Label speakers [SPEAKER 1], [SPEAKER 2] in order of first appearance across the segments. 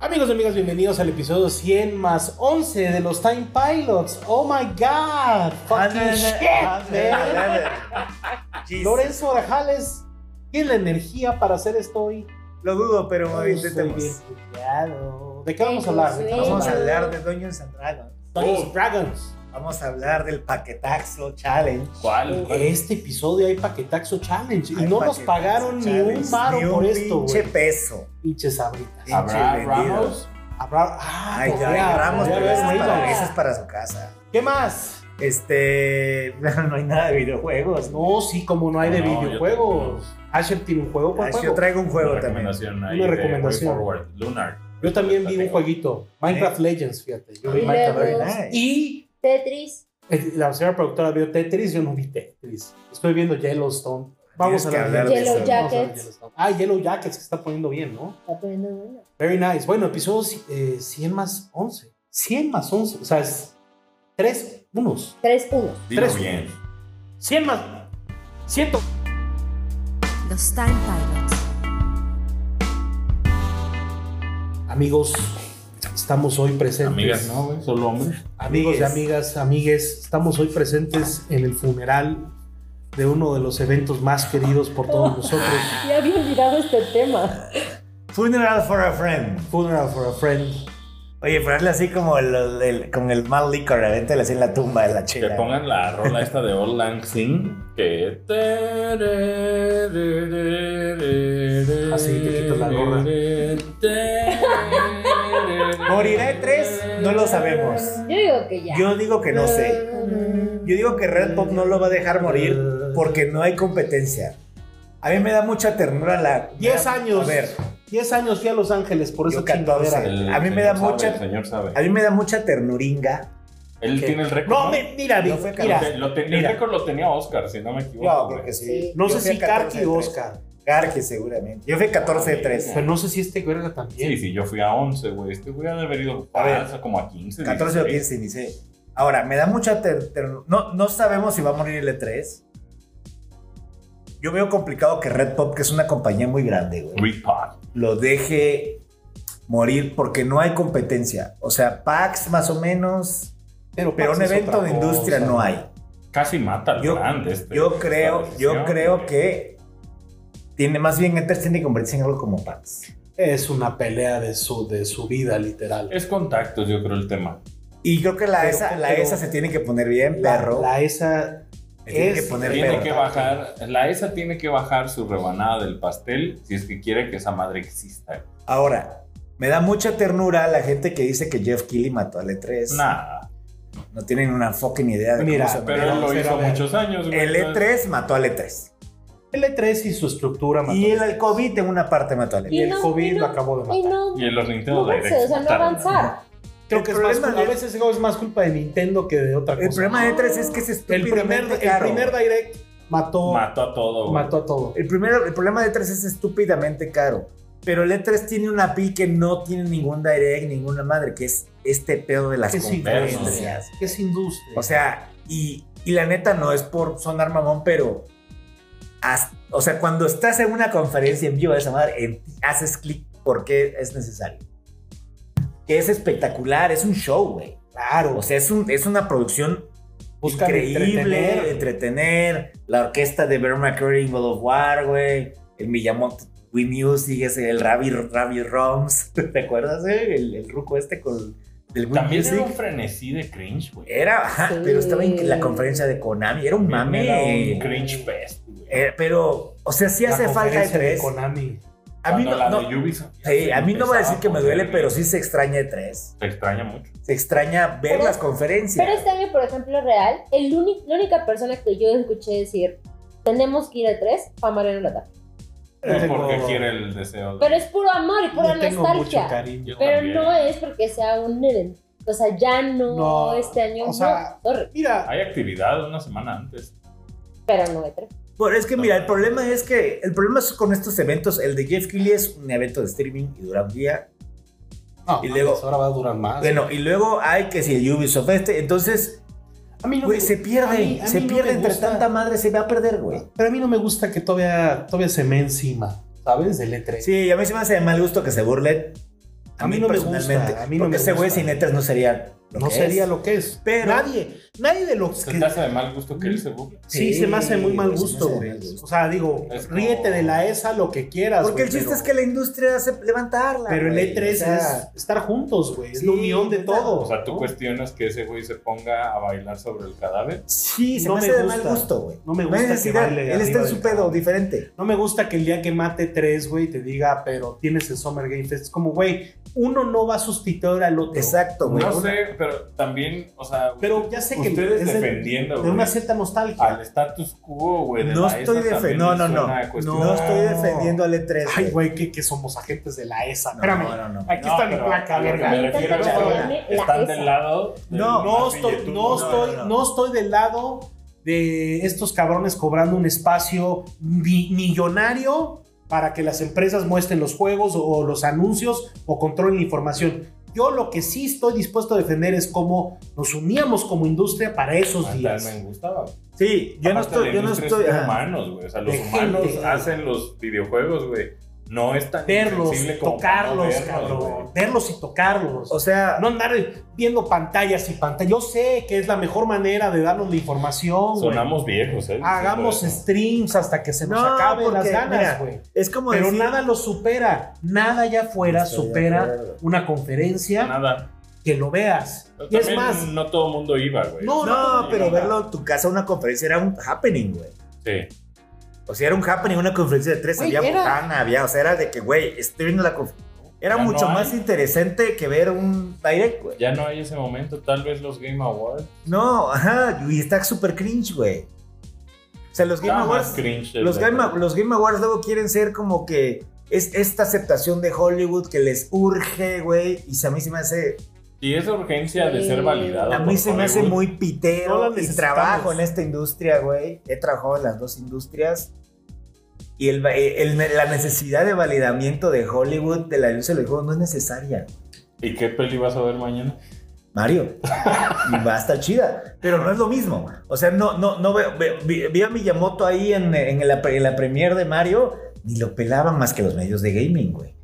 [SPEAKER 1] Amigos y amigas, bienvenidos al episodio 100 más 11 de los Time Pilots. Oh my god, fucking
[SPEAKER 2] Ándale,
[SPEAKER 1] shit,
[SPEAKER 2] ándale,
[SPEAKER 1] man.
[SPEAKER 2] ándale. Jesus.
[SPEAKER 1] Lorenzo Orajales tiene la energía para hacer esto hoy.
[SPEAKER 2] Lo dudo, pero
[SPEAKER 1] Uy, soy bien
[SPEAKER 2] intentemos.
[SPEAKER 1] puteado. ¿De qué vamos a hablar? ¿De qué
[SPEAKER 2] Vamos a
[SPEAKER 1] hablar?
[SPEAKER 2] hablar de Dungeons and Dragons.
[SPEAKER 1] Dungeons Dragons.
[SPEAKER 2] Vamos a hablar del Paquetaxo Challenge.
[SPEAKER 3] ¿Cuál? ¿Cuál?
[SPEAKER 1] Este episodio hay Paquetaxo Challenge y
[SPEAKER 2] Ay,
[SPEAKER 1] no nos
[SPEAKER 2] Paquetaxo
[SPEAKER 1] pagaron ni
[SPEAKER 2] Challenge,
[SPEAKER 1] un paro
[SPEAKER 2] ni un
[SPEAKER 1] por esto,
[SPEAKER 2] pinche
[SPEAKER 1] güey.
[SPEAKER 2] peso.
[SPEAKER 1] Pinches abritas.
[SPEAKER 2] Ah,
[SPEAKER 3] ¿Habrá
[SPEAKER 2] Pinche vendido.
[SPEAKER 3] Ramos?
[SPEAKER 1] Habrá. Ah,
[SPEAKER 2] Ay, ya,
[SPEAKER 1] podría-
[SPEAKER 2] Ramos,
[SPEAKER 1] podría
[SPEAKER 2] pero
[SPEAKER 1] haber
[SPEAKER 2] ese es
[SPEAKER 1] ido.
[SPEAKER 2] para, ese es para su casa.
[SPEAKER 1] ¿Qué más?
[SPEAKER 2] Este, no hay nada de videojuegos. ¿no?
[SPEAKER 1] No, sí, como no hay de
[SPEAKER 3] No, yo
[SPEAKER 1] videojuegos. Asher tiene un juego. ¿Cuál
[SPEAKER 2] Ah,
[SPEAKER 1] juego?
[SPEAKER 2] Yo traigo un juego
[SPEAKER 3] Una
[SPEAKER 2] también.
[SPEAKER 3] recomendación ahí
[SPEAKER 1] Una
[SPEAKER 3] de
[SPEAKER 1] recomendación.
[SPEAKER 3] Way Forward, Lunar.
[SPEAKER 1] Yo también
[SPEAKER 3] La
[SPEAKER 1] vi un
[SPEAKER 3] tengo.
[SPEAKER 1] jueguito, Minecraft Legends, fíjate. Yo vi
[SPEAKER 2] Ah,
[SPEAKER 1] Minecraft
[SPEAKER 2] very
[SPEAKER 1] Legends.
[SPEAKER 2] nice.
[SPEAKER 1] Y
[SPEAKER 4] Tetris.
[SPEAKER 1] eh, la señora productora vio Tetris, yo no vi Tetris. Estoy viendo Yellowstone. Vamos a
[SPEAKER 2] Tienes que
[SPEAKER 1] hablar de
[SPEAKER 2] hablar
[SPEAKER 4] de
[SPEAKER 1] Yellowstone,
[SPEAKER 4] eso.
[SPEAKER 1] vamos a hablar de
[SPEAKER 4] Jackets.
[SPEAKER 1] Yellowstone. Ah, Yellow Jackets, que está poniendo bien, ¿no?
[SPEAKER 4] Está poniendo bueno.
[SPEAKER 1] Very nice. Bueno, episodio ci- eh, 100 más 11. 100 más 11. O sea, es 3 unos.
[SPEAKER 4] Tres unos.
[SPEAKER 3] Dilo
[SPEAKER 1] Tres.
[SPEAKER 3] bien.
[SPEAKER 1] 100 más. 100.
[SPEAKER 5] Los Time Pilots.
[SPEAKER 1] Amigos, estamos hoy presentes.
[SPEAKER 3] Amigas,
[SPEAKER 1] ¿no, güey?
[SPEAKER 3] Solo hombres.
[SPEAKER 1] Amigos y
[SPEAKER 2] Amigues.
[SPEAKER 1] amigas, amigues, estamos hoy presentes en el funeral de uno de los eventos más queridos por todos nosotros.
[SPEAKER 4] Ya había olvidado este tema.
[SPEAKER 2] Funeral for a Friend.
[SPEAKER 1] Funeral for a Friend.
[SPEAKER 2] Oye, pero hazle así como el, el- con el mal licor, avéntale así en la tumba de la
[SPEAKER 3] Que
[SPEAKER 2] chela.
[SPEAKER 3] pongan la rola esta de Old Lang Syne. Que.
[SPEAKER 2] Ah,
[SPEAKER 1] Así te quitas la gorra.
[SPEAKER 2] ¿Morirá en tres? No lo sabemos.
[SPEAKER 4] Yo digo que ya.
[SPEAKER 2] Yo digo que no sé. Yo digo que Red Pop no lo va a dejar morir porque no hay competencia. A mí me da mucha ternura la...
[SPEAKER 1] 10 años.
[SPEAKER 2] A ver,
[SPEAKER 1] 10 años fui a Los Ángeles por
[SPEAKER 2] Yo
[SPEAKER 1] esa
[SPEAKER 2] 14.
[SPEAKER 1] chingadera.
[SPEAKER 3] El
[SPEAKER 2] A mí me da
[SPEAKER 3] señor
[SPEAKER 2] mucha-
[SPEAKER 3] sabe, El señor sabe.
[SPEAKER 2] a mí me da mucha ternuringa.
[SPEAKER 3] Él
[SPEAKER 1] ¿Qué?
[SPEAKER 3] tiene el récord.
[SPEAKER 1] No, me- mira,
[SPEAKER 2] No
[SPEAKER 1] Vic,
[SPEAKER 2] fue
[SPEAKER 1] mira.
[SPEAKER 2] Carlos.
[SPEAKER 3] Lo te- el
[SPEAKER 2] Mira.
[SPEAKER 3] récord lo tenía Oscar, si no me equivoco.
[SPEAKER 2] No,
[SPEAKER 3] güey.
[SPEAKER 2] creo que sí.
[SPEAKER 4] Sí.
[SPEAKER 1] No
[SPEAKER 2] Yo
[SPEAKER 1] sé
[SPEAKER 2] fui
[SPEAKER 1] si
[SPEAKER 2] 14
[SPEAKER 1] Karki
[SPEAKER 2] de
[SPEAKER 1] o
[SPEAKER 2] tres.
[SPEAKER 1] Oscar,
[SPEAKER 2] Karki seguramente. Yo fui 14 de 3.
[SPEAKER 1] pero no sé si este verga también.
[SPEAKER 3] Sí, sí, yo fui a 11, güey. Este güey ha de haber ido
[SPEAKER 2] A ver.
[SPEAKER 3] pasa como a 15.
[SPEAKER 2] 14 o 15 inicié. Ahora, me da mucha ternura. No, no sabemos si va a morir el E3. Yo veo complicado que Red Pop, que es una compañía muy grande, güey,
[SPEAKER 3] Rick Pod.
[SPEAKER 2] lo deje morir porque no hay competencia. O sea, PAX más o menos, pero
[SPEAKER 1] Pax
[SPEAKER 2] un
[SPEAKER 1] es
[SPEAKER 2] evento
[SPEAKER 1] otra
[SPEAKER 2] de industria
[SPEAKER 1] cosa.
[SPEAKER 2] no hay.
[SPEAKER 3] Casi mata al
[SPEAKER 2] Yo-
[SPEAKER 3] grande este.
[SPEAKER 2] Yo creo,
[SPEAKER 3] esta decisión,
[SPEAKER 2] yo creo
[SPEAKER 3] güey.
[SPEAKER 2] que tiene más bien E3 tiene que convertirse en algo como PAX.
[SPEAKER 1] Es una pelea de su, de su vida, literal.
[SPEAKER 3] Es contactos, yo creo, el tema.
[SPEAKER 2] Y creo que la
[SPEAKER 1] Pero-
[SPEAKER 2] esa, la
[SPEAKER 1] pero-
[SPEAKER 2] esa se tiene que poner bien,
[SPEAKER 1] La-
[SPEAKER 2] perro.
[SPEAKER 1] La, esa.
[SPEAKER 2] se tiene que
[SPEAKER 1] es-
[SPEAKER 2] poner
[SPEAKER 3] Tiene
[SPEAKER 2] perro.
[SPEAKER 3] que bajar, la ESA tiene que bajar su rebanada del pastel si es que quiere que esa madre exista.
[SPEAKER 2] Ahora, me da mucha ternura la gente que dice que Jeff Keighley mató al E3.
[SPEAKER 3] Nada.
[SPEAKER 2] No tienen una fucking idea de
[SPEAKER 1] Mira,
[SPEAKER 2] cómo se
[SPEAKER 3] Pero
[SPEAKER 2] murió.
[SPEAKER 3] él lo
[SPEAKER 1] pero
[SPEAKER 3] hizo
[SPEAKER 1] a ver,
[SPEAKER 3] muchos años, güey.
[SPEAKER 2] El E E3 mató al E3.
[SPEAKER 1] L3 y su estructura mató. E
[SPEAKER 2] Y el, el COVID en una parte mató al E
[SPEAKER 1] Y
[SPEAKER 2] E3.
[SPEAKER 4] Y
[SPEAKER 1] el
[SPEAKER 4] no,
[SPEAKER 1] COVID
[SPEAKER 4] y no,
[SPEAKER 1] lo acabó de matar.
[SPEAKER 4] Y no,
[SPEAKER 3] Y en los Nintendo
[SPEAKER 4] no
[SPEAKER 3] Direct.
[SPEAKER 4] avanza, o sea, no
[SPEAKER 3] tardan.
[SPEAKER 4] avanzar.
[SPEAKER 1] Creo
[SPEAKER 2] El
[SPEAKER 1] que es más,
[SPEAKER 2] problema
[SPEAKER 1] cul- a
[SPEAKER 2] de-
[SPEAKER 1] veces es más culpa de Nintendo que de otra cosa.
[SPEAKER 2] El problema de E3 es que es
[SPEAKER 1] El primer,
[SPEAKER 2] estúpidamente
[SPEAKER 1] el
[SPEAKER 2] caro.
[SPEAKER 1] primer direct mató, mató,
[SPEAKER 3] Mató a todo, güey.
[SPEAKER 1] a todo.
[SPEAKER 2] El, primero, el problema de E3 es estúpidamente caro. Pero el E3 tiene una API que no tiene ningún direct, ninguna madre, que es este pedo de las
[SPEAKER 1] Es industria.
[SPEAKER 2] conferencias.
[SPEAKER 1] Es industria.
[SPEAKER 2] O sea, y, y la neta no es por sonar mamón, pero. haz- o sea, cuando estás en una conferencia en vivo de esa madre, en- haces clic porque es necesario. Que es espectacular, es un show, güey.
[SPEAKER 1] claro.
[SPEAKER 2] O sea, es, un- es una producción
[SPEAKER 1] buscan
[SPEAKER 2] increíble,
[SPEAKER 1] entretener.
[SPEAKER 2] entretener. La orquesta de Bear McCreary en God of War, güey. El Miyamoto We Music, ese, el Ravi, Ravi Roms. ¿Te acuerdas, eh? El, el ruco este con del Wii
[SPEAKER 3] También
[SPEAKER 2] Music.
[SPEAKER 3] era un frenesí de cringe, güey.
[SPEAKER 2] Era, ajá,
[SPEAKER 4] Sí.
[SPEAKER 2] pero estaba en la conferencia de Konami, era un mame.
[SPEAKER 3] Era un cringe fest, güey.
[SPEAKER 2] Eh, pero, o sea, sí
[SPEAKER 1] La
[SPEAKER 2] hace falta
[SPEAKER 1] conferencia de
[SPEAKER 2] E3.
[SPEAKER 1] Konami.
[SPEAKER 2] A mí
[SPEAKER 3] Cuando
[SPEAKER 2] no,
[SPEAKER 3] la
[SPEAKER 2] no-
[SPEAKER 3] de Ubisoft ya
[SPEAKER 2] sí,
[SPEAKER 3] se
[SPEAKER 2] a mí no
[SPEAKER 3] empezaba
[SPEAKER 2] va a decir que me
[SPEAKER 3] poner-
[SPEAKER 2] duele, pero sí se extraña E3.
[SPEAKER 3] Se extraña mucho.
[SPEAKER 2] Se extraña ver
[SPEAKER 4] Pero-
[SPEAKER 2] las conferencias.
[SPEAKER 4] Pero este año, por ejemplo, real, el único, la única persona que yo escuché decir tenemos que ir a tres fue a Mariano Lata.
[SPEAKER 1] Yo tengo-
[SPEAKER 3] Porque quiere el deseo. de-
[SPEAKER 4] Pero es puro amor y pura
[SPEAKER 1] le tengo mucho
[SPEAKER 4] nostalgia.
[SPEAKER 1] cariño.
[SPEAKER 3] Yo
[SPEAKER 4] Pero
[SPEAKER 3] también.
[SPEAKER 4] no es porque sea un evento. O sea, ya no,
[SPEAKER 1] No,
[SPEAKER 4] este año.
[SPEAKER 1] o sea,
[SPEAKER 4] no, sorry,
[SPEAKER 1] Mira,
[SPEAKER 3] Hay actividad una semana antes.
[SPEAKER 4] pero no E3.
[SPEAKER 2] Bueno, es que mira, el problema es que el problema es con estos eventos, el de Jeff Keighley es un evento de streaming y dura un día.
[SPEAKER 1] no,
[SPEAKER 2] Ah, y luego-
[SPEAKER 1] mames, ahora va a durar más.
[SPEAKER 2] Bueno, y luego hay que si el Ubisoft este, entonces,
[SPEAKER 1] Ah, a mí no
[SPEAKER 2] güey,
[SPEAKER 1] me-
[SPEAKER 2] se pierde,
[SPEAKER 1] a mí- a mí
[SPEAKER 2] se
[SPEAKER 1] no
[SPEAKER 2] pierde
[SPEAKER 1] me
[SPEAKER 2] entre
[SPEAKER 1] gusta. Ah.
[SPEAKER 2] tanta madre, se va a perder, güey.
[SPEAKER 1] Pero a mí no me gusta que todavía, todavía se me encima, ¿sabes? Del E E3.
[SPEAKER 2] Sí, a mí se me hace de mal gusto que se burlen
[SPEAKER 1] A mí no me gusta,
[SPEAKER 2] personalmente,
[SPEAKER 1] a mí no
[SPEAKER 2] porque
[SPEAKER 1] me
[SPEAKER 2] ese güey
[SPEAKER 1] gusta.
[SPEAKER 2] sin letras no sería. lo
[SPEAKER 1] No
[SPEAKER 2] que
[SPEAKER 1] sería
[SPEAKER 2] es.
[SPEAKER 1] lo que es.
[SPEAKER 2] Pero-
[SPEAKER 1] nadie, nadie de los
[SPEAKER 3] Se
[SPEAKER 1] que.
[SPEAKER 3] te hace de mal gusto que él se burle.
[SPEAKER 1] Sí, se me hace muy mal
[SPEAKER 2] güey, se me
[SPEAKER 1] gusto,
[SPEAKER 2] hace
[SPEAKER 1] güey.
[SPEAKER 2] mal gusto.
[SPEAKER 1] O sea, digo,
[SPEAKER 3] Es como-
[SPEAKER 1] ríete de la ESA lo que quieras.
[SPEAKER 2] Porque el
[SPEAKER 1] güey,
[SPEAKER 2] chiste
[SPEAKER 1] pero-
[SPEAKER 2] es que la industria se levantarla.
[SPEAKER 1] Pero el
[SPEAKER 2] güey,
[SPEAKER 1] E3
[SPEAKER 2] o sea,
[SPEAKER 1] es estar juntos, güey. Es
[SPEAKER 2] Sí,
[SPEAKER 1] la unión de
[SPEAKER 2] neta.
[SPEAKER 1] todo.
[SPEAKER 3] O sea, tú
[SPEAKER 1] ¿no?
[SPEAKER 3] cuestionas que ese güey se ponga a bailar sobre el cadáver.
[SPEAKER 2] Sí, se
[SPEAKER 1] no
[SPEAKER 2] me
[SPEAKER 1] me
[SPEAKER 2] hace de mal
[SPEAKER 1] gusta.
[SPEAKER 2] gusto, güey.
[SPEAKER 1] No me
[SPEAKER 2] No hay
[SPEAKER 1] gusta que
[SPEAKER 2] necesidad.
[SPEAKER 1] baile
[SPEAKER 2] Él está
[SPEAKER 1] arriba
[SPEAKER 2] en
[SPEAKER 1] del
[SPEAKER 2] su pedo,
[SPEAKER 1] cadáver.
[SPEAKER 2] diferente.
[SPEAKER 1] No me gusta que el día que mate tres, güey, te diga, pero tienes el Summer Game Fest. Es como, güey, uno no va a sustituir al otro.
[SPEAKER 2] Exacto, güey.
[SPEAKER 3] No sé, pero también, o sea,
[SPEAKER 1] Pero ya sé que
[SPEAKER 3] ustedes
[SPEAKER 1] es de-
[SPEAKER 3] defendiendo
[SPEAKER 1] De
[SPEAKER 3] güey,
[SPEAKER 1] una cierta nostalgia.
[SPEAKER 3] al status quo, güey. de
[SPEAKER 2] No
[SPEAKER 3] la
[SPEAKER 2] estoy
[SPEAKER 3] ESA también
[SPEAKER 2] defendiendo. No, no,
[SPEAKER 3] suena
[SPEAKER 2] no.
[SPEAKER 3] cuestionar.
[SPEAKER 2] No estoy defendiendo al E3.
[SPEAKER 1] Ay, güey, que, que somos agentes de la ESA.
[SPEAKER 2] No,
[SPEAKER 1] Espérame.
[SPEAKER 2] no, no.
[SPEAKER 1] Aquí
[SPEAKER 3] No,
[SPEAKER 1] está mi
[SPEAKER 3] pero
[SPEAKER 1] placa,
[SPEAKER 3] a lo que
[SPEAKER 1] verga.
[SPEAKER 3] me refiero es que
[SPEAKER 4] Cabrón, la
[SPEAKER 3] Están
[SPEAKER 4] ESA.
[SPEAKER 3] del lado. del
[SPEAKER 2] No,
[SPEAKER 1] No
[SPEAKER 3] más
[SPEAKER 1] estoy,
[SPEAKER 3] billetudo.
[SPEAKER 1] no,
[SPEAKER 2] no,
[SPEAKER 1] estoy,
[SPEAKER 2] no,
[SPEAKER 1] no,
[SPEAKER 2] no.
[SPEAKER 1] estoy del lado de estos cabrones cobrando un espacio mi- millonario para que las empresas muestren los juegos o los anuncios o controlen la información. Yo lo que sí estoy dispuesto a defender es cómo nos uníamos como industria para esos
[SPEAKER 3] Ah, tal, me
[SPEAKER 1] días.
[SPEAKER 3] gustaba.
[SPEAKER 2] Sí, yo no
[SPEAKER 3] Aparte,
[SPEAKER 2] estoy.
[SPEAKER 3] la
[SPEAKER 2] Yo no
[SPEAKER 3] industria
[SPEAKER 2] estoy.
[SPEAKER 3] es de
[SPEAKER 2] ajá.
[SPEAKER 3] humanos, güey. O sea, los
[SPEAKER 1] De
[SPEAKER 3] humanos
[SPEAKER 1] gente.
[SPEAKER 3] hacen los videojuegos, güey. No es tan
[SPEAKER 1] Verlos,
[SPEAKER 3] insensible como para no
[SPEAKER 1] tocarlos,
[SPEAKER 3] verlos,
[SPEAKER 1] cabrón.
[SPEAKER 3] güey.
[SPEAKER 1] Verlos y tocarlos.
[SPEAKER 2] O sea,
[SPEAKER 1] no andar viendo pantallas y pantallas. Yo sé que es la mejor manera de darnos la información. güey.
[SPEAKER 3] Sonamos viejos, ¿eh? Diciendo
[SPEAKER 1] Hagamos
[SPEAKER 3] eso.
[SPEAKER 2] este
[SPEAKER 1] streams hasta que se nos
[SPEAKER 2] No,
[SPEAKER 1] acaben
[SPEAKER 2] porque,
[SPEAKER 1] las
[SPEAKER 2] mira,
[SPEAKER 1] ganas, güey.
[SPEAKER 2] es como.
[SPEAKER 1] Pero
[SPEAKER 2] decir-
[SPEAKER 1] nada lo supera. Nada allá afuera
[SPEAKER 2] Estoy de
[SPEAKER 1] supera
[SPEAKER 2] acuerdo.
[SPEAKER 1] una conferencia
[SPEAKER 3] Nada.
[SPEAKER 1] que lo veas.
[SPEAKER 3] Pero
[SPEAKER 1] Y es
[SPEAKER 3] también
[SPEAKER 1] más,
[SPEAKER 3] No todo el mundo iba, güey.
[SPEAKER 1] No,
[SPEAKER 2] No, pero
[SPEAKER 3] iba.
[SPEAKER 2] verlo en tu casa, una conferencia, era un happening, güey.
[SPEAKER 3] Sí.
[SPEAKER 2] O sea, era un happening, una conferencia de tres,
[SPEAKER 4] Güey,
[SPEAKER 2] había
[SPEAKER 4] era-
[SPEAKER 2] botana, había, o sea, era de que, güey, estoy viendo la conferencia. Era
[SPEAKER 3] Ya
[SPEAKER 2] mucho
[SPEAKER 3] no
[SPEAKER 2] más
[SPEAKER 3] hay.
[SPEAKER 2] interesante que ver un direct, güey.
[SPEAKER 3] Ya no hay ese momento. Tal vez los Game Awards.
[SPEAKER 2] No, ajá, y está súper cringe, güey. O sea, los Game
[SPEAKER 3] Está más
[SPEAKER 2] Awards,
[SPEAKER 3] cringe el
[SPEAKER 2] los
[SPEAKER 3] de-
[SPEAKER 2] Game, los Game Awards luego quieren ser como que es esta aceptación de Hollywood que les urge, güey, y a mí se me hace,
[SPEAKER 3] Y esa urgencia de ser
[SPEAKER 4] Sí.
[SPEAKER 3] validado.
[SPEAKER 2] a mí
[SPEAKER 3] por
[SPEAKER 2] se me hace
[SPEAKER 3] Hollywood.
[SPEAKER 2] muy
[SPEAKER 1] No
[SPEAKER 2] pitero
[SPEAKER 1] la
[SPEAKER 2] el
[SPEAKER 1] necesitamos.
[SPEAKER 2] trabajo en esta industria, güey. He trabajado en las dos industrias y el, va- el- la necesidad de validamiento de Hollywood de la industria del juego no es necesaria.
[SPEAKER 3] ¿Y qué peli vas a ver mañana?
[SPEAKER 2] Mario. Y va a estar chida. Pero no es lo mismo. O sea, no, no, no veo. ve- vi, vi a Miyamoto ahí en, en la, pre- en la premiere de Mario. Ni lo pelaban más que los medios de gaming, güey.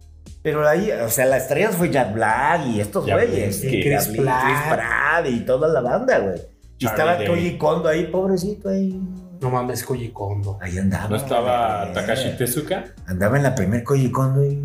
[SPEAKER 2] Pero ahí, o sea, las estrellas fue Jack Black y estos
[SPEAKER 3] Jack
[SPEAKER 2] güeyes.
[SPEAKER 3] Black,
[SPEAKER 2] y
[SPEAKER 3] que-
[SPEAKER 2] Chris
[SPEAKER 1] Chris
[SPEAKER 2] Black. Chris
[SPEAKER 1] Pratt.
[SPEAKER 2] Pratt y toda la banda, güey. Y
[SPEAKER 3] Charlie
[SPEAKER 2] estaba
[SPEAKER 3] Day.
[SPEAKER 2] Koji Kondo ahí, pobrecito, ahí.
[SPEAKER 1] no mames, Koji Kondo.
[SPEAKER 2] Ahí andaba.
[SPEAKER 3] ¿No estaba
[SPEAKER 2] güey.
[SPEAKER 3] Takashi Tezuka?
[SPEAKER 2] Andaba en la primer Koji Kondo y...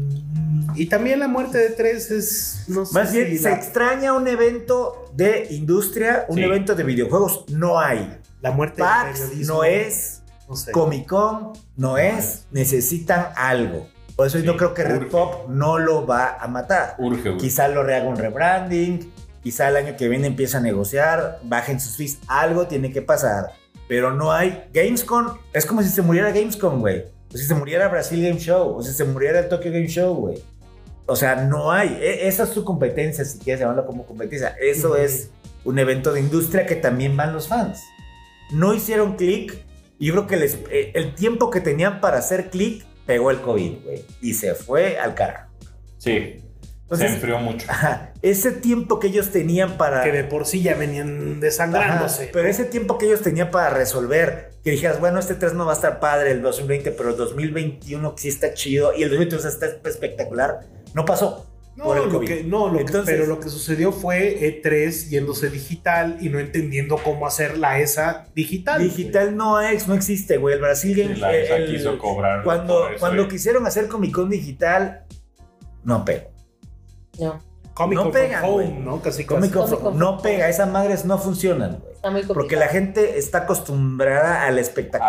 [SPEAKER 1] Y también la muerte de tres es. No sé
[SPEAKER 2] Más bien,
[SPEAKER 1] si
[SPEAKER 2] se
[SPEAKER 1] la,
[SPEAKER 2] extraña un evento de industria, un
[SPEAKER 3] Sí.
[SPEAKER 2] evento de videojuegos. No hay.
[SPEAKER 1] la muerte del
[SPEAKER 2] PAX
[SPEAKER 1] periodismo.
[SPEAKER 2] no es,
[SPEAKER 1] No sé.
[SPEAKER 2] Comic Con no es, necesitan algo. Por eso yo
[SPEAKER 3] Sí,
[SPEAKER 2] creo que Red
[SPEAKER 3] urge.
[SPEAKER 2] Pop no lo va a matar.
[SPEAKER 3] Urge, güey.
[SPEAKER 2] Quizá lo rehaga un rebranding, quizá el año que viene empiece a negociar, bajen sus fees, algo tiene que pasar. Pero no hay Gamescom, es como si se muriera Gamescom, güey. O si se muriera Brasil Game Show, o si se muriera el Tokyo Game Show, güey. O sea, no hay. E- esa es su competencia, si quieres llamarlo como competencia. Eso
[SPEAKER 1] Ujú.
[SPEAKER 2] es un evento de industria que también van los fans. No hicieron clic. y Yo creo que les- eh, el tiempo que tenían para hacer clic pegó el COVID, güey. Y se fue al carajo.
[SPEAKER 3] Sí, se
[SPEAKER 2] Entonces,
[SPEAKER 3] enfrió mucho.
[SPEAKER 2] Ajá, ese tiempo que ellos tenían para.
[SPEAKER 1] Que de por sí ya venían desangrándose.
[SPEAKER 2] Ajá, pero ese tiempo que ellos tenían para resolver, que dijeras, bueno, este 3 no va a estar padre el 2020, pero el 2021 sí está chido y el 2021 está espectacular, no pasó.
[SPEAKER 1] No,
[SPEAKER 2] por el
[SPEAKER 1] lo
[SPEAKER 2] COVID.
[SPEAKER 1] que, no lo que-
[SPEAKER 2] Entonces-
[SPEAKER 1] pero lo que sucedió fue E3 yéndose digital y no entendiendo cómo hacer la ESA digital.
[SPEAKER 2] Digital no es, no existe, güey. El Brasil
[SPEAKER 3] Y
[SPEAKER 2] Game
[SPEAKER 3] la ESA
[SPEAKER 2] el-
[SPEAKER 3] quiso cobrar.
[SPEAKER 2] Cuando,
[SPEAKER 3] por eso,
[SPEAKER 2] cuando
[SPEAKER 3] y-
[SPEAKER 2] quisieron hacer Comic Con digital, no pegó.
[SPEAKER 4] No,
[SPEAKER 1] Comic
[SPEAKER 2] No
[SPEAKER 1] Con
[SPEAKER 2] pegan,
[SPEAKER 1] from
[SPEAKER 2] güey.
[SPEAKER 1] Home, ¿no? Casi
[SPEAKER 2] Comic
[SPEAKER 1] casi.
[SPEAKER 2] Con
[SPEAKER 4] Comic Con.
[SPEAKER 2] no pega, esas madres no funcionan, güey.
[SPEAKER 4] está muy complicado.
[SPEAKER 2] Porque la gente está acostumbrada a la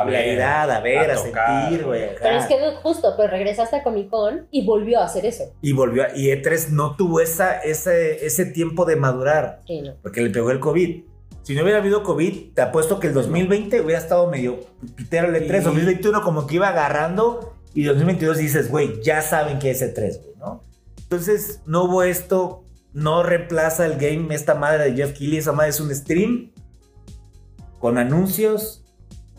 [SPEAKER 2] espectacularidad, a ver, a,
[SPEAKER 3] a tocar,
[SPEAKER 2] sentir, güey. ajá.
[SPEAKER 4] Pero es que justo, pero regresaste a Comic Con y volvió a hacer eso.
[SPEAKER 2] Y volvió, a- y E3 no tuvo esa, ese, ese tiempo de madurar,
[SPEAKER 4] Sí, no.
[SPEAKER 2] porque le pegó el COVID. Si no hubiera habido COVID, te apuesto que el 2020 hubiera estado medio pitero el E E3,
[SPEAKER 1] Y-
[SPEAKER 2] 2021 como que iba agarrando, y 2022 dices, güey, ya saben que es E3, güey, ¿no? Entonces, no hubo esto, no reemplaza el game esta madre de Jeff Keighley, esa madre es un stream con anuncios,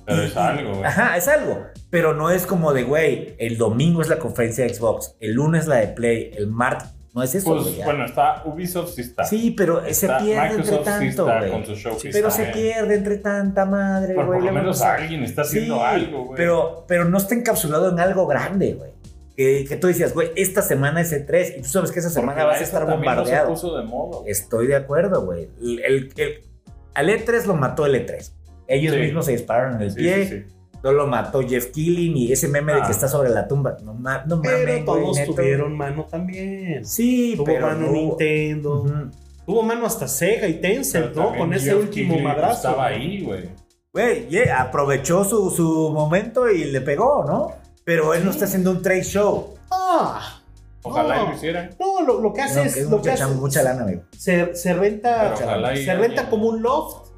[SPEAKER 3] Pero
[SPEAKER 2] y-
[SPEAKER 3] es algo, güey.
[SPEAKER 2] Ajá, es algo. Pero no es como de, güey, el domingo es la conferencia de Xbox, el lunes la de Play, el martes. No es eso, güey,
[SPEAKER 3] Pues
[SPEAKER 2] ya.
[SPEAKER 3] bueno, está Ubisoft sí está.
[SPEAKER 2] Sí, pero se
[SPEAKER 3] Está-
[SPEAKER 2] pierde entre
[SPEAKER 3] Microsoft sí
[SPEAKER 2] tanto,
[SPEAKER 3] está
[SPEAKER 2] güey.
[SPEAKER 3] con su showcase.
[SPEAKER 2] pero se
[SPEAKER 3] también.
[SPEAKER 2] pierde entre tanta madre,
[SPEAKER 3] Pero
[SPEAKER 2] güey.
[SPEAKER 3] por lo
[SPEAKER 2] le
[SPEAKER 3] menos
[SPEAKER 2] vamos a-
[SPEAKER 3] alguien está
[SPEAKER 2] Sí,
[SPEAKER 3] haciendo algo, güey.
[SPEAKER 2] Pero, pero no está encapsulado en algo grande, güey. Que que, que tú decías, güey, esta semana es el 3 y tú sabes que esa semana vas a estar bombardeado.
[SPEAKER 6] No se puso de moda. güey.
[SPEAKER 2] Estoy de acuerdo, güey. El, el- el- al E3 lo mató el E3. Ellos
[SPEAKER 6] Sí.
[SPEAKER 2] mismos se dispararon en el
[SPEAKER 6] Sí,
[SPEAKER 2] pie.
[SPEAKER 6] sí, sí.
[SPEAKER 2] No lo mató Jeff Keighley ni ese meme de
[SPEAKER 6] Ah.
[SPEAKER 2] que está sobre la tumba. No, ma- no mames,
[SPEAKER 1] Pero
[SPEAKER 2] güey,
[SPEAKER 1] todos
[SPEAKER 2] neto.
[SPEAKER 1] tuvieron mano también.
[SPEAKER 2] Sí,
[SPEAKER 1] Tuvo
[SPEAKER 2] pero
[SPEAKER 1] mano
[SPEAKER 2] no hubo-
[SPEAKER 1] Nintendo.
[SPEAKER 2] Ujú.
[SPEAKER 1] Tuvo mano hasta Sega y Tencent,
[SPEAKER 6] Pero
[SPEAKER 1] ¿no?
[SPEAKER 6] también
[SPEAKER 1] Con ese
[SPEAKER 6] Jeff
[SPEAKER 1] último
[SPEAKER 6] Keighley pues,
[SPEAKER 1] madrazo.
[SPEAKER 6] Estaba ahí, güey.
[SPEAKER 2] Güey, yeah, aprovechó su, su momento y le pegó, ¿no? Pero él no está haciendo un trade show.
[SPEAKER 1] Ah,
[SPEAKER 6] Ojalá
[SPEAKER 1] No.
[SPEAKER 6] y lo hicieran.
[SPEAKER 1] no, lo, lo que hace
[SPEAKER 2] No,
[SPEAKER 1] es.
[SPEAKER 2] que es
[SPEAKER 1] lo que
[SPEAKER 2] mucha,
[SPEAKER 1] hace
[SPEAKER 2] chamba, mucha
[SPEAKER 1] es-
[SPEAKER 2] lana, amigo.
[SPEAKER 1] se, se
[SPEAKER 6] Pero
[SPEAKER 1] renta,
[SPEAKER 6] ojalá y
[SPEAKER 1] se renta
[SPEAKER 6] alguien-
[SPEAKER 1] como un loft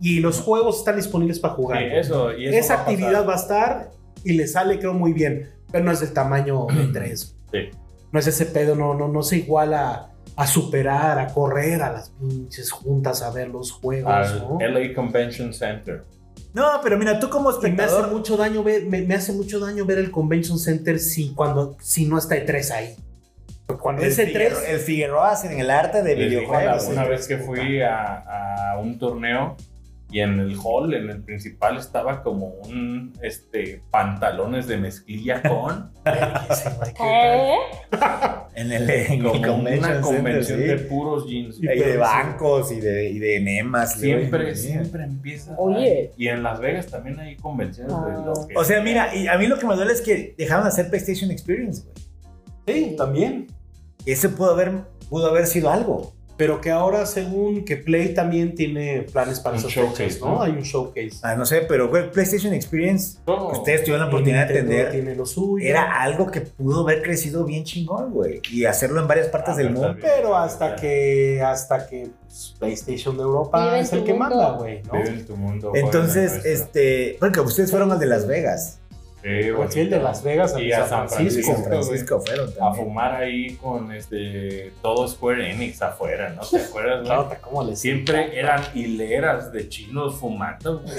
[SPEAKER 1] y los juegos están disponibles para
[SPEAKER 6] Sí,
[SPEAKER 1] jugar.
[SPEAKER 6] eso, y eso
[SPEAKER 1] Esa
[SPEAKER 6] va a pasar.
[SPEAKER 1] actividad va a estar y le sale, creo, muy bien. Pero no es del tamaño de 3.
[SPEAKER 6] Sí.
[SPEAKER 1] No es ese pedo, no, no, no se iguala a superar, a correr a las pinches juntas a ver los juegos. ¿no?
[SPEAKER 6] Al LA Convention Center.
[SPEAKER 2] No, pero mira, tú como
[SPEAKER 1] Y me hace
[SPEAKER 2] espectador.
[SPEAKER 1] mucho daño ver, me, me hace mucho daño ver el Convention Center si cuando si no está E3 ahí. Cuando
[SPEAKER 2] El
[SPEAKER 1] es E E3,
[SPEAKER 2] Figueroa, el Figueroa hacen el arte de
[SPEAKER 6] Les digo, la-
[SPEAKER 2] videojuegos.
[SPEAKER 6] una vez que fui a, a un torneo y en el hall, en el principal, estaba como un este pantalones de mezclilla con
[SPEAKER 1] sí, güey, que-
[SPEAKER 4] ¿Eh?
[SPEAKER 2] En el, en el
[SPEAKER 6] como una
[SPEAKER 2] convention center,
[SPEAKER 6] convención
[SPEAKER 2] sí.
[SPEAKER 6] de puros jeans.
[SPEAKER 2] Y de bancos y de, y de enemas. güey.
[SPEAKER 6] Siempre,
[SPEAKER 2] Sí.
[SPEAKER 6] siempre empieza.
[SPEAKER 4] Oye.
[SPEAKER 6] ahí. Y en Las Vegas también hay convenciones de lo que-
[SPEAKER 2] O sea, mira, y a mí lo que me duele es que dejaron de hacer PlayStation Experience, güey.
[SPEAKER 1] Sí,
[SPEAKER 2] También. Ese pudo haber, pudo haber sido algo.
[SPEAKER 1] pero que ahora según que Play también tiene planes para
[SPEAKER 6] Un
[SPEAKER 1] esos
[SPEAKER 6] showcase,
[SPEAKER 1] showcase, ¿no?
[SPEAKER 6] ¿no?
[SPEAKER 1] Hay un showcase.
[SPEAKER 2] Ah, no sé, pero güey, PlayStation Experience,
[SPEAKER 6] Todo.
[SPEAKER 2] ustedes tuvieron la oportunidad de
[SPEAKER 1] Nintendo
[SPEAKER 2] atender.
[SPEAKER 1] tiene lo suyo.
[SPEAKER 2] Era algo que pudo haber crecido bien chingón, güey. Y hacerlo en varias partes
[SPEAKER 6] Ah,
[SPEAKER 2] del
[SPEAKER 6] pero
[SPEAKER 2] mundo.
[SPEAKER 6] está
[SPEAKER 1] pero hasta que hasta que pues, PlayStation de Europa
[SPEAKER 4] Vive en
[SPEAKER 1] es
[SPEAKER 4] tu
[SPEAKER 1] el que
[SPEAKER 4] mundo.
[SPEAKER 1] manda, güey, ¿no?
[SPEAKER 6] Vive en tu mundo. juega en el
[SPEAKER 2] Entonces,
[SPEAKER 6] nuestro.
[SPEAKER 2] este, porque ustedes fueron al de Las Vegas.
[SPEAKER 6] Pues Sí,
[SPEAKER 1] Porque Pues el de
[SPEAKER 6] bonito.
[SPEAKER 1] Las Vegas
[SPEAKER 6] Y
[SPEAKER 1] a
[SPEAKER 6] a
[SPEAKER 1] San
[SPEAKER 6] San
[SPEAKER 2] Y
[SPEAKER 1] Francisco.
[SPEAKER 6] Francisco.
[SPEAKER 2] San Francisco fueron
[SPEAKER 6] a
[SPEAKER 2] también.
[SPEAKER 6] fumar ahí con este todo Square Enix afuera, ¿no te acuerdas? güey?
[SPEAKER 1] Claro, ¿cómo les
[SPEAKER 6] Siempre eran hileras de chinos fumando, güey.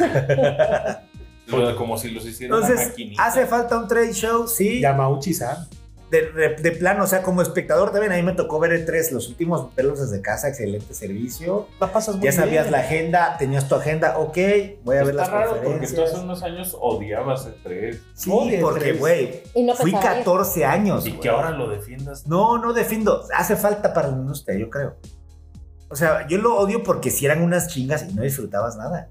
[SPEAKER 6] Pero como si los hicieran una
[SPEAKER 2] Entonces,
[SPEAKER 6] maquinita.
[SPEAKER 2] hace falta un trade show, sí.
[SPEAKER 1] Yamauchi-san.
[SPEAKER 2] de, de, de plano, o sea, como espectador también, a mí me tocó ver el 3, los últimos verlos desde casa, excelente servicio.
[SPEAKER 1] La pasas muy
[SPEAKER 2] Ya sabías
[SPEAKER 1] bien.
[SPEAKER 2] la agenda, tenías tu agenda, ok, voy a ver
[SPEAKER 6] Está
[SPEAKER 2] las
[SPEAKER 6] raro porque tú
[SPEAKER 2] conferencias.
[SPEAKER 6] hace unos años odiabas el 3
[SPEAKER 2] Sí,
[SPEAKER 1] Obvio,
[SPEAKER 2] porque,
[SPEAKER 1] tres.
[SPEAKER 2] güey,
[SPEAKER 4] Y no
[SPEAKER 2] fui
[SPEAKER 4] pensaba ir.
[SPEAKER 2] 14 años.
[SPEAKER 6] y
[SPEAKER 2] güey.
[SPEAKER 6] que ahora lo defiendas.
[SPEAKER 2] No, no defiendo, hace falta para la industria, yo creo. O sea, yo lo odio porque si eran unas chingas y no disfrutabas nada.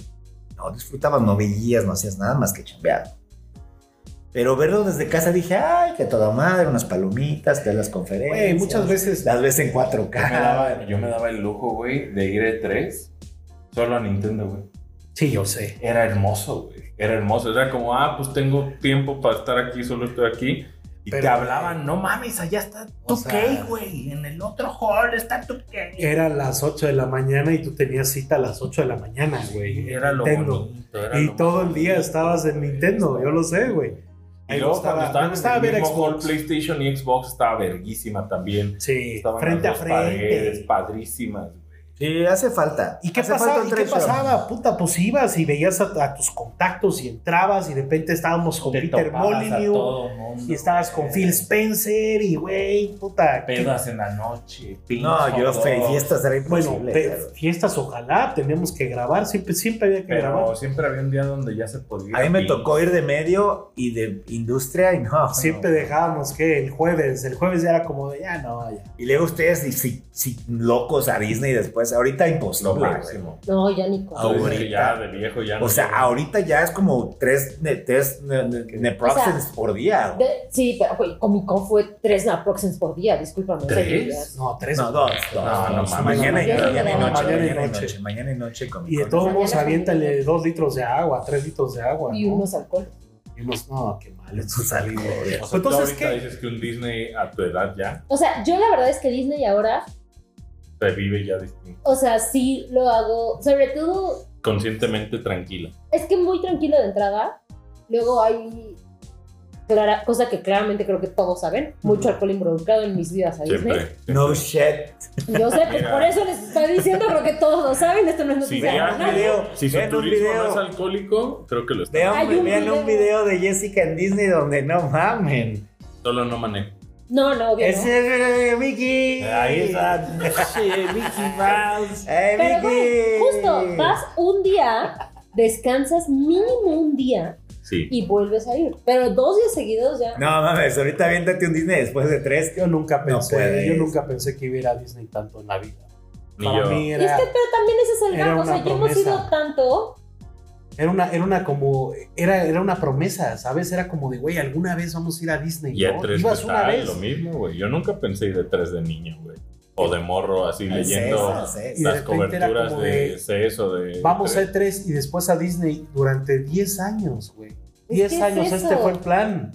[SPEAKER 2] No disfrutabas, no veías, no hacías nada más que chambear. Pero verlo desde casa dije, ay, que toda madre, unas palomitas, ver las conferencias.
[SPEAKER 1] Güey, muchas veces
[SPEAKER 2] Las ves en
[SPEAKER 6] Yo me, daba,
[SPEAKER 2] 4K.
[SPEAKER 6] yo me daba el lujo, güey, de ir de 3 solo a Nintendo, güey.
[SPEAKER 1] Sí, yo sé.
[SPEAKER 6] Era hermoso, güey. Era hermoso. Era como, ah, pues tengo tiempo para estar aquí, solo estoy aquí. Y
[SPEAKER 1] Pero-
[SPEAKER 6] te hablaban, no mames, allá está
[SPEAKER 1] O
[SPEAKER 6] tu
[SPEAKER 1] sea-
[SPEAKER 6] güey. En el otro hall está tu
[SPEAKER 1] Eran las 8 de la mañana y tú tenías cita a las 8 de la mañana, güey.
[SPEAKER 6] Era lo
[SPEAKER 1] Nintendo.
[SPEAKER 6] bonito. era
[SPEAKER 1] Y
[SPEAKER 6] lo
[SPEAKER 1] todo
[SPEAKER 6] más
[SPEAKER 1] el día
[SPEAKER 6] bonito,
[SPEAKER 1] estabas en
[SPEAKER 6] güey.
[SPEAKER 1] Nintendo, yo lo sé, güey.
[SPEAKER 6] Y
[SPEAKER 1] Ahí
[SPEAKER 6] luego
[SPEAKER 1] gustaba-
[SPEAKER 6] cuando
[SPEAKER 1] me
[SPEAKER 6] estaban
[SPEAKER 1] gustaba
[SPEAKER 6] en el
[SPEAKER 1] ver
[SPEAKER 6] mismo hall,
[SPEAKER 1] Xbox.
[SPEAKER 6] PlayStation y Xbox estaba verguísima también.
[SPEAKER 1] Sí,
[SPEAKER 6] Estaban
[SPEAKER 1] frente a
[SPEAKER 6] las dos paredes
[SPEAKER 1] frente.
[SPEAKER 6] padrísimas, güey.
[SPEAKER 2] Sí, hace falta.
[SPEAKER 1] ¿Y qué,
[SPEAKER 2] Hace
[SPEAKER 1] pasaba,
[SPEAKER 2] falta un
[SPEAKER 1] ¿Y qué
[SPEAKER 2] trade show.
[SPEAKER 1] pasaba? Puta, pues ibas y veías a, a tus contactos y entrabas y de repente estábamos con
[SPEAKER 6] Te
[SPEAKER 1] Peter
[SPEAKER 6] topabas a
[SPEAKER 1] Molyneux
[SPEAKER 6] todo mundo,
[SPEAKER 1] y estabas con
[SPEAKER 6] güey.
[SPEAKER 1] Phil Spencer y güey, puta. qué-
[SPEAKER 6] Pedas en la noche.
[SPEAKER 2] No, yo fe,
[SPEAKER 6] feliz
[SPEAKER 2] fiestas era
[SPEAKER 1] Bueno,
[SPEAKER 2] imposible.
[SPEAKER 1] pe-
[SPEAKER 2] claro.
[SPEAKER 1] fiestas ojalá, tenemos que grabar, siempre, siempre había que
[SPEAKER 6] Pero
[SPEAKER 1] grabar.
[SPEAKER 6] siempre había un día donde ya se podía.
[SPEAKER 2] A mí me
[SPEAKER 6] ir.
[SPEAKER 2] tocó ir de medio y de industria y no.
[SPEAKER 1] Siempre
[SPEAKER 2] no.
[SPEAKER 1] dejábamos que el jueves, el jueves ya era como de ya no, ya.
[SPEAKER 2] Y luego ustedes, y si, si locos a Disney después, ahorita
[SPEAKER 6] Lo
[SPEAKER 2] imposible. güey.
[SPEAKER 6] máximo.
[SPEAKER 4] No, ya ni con.
[SPEAKER 2] Ahorita.
[SPEAKER 6] Tú dices que Ya de viejo ya no.
[SPEAKER 2] O sea,
[SPEAKER 6] llega.
[SPEAKER 2] ahorita ya es como tres, ne- tres ne- ne- Neproxens
[SPEAKER 4] O sea,
[SPEAKER 2] por
[SPEAKER 6] Ah.
[SPEAKER 2] día. güey.
[SPEAKER 4] De- sí, pero güey, Comic Con fue tres naproxens por día, discúlpame.
[SPEAKER 6] ¿Tres?
[SPEAKER 1] No, tres.
[SPEAKER 2] No, dos, dos,
[SPEAKER 6] No, no
[SPEAKER 2] dos.
[SPEAKER 6] mames.
[SPEAKER 2] Mañana y
[SPEAKER 4] Mañana y
[SPEAKER 2] mañana y
[SPEAKER 4] noche.
[SPEAKER 1] Mañana y
[SPEAKER 2] noche. Mañana y
[SPEAKER 1] noche.
[SPEAKER 2] noche. Mañana y noche. con mi
[SPEAKER 1] Y de
[SPEAKER 2] con-
[SPEAKER 1] todos
[SPEAKER 4] Mañana
[SPEAKER 1] modos,
[SPEAKER 4] es
[SPEAKER 1] aviéntale
[SPEAKER 4] familia.
[SPEAKER 1] dos litros de agua, tres litros de agua.
[SPEAKER 4] Y
[SPEAKER 1] ¿no?
[SPEAKER 4] unos alcoholes.
[SPEAKER 1] Y unos- no, qué mal.
[SPEAKER 2] Eso salió, güey.
[SPEAKER 6] O sea, tú
[SPEAKER 1] Entonces,
[SPEAKER 6] ahorita
[SPEAKER 1] ¿qué?
[SPEAKER 6] dices que un Disney a tu edad ya
[SPEAKER 4] O sea, yo la verdad es que Disney ahora,
[SPEAKER 6] te vive ya distinto.
[SPEAKER 4] o sea, sí lo hago, sobre todo,
[SPEAKER 6] Conscientemente tranquila.
[SPEAKER 4] es que muy tranquilo de entrada. Luego hay clara, cosa que claramente creo que todos saben, mucho alcohol involucrado en mis vidas a Disney.
[SPEAKER 6] Siempre.
[SPEAKER 2] No shit.
[SPEAKER 4] Yo sé, pues
[SPEAKER 6] Mira.
[SPEAKER 4] por eso les estoy diciendo, creo que todos lo saben, esto no es
[SPEAKER 6] Sí,
[SPEAKER 4] noticia.
[SPEAKER 6] ya,
[SPEAKER 4] nacional.
[SPEAKER 6] mira. Si su
[SPEAKER 2] Vean un
[SPEAKER 6] turismo
[SPEAKER 2] video.
[SPEAKER 6] no es alcohólico, creo que lo está.
[SPEAKER 2] Vean,
[SPEAKER 4] Hay un
[SPEAKER 2] vean un video
[SPEAKER 4] video.
[SPEAKER 2] de Jessica en Disney donde no mamen.
[SPEAKER 6] Solo no manejo.
[SPEAKER 4] No, no, obvio. no.
[SPEAKER 2] Ese
[SPEAKER 1] eh,
[SPEAKER 2] es Mickey.
[SPEAKER 6] Mickey Mouse.
[SPEAKER 2] Eh,
[SPEAKER 4] Pero
[SPEAKER 2] Mickey.
[SPEAKER 4] güey, justo, vas un día, descansas mínimo un día
[SPEAKER 6] Sí.
[SPEAKER 4] y vuelves a ir. Pero dos días seguidos ya.
[SPEAKER 2] No mames, ahorita viéntate un Disney después de tres.
[SPEAKER 1] Yo nunca
[SPEAKER 2] No
[SPEAKER 1] pensé,
[SPEAKER 2] puedes.
[SPEAKER 1] pues, yo nunca pensé que iba a ir a Disney tanto en la vida.
[SPEAKER 6] Ni
[SPEAKER 1] Para
[SPEAKER 6] yo.
[SPEAKER 1] mí
[SPEAKER 4] Y
[SPEAKER 1] era,
[SPEAKER 4] es que, pero también ese es el
[SPEAKER 1] era
[SPEAKER 4] gap. O
[SPEAKER 1] una
[SPEAKER 4] sea, ya hemos
[SPEAKER 1] promesa.
[SPEAKER 4] ido tanto.
[SPEAKER 1] era una, era una como, era, era una promesa, ¿sabes? Era como de, güey, alguna vez vamos a ir a Disney.
[SPEAKER 6] Y a
[SPEAKER 1] ¿no?
[SPEAKER 6] tres
[SPEAKER 1] Ibas una
[SPEAKER 6] tal,
[SPEAKER 1] vez.
[SPEAKER 6] lo mismo, güey. Yo nunca pensé ir de E tres de niño, güey. O de morro, así leyendo
[SPEAKER 2] Sí, sí, sí.
[SPEAKER 1] Y de
[SPEAKER 6] las
[SPEAKER 1] repente era
[SPEAKER 6] coberturas
[SPEAKER 1] como
[SPEAKER 6] de
[SPEAKER 1] de-
[SPEAKER 6] CES o de.
[SPEAKER 1] Vamos a E3 y después a Disney durante 10 años, güey.
[SPEAKER 4] Es
[SPEAKER 1] 10
[SPEAKER 4] que es
[SPEAKER 1] años,
[SPEAKER 4] eso.
[SPEAKER 1] este fue el plan.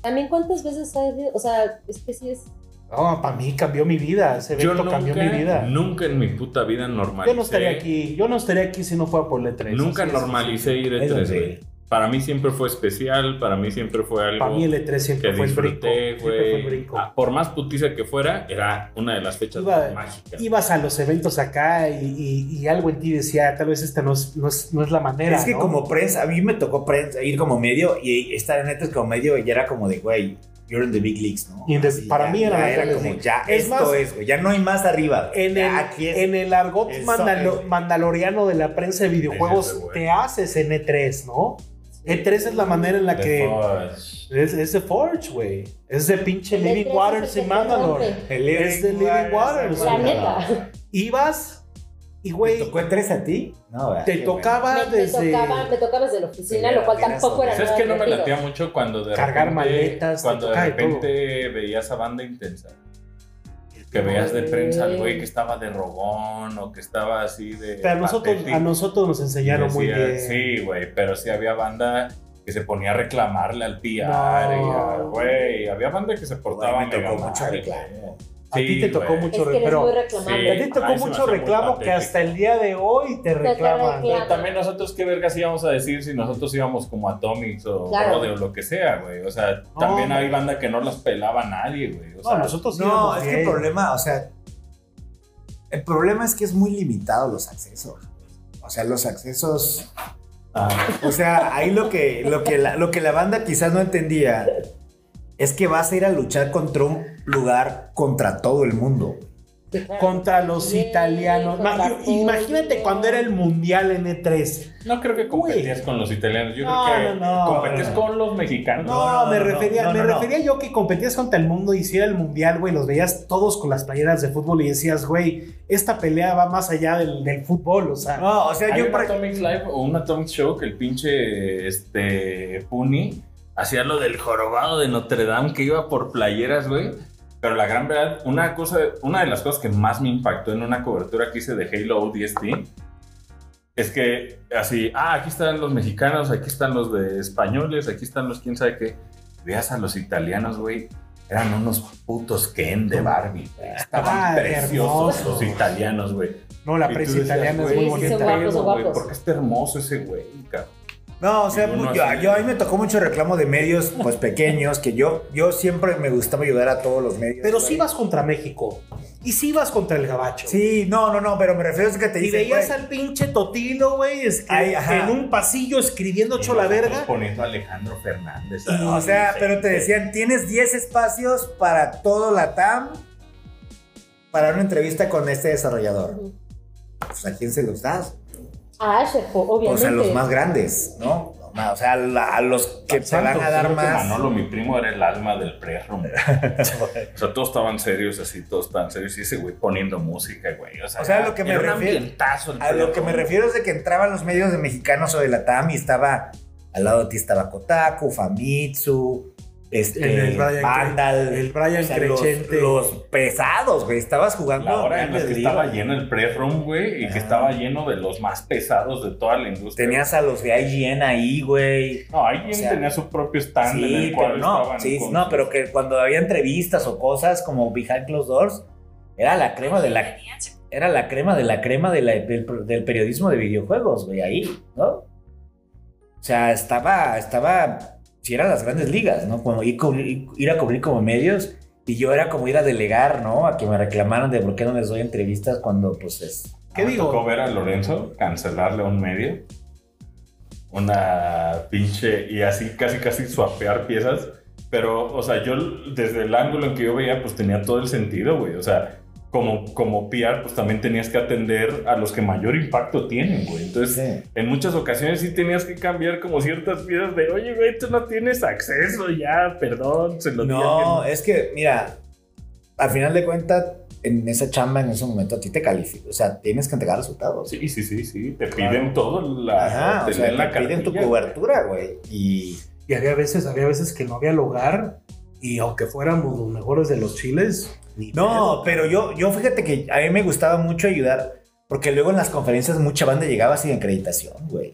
[SPEAKER 4] También cuántas veces has ido? O sea, es que sí es.
[SPEAKER 1] No, para mí cambió mi vida. Ese
[SPEAKER 6] Yo
[SPEAKER 1] evento
[SPEAKER 6] nunca,
[SPEAKER 1] cambió mi vida.
[SPEAKER 6] nunca en mi puta vida normalicé.
[SPEAKER 1] Yo no estaría aquí, yo no estaría aquí si no fuera por el E3.
[SPEAKER 6] Nunca
[SPEAKER 1] así es.
[SPEAKER 6] normalicé ir
[SPEAKER 2] Eso
[SPEAKER 6] E3,
[SPEAKER 2] sí.
[SPEAKER 6] güey. Para mí siempre fue especial, para mí siempre fue algo.
[SPEAKER 1] Para mí el E3
[SPEAKER 6] que
[SPEAKER 1] siempre fue el brinco.
[SPEAKER 6] disfruté,
[SPEAKER 1] siempre fue el
[SPEAKER 6] güey.
[SPEAKER 1] brinco.
[SPEAKER 6] Ah, Por más putiza que fuera, era una de las fechas
[SPEAKER 1] Iba-
[SPEAKER 6] más mágicas.
[SPEAKER 1] Ibas a los eventos acá y, y- y algo en ti decía, tal vez esta no es, no es, no es la manera.
[SPEAKER 2] Es que
[SPEAKER 1] ¿no?
[SPEAKER 2] como prensa, a mí me tocó prensa, ir como medio y estar en netas como medio y era como de, güey, you're in the big leagues, ¿no?
[SPEAKER 1] Y en des-
[SPEAKER 2] Así,
[SPEAKER 1] para
[SPEAKER 2] ya-
[SPEAKER 1] mí era
[SPEAKER 2] ya
[SPEAKER 1] la Champions
[SPEAKER 2] como,
[SPEAKER 1] League.
[SPEAKER 2] ya
[SPEAKER 1] Es
[SPEAKER 2] esto
[SPEAKER 1] más,
[SPEAKER 2] es, güey, ya no hay más arriba.
[SPEAKER 1] En el,
[SPEAKER 2] Ya aquí es.
[SPEAKER 1] en el argot
[SPEAKER 2] Eso,
[SPEAKER 1] mandalo-
[SPEAKER 2] güey.
[SPEAKER 1] mandaloriano de la prensa de videojuegos,
[SPEAKER 6] Ese, güey.
[SPEAKER 1] te haces en E3, ¿no? E3 es la manera en la
[SPEAKER 6] The
[SPEAKER 1] que.
[SPEAKER 6] Forge.
[SPEAKER 1] Es, es de Forge, güey. Es de pinche Living
[SPEAKER 4] Ese es
[SPEAKER 1] Waters
[SPEAKER 4] el
[SPEAKER 1] y
[SPEAKER 4] que te
[SPEAKER 1] Mandalore.
[SPEAKER 4] rompe.
[SPEAKER 2] El
[SPEAKER 1] es de este Living Waters,
[SPEAKER 4] La
[SPEAKER 1] güey.
[SPEAKER 4] neta.
[SPEAKER 1] Ibas y,
[SPEAKER 2] Güey.
[SPEAKER 1] güey,
[SPEAKER 2] ¿Te tocó tres a ti? No, ¿verdad?
[SPEAKER 1] te
[SPEAKER 2] Qué
[SPEAKER 1] tocaba
[SPEAKER 4] Me, me
[SPEAKER 1] desde.
[SPEAKER 4] tocaba, me tocaba desde la oficina,
[SPEAKER 2] Sí,
[SPEAKER 4] lo cual
[SPEAKER 2] apenas
[SPEAKER 4] tampoco era
[SPEAKER 2] son-
[SPEAKER 6] ¿Sabes
[SPEAKER 4] nada
[SPEAKER 6] que no me
[SPEAKER 4] divertido.
[SPEAKER 6] latía mucho cuando de
[SPEAKER 1] Cargar
[SPEAKER 6] repente,
[SPEAKER 1] maletas, te
[SPEAKER 6] cuando de
[SPEAKER 1] toca de
[SPEAKER 6] repente veías a banda intensa? Que veías de
[SPEAKER 4] Sí.
[SPEAKER 6] prensa al güey que estaba de robón o que estaba así de.
[SPEAKER 1] Pero a nosotros,
[SPEAKER 6] patético.
[SPEAKER 1] a nosotros nos enseñaron
[SPEAKER 6] Y
[SPEAKER 1] muy
[SPEAKER 6] decía,
[SPEAKER 1] bien.
[SPEAKER 6] Sí, güey, pero sí había banda que se ponía a reclamarle al PR y a-
[SPEAKER 1] No.
[SPEAKER 6] güey. Había banda que se
[SPEAKER 2] Bueno,
[SPEAKER 6] portaba
[SPEAKER 2] me tocó
[SPEAKER 6] mega
[SPEAKER 2] mucho
[SPEAKER 6] mal,
[SPEAKER 2] reclamo.
[SPEAKER 1] A
[SPEAKER 6] güey.
[SPEAKER 1] ti te
[SPEAKER 6] Sí,
[SPEAKER 1] tocó
[SPEAKER 6] güey.
[SPEAKER 1] mucho
[SPEAKER 4] Es que eres
[SPEAKER 1] reclamo.
[SPEAKER 4] muy
[SPEAKER 1] A
[SPEAKER 6] Sí.
[SPEAKER 4] reclamable.
[SPEAKER 1] ti te tocó
[SPEAKER 6] Ay, se me
[SPEAKER 1] mucho
[SPEAKER 6] hace muy
[SPEAKER 1] reclamo que
[SPEAKER 6] patético.
[SPEAKER 1] hasta el día de hoy te
[SPEAKER 4] te
[SPEAKER 1] reclaman.
[SPEAKER 4] reclaman.
[SPEAKER 6] Pero también nosotros qué vergas íbamos a decir si nosotros íbamos como Atomics o
[SPEAKER 4] Claro.
[SPEAKER 6] Rodeo o lo que sea, güey. O sea, también
[SPEAKER 1] No,
[SPEAKER 6] hay
[SPEAKER 1] güey.
[SPEAKER 6] banda que no las pelaba nadie, güey. O sea,
[SPEAKER 1] No, nosotros
[SPEAKER 2] No,
[SPEAKER 1] íbamos
[SPEAKER 2] es que el
[SPEAKER 1] bien.
[SPEAKER 2] problema, o sea, el problema es que es muy limitado los accesos. O sea, los accesos. O sea, ahí lo que, lo, que la, lo que la banda quizás no entendía es que vas a ir a luchar contra un lugar contra todo el mundo.
[SPEAKER 4] Sí, claro.
[SPEAKER 1] Contra los
[SPEAKER 4] Sí,
[SPEAKER 1] italianos.
[SPEAKER 4] contra
[SPEAKER 1] Ma-
[SPEAKER 4] Polonia.
[SPEAKER 1] Imagínate cuando era el mundial en E E3.
[SPEAKER 6] no creo que competías con los italianos. Yo
[SPEAKER 1] No,
[SPEAKER 6] creo que
[SPEAKER 1] no, no.
[SPEAKER 6] competías con los mexicanos.
[SPEAKER 1] No, me
[SPEAKER 2] no,
[SPEAKER 1] refería,
[SPEAKER 2] no, no,
[SPEAKER 1] me
[SPEAKER 2] no.
[SPEAKER 1] refería yo que competías contra el mundo, hiciera el mundial, güey, los veías todos con las playeras de fútbol y decías, güey, esta pelea va más allá del, del fútbol, o sea.
[SPEAKER 2] No, o sea,
[SPEAKER 6] Hay
[SPEAKER 2] yo
[SPEAKER 6] un
[SPEAKER 2] por-
[SPEAKER 6] Atomics Live o un Atomics Show que el pinche este, Puni hacía lo del jorobado de Notre Dame que iba por playeras, güey. Pero la gran verdad, una, cosa, una de las cosas que más me impactó en una cobertura que hice de Halo ODST es que así, ah, aquí están los mexicanos, aquí están los de españoles, aquí están los quién sabe qué. Veas a los italianos, güey. Eran unos putos Ken de Barbie, güey. Estaban
[SPEAKER 1] Ah,
[SPEAKER 6] preciosos
[SPEAKER 1] hermosos.
[SPEAKER 6] los italianos, güey.
[SPEAKER 1] No, la
[SPEAKER 6] Y tú
[SPEAKER 1] prensa
[SPEAKER 6] decías,
[SPEAKER 1] italiana es
[SPEAKER 6] "Güey,
[SPEAKER 1] muy
[SPEAKER 4] sí, son
[SPEAKER 1] bonita.
[SPEAKER 4] guapos, son
[SPEAKER 6] güey,
[SPEAKER 4] guapos.
[SPEAKER 6] Porque está hermoso ese güey, cabrón.
[SPEAKER 2] No, o sea,
[SPEAKER 6] Ninguno
[SPEAKER 2] mu- yo,
[SPEAKER 6] así.
[SPEAKER 2] yo- a mí me tocó mucho reclamo de medios pues pequeños, que yo, yo siempre me gustaba ayudar a todos los medios.
[SPEAKER 1] Pero
[SPEAKER 2] güey.
[SPEAKER 1] si vas contra México y si vas contra el gabacho.
[SPEAKER 2] Sí, no, no, no, pero me refiero a que te
[SPEAKER 1] Y
[SPEAKER 2] dicen,
[SPEAKER 1] veías
[SPEAKER 2] güey,
[SPEAKER 1] al pinche Totilo, güey, es que
[SPEAKER 2] Ay, ajá.
[SPEAKER 1] en un pasillo escribiendo hecho la
[SPEAKER 6] nosotros
[SPEAKER 1] verga.
[SPEAKER 6] Poniendo a Alejandro Fernández.
[SPEAKER 2] Y,
[SPEAKER 6] a-
[SPEAKER 2] o sea,
[SPEAKER 6] sí,
[SPEAKER 2] pero te
[SPEAKER 6] sí.
[SPEAKER 2] decían, tienes 10 espacios para todo la TAM para una entrevista con este desarrollador.
[SPEAKER 4] Ujú.
[SPEAKER 2] Pues, ¿A quién se los das?
[SPEAKER 4] A Asher, po-
[SPEAKER 2] O
[SPEAKER 4] obviamente.
[SPEAKER 2] sea, Pues a los más grandes, ¿no? O sea, la- a los que te
[SPEAKER 6] Santo
[SPEAKER 2] van a dar
[SPEAKER 6] cielo que
[SPEAKER 2] más.
[SPEAKER 6] Manolo, mi primo, era el alma del prerrum. o sea, todos estaban serios así, todos estaban serios. Y ese güey poniendo música, güey. O sea,
[SPEAKER 2] O sea,
[SPEAKER 6] era-
[SPEAKER 2] lo que me
[SPEAKER 6] era un
[SPEAKER 2] refiero-
[SPEAKER 6] ambientazo el
[SPEAKER 2] A lo que
[SPEAKER 6] prerrum.
[SPEAKER 2] me refiero es de que entraban los medios de mexicanos o de la TAM y estaba al lado de ti estaba Kotaku, Famitsu,
[SPEAKER 1] El-
[SPEAKER 2] este,
[SPEAKER 1] el Brian
[SPEAKER 2] Vandal,
[SPEAKER 1] Cre- el Brian
[SPEAKER 2] o sea, los,
[SPEAKER 1] Crechente.
[SPEAKER 2] los pesados, güey. Estabas jugando.
[SPEAKER 6] La hora en la
[SPEAKER 2] Grandes
[SPEAKER 6] que
[SPEAKER 2] Ligas.
[SPEAKER 6] estaba lleno el prerrum, güey, y que
[SPEAKER 2] Ah.
[SPEAKER 6] estaba lleno de los más pesados de toda la industria.
[SPEAKER 2] Tenías a los de IGN ahí, güey.
[SPEAKER 6] No, alguien
[SPEAKER 2] o sea,
[SPEAKER 6] tenía su propio stand en
[SPEAKER 2] Sí,
[SPEAKER 6] el cual
[SPEAKER 2] pero no,
[SPEAKER 6] estaban
[SPEAKER 2] sí,
[SPEAKER 6] con
[SPEAKER 2] no,
[SPEAKER 6] sus-
[SPEAKER 2] pero que cuando había entrevistas o cosas como behind closed doors, era la crema de la era la crema de la crema de la- del, del periodismo de videojuegos, güey, ahí, ¿no? O sea, estaba estaba si eran las grandes ligas, ¿no? Como ir, cubri- ir a cubrir como medios y yo era como ir a delegar, ¿no? A que me reclamaran de por qué no les doy entrevistas cuando pues es
[SPEAKER 1] ¿Qué
[SPEAKER 6] Me tocó
[SPEAKER 1] digo?
[SPEAKER 6] ver a Lorenzo cancelarle a un medio. Una pinche. Y así, casi, casi suapear piezas. Pero, o sea, yo desde el ángulo en que yo veía, pues tenía todo el sentido, güey. O sea, como, como PR, pues también tenías que atender a los que mayor impacto tienen, güey. Entonces,
[SPEAKER 2] Sí.
[SPEAKER 6] en muchas ocasiones sí tenías que cambiar como ciertas piezas de, oye, güey, tú no tienes acceso ya, perdón, se lo di a
[SPEAKER 2] No, eh.
[SPEAKER 6] alguien".
[SPEAKER 2] es que, mira, al final de cuentas, en esa chamba, en ese momento, a ti te califica. O sea, tienes que entregar resultados.
[SPEAKER 6] Sí, sí, sí, sí, te
[SPEAKER 2] Claro.
[SPEAKER 6] piden todo, la,
[SPEAKER 2] Ajá, o
[SPEAKER 6] te leen
[SPEAKER 2] sea,
[SPEAKER 6] la
[SPEAKER 2] te piden tu
[SPEAKER 6] cartilla, güey.
[SPEAKER 2] cobertura, güey. Y
[SPEAKER 1] Y había veces, había veces que no había lugar y aunque fuéramos los mejores de los chiles, ni
[SPEAKER 2] No,
[SPEAKER 1] pedo.
[SPEAKER 2] pero yo, yo fíjate que a mí me gustaba mucho ayudar, porque luego en las conferencias mucha banda llegaba sin acreditación, güey.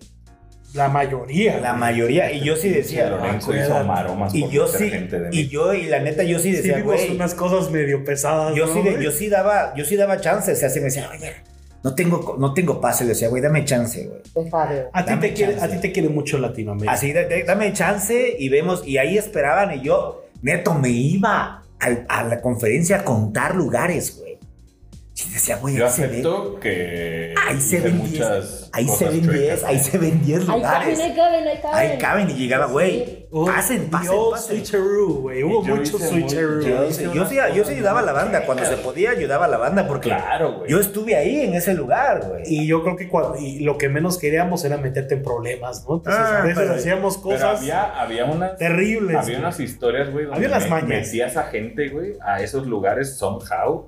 [SPEAKER 1] la mayoría.
[SPEAKER 2] La mayoría, y yo sí
[SPEAKER 6] Che,
[SPEAKER 2] decía,
[SPEAKER 6] Lorenzo
[SPEAKER 2] "Ah,
[SPEAKER 6] hizo
[SPEAKER 2] cuidado".
[SPEAKER 6] maromas
[SPEAKER 2] y
[SPEAKER 6] por
[SPEAKER 2] yo
[SPEAKER 6] meter
[SPEAKER 2] sí,
[SPEAKER 6] gente de
[SPEAKER 2] y
[SPEAKER 6] mí.
[SPEAKER 2] yo, y la neta, yo sí
[SPEAKER 1] Sí,
[SPEAKER 2] decía,
[SPEAKER 1] vimos
[SPEAKER 2] güey,
[SPEAKER 1] unas cosas medio pesadas.
[SPEAKER 2] yo
[SPEAKER 1] ¿no,
[SPEAKER 2] sí, de-
[SPEAKER 1] güey?
[SPEAKER 2] yo sí daba, yo sí daba chance, o sea, se me decía, oye, no tengo, no tengo pase, le decía, güey, dame chance, güey.
[SPEAKER 4] Deja
[SPEAKER 1] a ti
[SPEAKER 2] Dame
[SPEAKER 1] te quiere, a
[SPEAKER 2] chance.
[SPEAKER 1] ti te quiere mucho Latinoamérica.
[SPEAKER 2] Así, de- de- dame chance y vemos, y ahí esperaban, y yo, neto, me iba al- a, la conferencia a contar lugares, güey. Y decía, güey,
[SPEAKER 6] Yo
[SPEAKER 2] ahí se ve-
[SPEAKER 6] acepto que
[SPEAKER 2] Ahí se
[SPEAKER 6] hice
[SPEAKER 2] ven
[SPEAKER 6] muchas
[SPEAKER 2] Ahí se
[SPEAKER 6] cosas
[SPEAKER 2] ven
[SPEAKER 6] chuecas,
[SPEAKER 2] 10, ahí
[SPEAKER 6] ¿no?
[SPEAKER 2] se ven 10
[SPEAKER 4] Ahí caben, ahí
[SPEAKER 2] lugares.
[SPEAKER 4] caben, ahí caben.
[SPEAKER 2] Ahí caben y llegaba, güey.
[SPEAKER 1] Oh,
[SPEAKER 2] Pasen, pasen,
[SPEAKER 1] Dios,
[SPEAKER 2] pasen.
[SPEAKER 1] switcheroo, güey. Hubo
[SPEAKER 6] yo
[SPEAKER 1] mucho
[SPEAKER 6] hice
[SPEAKER 1] switcheroo.
[SPEAKER 6] mucho-
[SPEAKER 2] Yo, sí- yo sí, yo sí ayudaba a la banda, cuando se podía ayudaba a la banda, porque
[SPEAKER 6] Claro, güey.
[SPEAKER 2] yo estuve ahí en ese lugar, güey.
[SPEAKER 1] Y yo creo que cuando, y lo que menos queríamos era meterte en problemas, ¿no? Entonces, a
[SPEAKER 2] Ah,
[SPEAKER 1] veces
[SPEAKER 2] pero-
[SPEAKER 1] hacíamos
[SPEAKER 6] Pero
[SPEAKER 1] cosas
[SPEAKER 6] había, había unas...
[SPEAKER 1] terribles.
[SPEAKER 6] Había unas historias, güey, donde
[SPEAKER 1] Había unas
[SPEAKER 6] me-
[SPEAKER 1] mañas.
[SPEAKER 6] metías a gente, güey, a esos lugares somehow.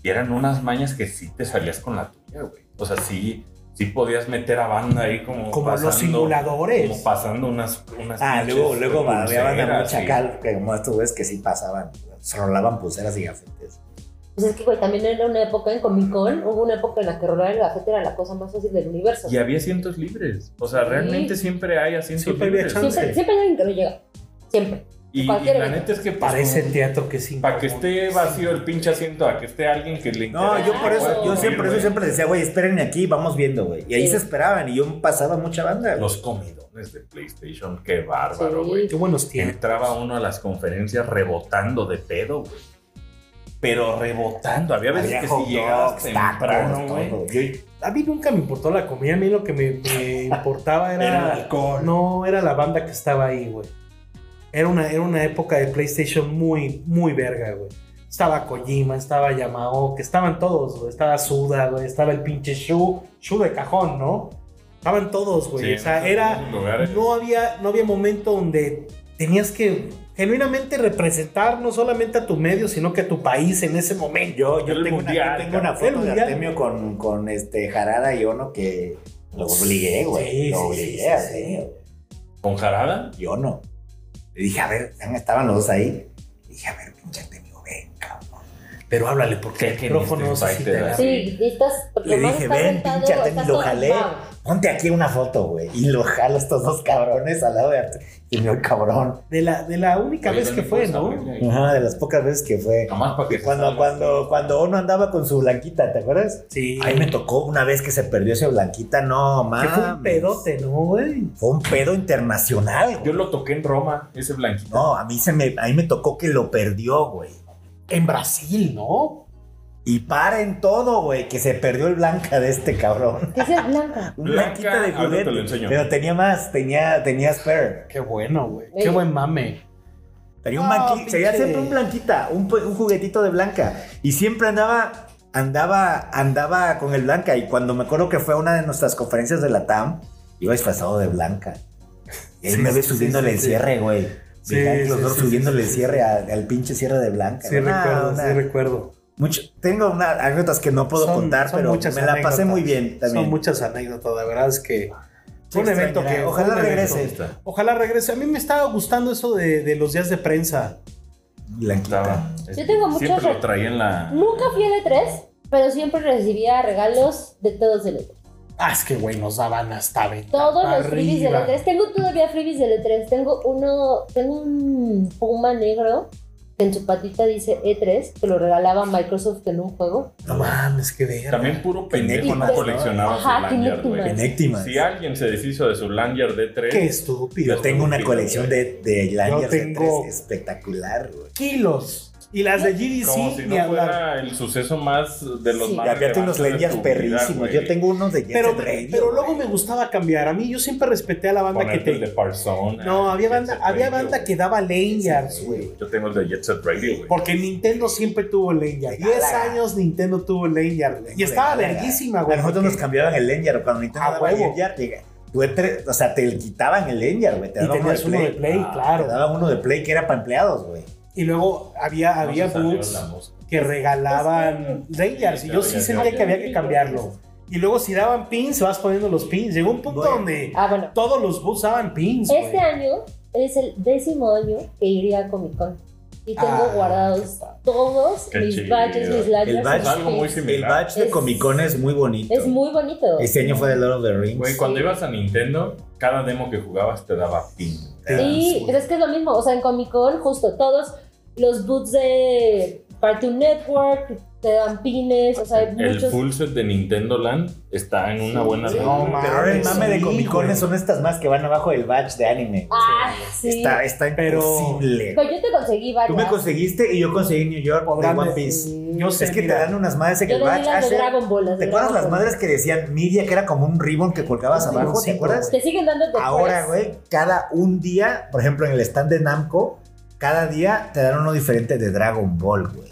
[SPEAKER 6] Y eran unas mañas que sí te salías con la tuya, güey. O sea, sí, sí podías meter a banda ahí como
[SPEAKER 1] como
[SPEAKER 6] pasando-
[SPEAKER 1] los simuladores.
[SPEAKER 6] Como pasando unas... unas
[SPEAKER 2] Ah, luego,
[SPEAKER 6] pinches
[SPEAKER 2] luego había banda
[SPEAKER 6] pulseras,
[SPEAKER 2] mucha
[SPEAKER 6] sí.
[SPEAKER 2] cal, que como estos güeyes que sí pasaban, se rolaban pulseras y gafetes.
[SPEAKER 4] Pues es que, güey, también era una época en Comic Con, hubo una época en la que rolar el gafete era la cosa más fácil del universo.
[SPEAKER 6] Y había asientos libres. O sea,
[SPEAKER 4] Sí.
[SPEAKER 6] realmente siempre hay asientos
[SPEAKER 1] Siempre había
[SPEAKER 6] libres.
[SPEAKER 1] chance.
[SPEAKER 4] Siempre, siempre hay alguien que no llega. Siempre.
[SPEAKER 6] Y, y
[SPEAKER 4] Cualquier
[SPEAKER 6] la
[SPEAKER 4] evento.
[SPEAKER 6] neta es que pues,
[SPEAKER 1] Para ese
[SPEAKER 6] como-
[SPEAKER 1] teatro que sí.
[SPEAKER 6] para que esté vacío el pinche asiento, a que esté alguien que le
[SPEAKER 2] No, yo por eso, yo
[SPEAKER 4] Claro.
[SPEAKER 2] siempre, por eso siempre decía, güey, espérenme aquí, vamos viendo, güey. Y ahí
[SPEAKER 4] Sí.
[SPEAKER 2] se esperaban y yo pasaba mucha banda. güey.
[SPEAKER 6] eh, Los comidones de PlayStation, qué bárbaro,
[SPEAKER 4] Sí.
[SPEAKER 6] güey.
[SPEAKER 1] Qué buenos tiempos.
[SPEAKER 6] Entraba uno a las conferencias rebotando de pedo, güey. Pero rebotando. Había veces
[SPEAKER 2] Había
[SPEAKER 6] que
[SPEAKER 2] hot
[SPEAKER 6] si llegabas
[SPEAKER 2] dogs, tacos,
[SPEAKER 6] temprano, güey.
[SPEAKER 2] todo. Yo-
[SPEAKER 1] A mí nunca me importó la comida, a mí lo que me, me importaba era,
[SPEAKER 6] Era el alcohol.
[SPEAKER 1] No, era la banda que estaba ahí, güey. Era una, era una época de PlayStation muy, muy verga, güey. Estaba Kojima, estaba Yamaoka, estaban todos, güey. Estaba Suda, güey. Estaba el pinche Shu, Shu de cajón, ¿no? Estaban todos, güey.
[SPEAKER 6] Sí,
[SPEAKER 1] o sea,
[SPEAKER 6] en
[SPEAKER 1] era.
[SPEAKER 6] esos lugares.
[SPEAKER 1] No había, no había momento donde tenías que genuinamente representar no solamente a tu medio, sino que a tu país en ese momento.
[SPEAKER 2] Yo, yo
[SPEAKER 6] El
[SPEAKER 2] tengo, una,
[SPEAKER 6] mundial,
[SPEAKER 2] yo tengo una
[SPEAKER 1] cabrón.
[SPEAKER 2] foto
[SPEAKER 1] El
[SPEAKER 2] de
[SPEAKER 1] mundial.
[SPEAKER 2] Artemio con, con este Jarada y Ono que lo obligué, güey.
[SPEAKER 1] Sí, sí,
[SPEAKER 2] lo obligué,
[SPEAKER 1] sí, sí,
[SPEAKER 2] así,
[SPEAKER 1] sí.
[SPEAKER 6] ¿Con jarada?
[SPEAKER 2] Y Ono. Le dije, a ver, estaban los dos ahí. Le dije, a ver, pinche Artemio, ven, cabrón.
[SPEAKER 1] Pero háblale, porque el
[SPEAKER 6] ¿Qué
[SPEAKER 1] micrófono no
[SPEAKER 6] queriste,
[SPEAKER 1] sé si te
[SPEAKER 6] Fighter?
[SPEAKER 1] da.
[SPEAKER 4] Sí, y estás. porque
[SPEAKER 2] Ah, Le
[SPEAKER 4] nomás
[SPEAKER 2] dije,
[SPEAKER 4] estás
[SPEAKER 2] ven,
[SPEAKER 4] sentado,
[SPEAKER 2] pinche Artemio,
[SPEAKER 4] estás
[SPEAKER 2] lo
[SPEAKER 4] todo-
[SPEAKER 2] jalé.
[SPEAKER 4] Vamos.
[SPEAKER 2] Ponte aquí una foto, güey. Y lo jalo a estos dos cabrones al lado de Artemio. Y yo, cabrón.
[SPEAKER 1] De la, de la única
[SPEAKER 6] Oye,
[SPEAKER 1] vez que
[SPEAKER 6] ¿dónde
[SPEAKER 1] fue,
[SPEAKER 6] puedes
[SPEAKER 1] ¿no?
[SPEAKER 6] abrirle ahí?
[SPEAKER 2] Ajá, de las pocas veces que fue.
[SPEAKER 6] Nomás para que
[SPEAKER 2] Cuando, cuando, cuando Ono andaba con su blanquita, ¿te acuerdas?
[SPEAKER 1] Sí.
[SPEAKER 2] Ahí me tocó una vez que se perdió esa blanquita, no,
[SPEAKER 1] que
[SPEAKER 2] mames.
[SPEAKER 1] fue un pedote, ¿no, güey?
[SPEAKER 2] Fue un pedo internacional, güey.
[SPEAKER 6] Yo lo toqué en Roma, ese blanquito.
[SPEAKER 2] No, a mí se me, a mí me tocó que lo perdió, güey.
[SPEAKER 1] En Brasil, ¿no?
[SPEAKER 2] Y paren todo, güey, que se perdió el blanca de este cabrón.
[SPEAKER 4] ¿Qué es blanca?
[SPEAKER 2] Un
[SPEAKER 6] Blanca,
[SPEAKER 2] blanquita de
[SPEAKER 6] ahorita
[SPEAKER 2] juguete.
[SPEAKER 6] te lo enseño.
[SPEAKER 2] Pero tenía más, tenía, tenía spare.
[SPEAKER 1] Qué bueno, güey.
[SPEAKER 4] Ey.
[SPEAKER 1] Qué buen mame.
[SPEAKER 2] Tenía un
[SPEAKER 1] No,
[SPEAKER 2] blanqui- tenía
[SPEAKER 1] pinche.
[SPEAKER 2] siempre un blanquita, un, pu- un juguetito de blanca. Y siempre andaba, andaba, andaba con el blanca. Y cuando me acuerdo que fue a una de nuestras conferencias de la TAM, iba disfrazado de blanca. Y él
[SPEAKER 1] Sí,
[SPEAKER 2] me ve
[SPEAKER 1] sí,
[SPEAKER 2] subiéndole
[SPEAKER 1] sí,
[SPEAKER 2] el
[SPEAKER 1] sí.
[SPEAKER 2] cierre, güey.
[SPEAKER 1] Sí,
[SPEAKER 2] Dije, ay, los
[SPEAKER 1] sí,
[SPEAKER 2] dos
[SPEAKER 1] sí,
[SPEAKER 2] subiéndole
[SPEAKER 1] sí,
[SPEAKER 2] el
[SPEAKER 1] sí,
[SPEAKER 2] cierre
[SPEAKER 1] sí.
[SPEAKER 2] a- al pinche cierre de blanca.
[SPEAKER 1] Sí,
[SPEAKER 2] No,
[SPEAKER 1] recuerdo,
[SPEAKER 2] una-
[SPEAKER 1] sí, recuerdo.
[SPEAKER 2] Mucho, tengo unas anécdotas que no puedo
[SPEAKER 1] Son-
[SPEAKER 2] contar,
[SPEAKER 1] son
[SPEAKER 2] pero me
[SPEAKER 1] muchas
[SPEAKER 2] la pasé
[SPEAKER 1] anécdotas.
[SPEAKER 2] muy bien también.
[SPEAKER 1] Son muchas anécdotas, la verdad es que.
[SPEAKER 2] Se
[SPEAKER 1] Fue un evento
[SPEAKER 2] extrañará.
[SPEAKER 1] que.
[SPEAKER 2] Ojalá
[SPEAKER 1] fue un evento.
[SPEAKER 2] regrese.
[SPEAKER 1] Ojalá regrese. A mí me estaba gustando eso de, de los días de prensa.
[SPEAKER 2] Blanquita.
[SPEAKER 6] Estaba- este,
[SPEAKER 4] Yo tengo muchas-
[SPEAKER 6] Siempre lo traía en la...
[SPEAKER 4] Nunca fui al E3, pero siempre recibía regalos de todos del E3.
[SPEAKER 1] Ah, es que, güey, nos daban hasta venta.
[SPEAKER 4] Todos
[SPEAKER 1] para
[SPEAKER 4] los freebies del
[SPEAKER 1] arriba.
[SPEAKER 4] E3. Tengo todavía freebies del E3. Tengo uno, tengo un puma negro que en su patita dice E3, que lo regalaba Microsoft en un juego.
[SPEAKER 1] No mames, qué verga.
[SPEAKER 6] También puro pendejo no
[SPEAKER 4] Pendejo.
[SPEAKER 6] coleccionaba
[SPEAKER 4] Ajá,
[SPEAKER 6] su lanyard,
[SPEAKER 4] Kinectiman.
[SPEAKER 6] güey.
[SPEAKER 2] Penectimas.
[SPEAKER 6] Si alguien se deshizo de su lanyard de 3
[SPEAKER 1] Qué estúpido.
[SPEAKER 2] Yo tengo una colección de, de lanyards de
[SPEAKER 1] tengo-
[SPEAKER 2] tres espectacular, güey.
[SPEAKER 1] Kilos Y las de GDC,
[SPEAKER 6] Como si
[SPEAKER 1] ni
[SPEAKER 6] no
[SPEAKER 1] hablar.
[SPEAKER 6] fuera el suceso más de los
[SPEAKER 4] Sí.
[SPEAKER 6] más.
[SPEAKER 2] Y había unos
[SPEAKER 6] relevantes de
[SPEAKER 2] leñas
[SPEAKER 6] tu vida,
[SPEAKER 2] perrísimos.
[SPEAKER 6] güey.
[SPEAKER 2] Yo tengo unos de Jet
[SPEAKER 1] Pero,
[SPEAKER 2] Set Radio,
[SPEAKER 1] pero luego
[SPEAKER 2] güey.
[SPEAKER 1] me gustaba cambiar. A mí yo siempre respeté a la banda que
[SPEAKER 6] Ponerte el de
[SPEAKER 1] te.
[SPEAKER 6] Parsona.
[SPEAKER 1] No, había
[SPEAKER 6] Jet
[SPEAKER 1] banda,
[SPEAKER 6] Set
[SPEAKER 1] había
[SPEAKER 6] Radio,
[SPEAKER 1] banda
[SPEAKER 6] güey.
[SPEAKER 1] que daba lanyards, güey.
[SPEAKER 6] Yo tengo el de Jet Set Radio, güey.
[SPEAKER 1] Porque Nintendo siempre tuvo lanyard.
[SPEAKER 2] Regala.
[SPEAKER 1] 10 años Nintendo tuvo lanyard. güey. Y estaba
[SPEAKER 2] Regala.
[SPEAKER 1] verguísima,
[SPEAKER 2] A
[SPEAKER 1] güey.
[SPEAKER 2] nosotros nos
[SPEAKER 1] porque-
[SPEAKER 2] cambiaban el Lenyard. Cuando Nintendo
[SPEAKER 1] A
[SPEAKER 2] daba
[SPEAKER 1] Ah, huevo.
[SPEAKER 2] Lenyard, llega- tú entre- o sea, te quitaban el Lenyard, güey. Te
[SPEAKER 1] Y
[SPEAKER 2] daban uno de
[SPEAKER 1] tenías uno de
[SPEAKER 2] Play.
[SPEAKER 1] Play,
[SPEAKER 6] Ah,
[SPEAKER 2] Te
[SPEAKER 1] claro.
[SPEAKER 2] daban uno de Play que era para empleados, güey.
[SPEAKER 1] Y luego había,
[SPEAKER 6] No
[SPEAKER 1] había
[SPEAKER 6] se salió
[SPEAKER 1] books
[SPEAKER 6] la música.
[SPEAKER 1] que regalaban lanyards. Y yo sí
[SPEAKER 6] Ya, ya,
[SPEAKER 1] sentía
[SPEAKER 6] ya,
[SPEAKER 1] que había
[SPEAKER 6] ya.
[SPEAKER 1] que cambiarlo. Y luego si daban pins, vas poniendo los pins. Llegó un punto
[SPEAKER 2] Bueno.
[SPEAKER 1] donde
[SPEAKER 4] Ah, bueno.
[SPEAKER 1] todos los books daban pins, güey.
[SPEAKER 4] Este año es el décimo año que iría a Comic Con. Y tengo
[SPEAKER 1] Ah,
[SPEAKER 4] guardados todos
[SPEAKER 6] Qué
[SPEAKER 4] mis
[SPEAKER 6] chido.
[SPEAKER 4] badges, mis lanyards.
[SPEAKER 2] El badge
[SPEAKER 4] mis
[SPEAKER 6] Es algo muy
[SPEAKER 4] pins.
[SPEAKER 2] El
[SPEAKER 6] similar.
[SPEAKER 2] badge de
[SPEAKER 4] Es-
[SPEAKER 2] Comic Con es muy bonito.
[SPEAKER 4] Es muy bonito.
[SPEAKER 2] Este año fue de Lord of the Rings.
[SPEAKER 6] Güey, cuando ibas a Nintendo, cada demo que jugabas te daba pin.
[SPEAKER 4] Sí, pero es que es lo mismo. O sea, en Comic Con, justo todos los boots de Cartoon Network te dan pines. O sea, hay
[SPEAKER 6] El
[SPEAKER 4] muchos.
[SPEAKER 6] full set de Nintendo Land está en una buena.
[SPEAKER 1] Sí.
[SPEAKER 6] lana.
[SPEAKER 1] No, ma-
[SPEAKER 2] Pero ahora el
[SPEAKER 1] Mames,
[SPEAKER 2] mame de
[SPEAKER 1] sí,
[SPEAKER 2] Comic Con
[SPEAKER 1] güey.
[SPEAKER 2] son estas más que van abajo del badge de anime.
[SPEAKER 4] Ah, sí.
[SPEAKER 2] Está, está
[SPEAKER 1] Pero-
[SPEAKER 2] imposible.
[SPEAKER 4] Pero yo te conseguí varias.
[SPEAKER 2] Tú me conseguiste y yo conseguí New York de
[SPEAKER 1] Podrán
[SPEAKER 2] One
[SPEAKER 1] decir-
[SPEAKER 2] Piece.
[SPEAKER 1] Yo sé,
[SPEAKER 2] Es que te
[SPEAKER 1] mira,
[SPEAKER 2] dan unas madres en
[SPEAKER 4] Yo
[SPEAKER 2] el
[SPEAKER 4] le di
[SPEAKER 2] badge.
[SPEAKER 4] las de
[SPEAKER 2] Asher.
[SPEAKER 4] Dragon Ball. las de
[SPEAKER 2] ¿Te acuerdas
[SPEAKER 4] Dragon
[SPEAKER 2] las
[SPEAKER 4] Ball.
[SPEAKER 2] madres que decían media, que era como un ribbon que colgabas
[SPEAKER 1] Un
[SPEAKER 2] abajo? ¿Te
[SPEAKER 1] ribboncito,
[SPEAKER 2] acuerdas?
[SPEAKER 4] Te siguen dando el de
[SPEAKER 2] Ahora,
[SPEAKER 4] Press.
[SPEAKER 2] güey, cada un día, por ejemplo, en el stand de Namco, cada día te dan uno diferente de Dragon Ball, güey.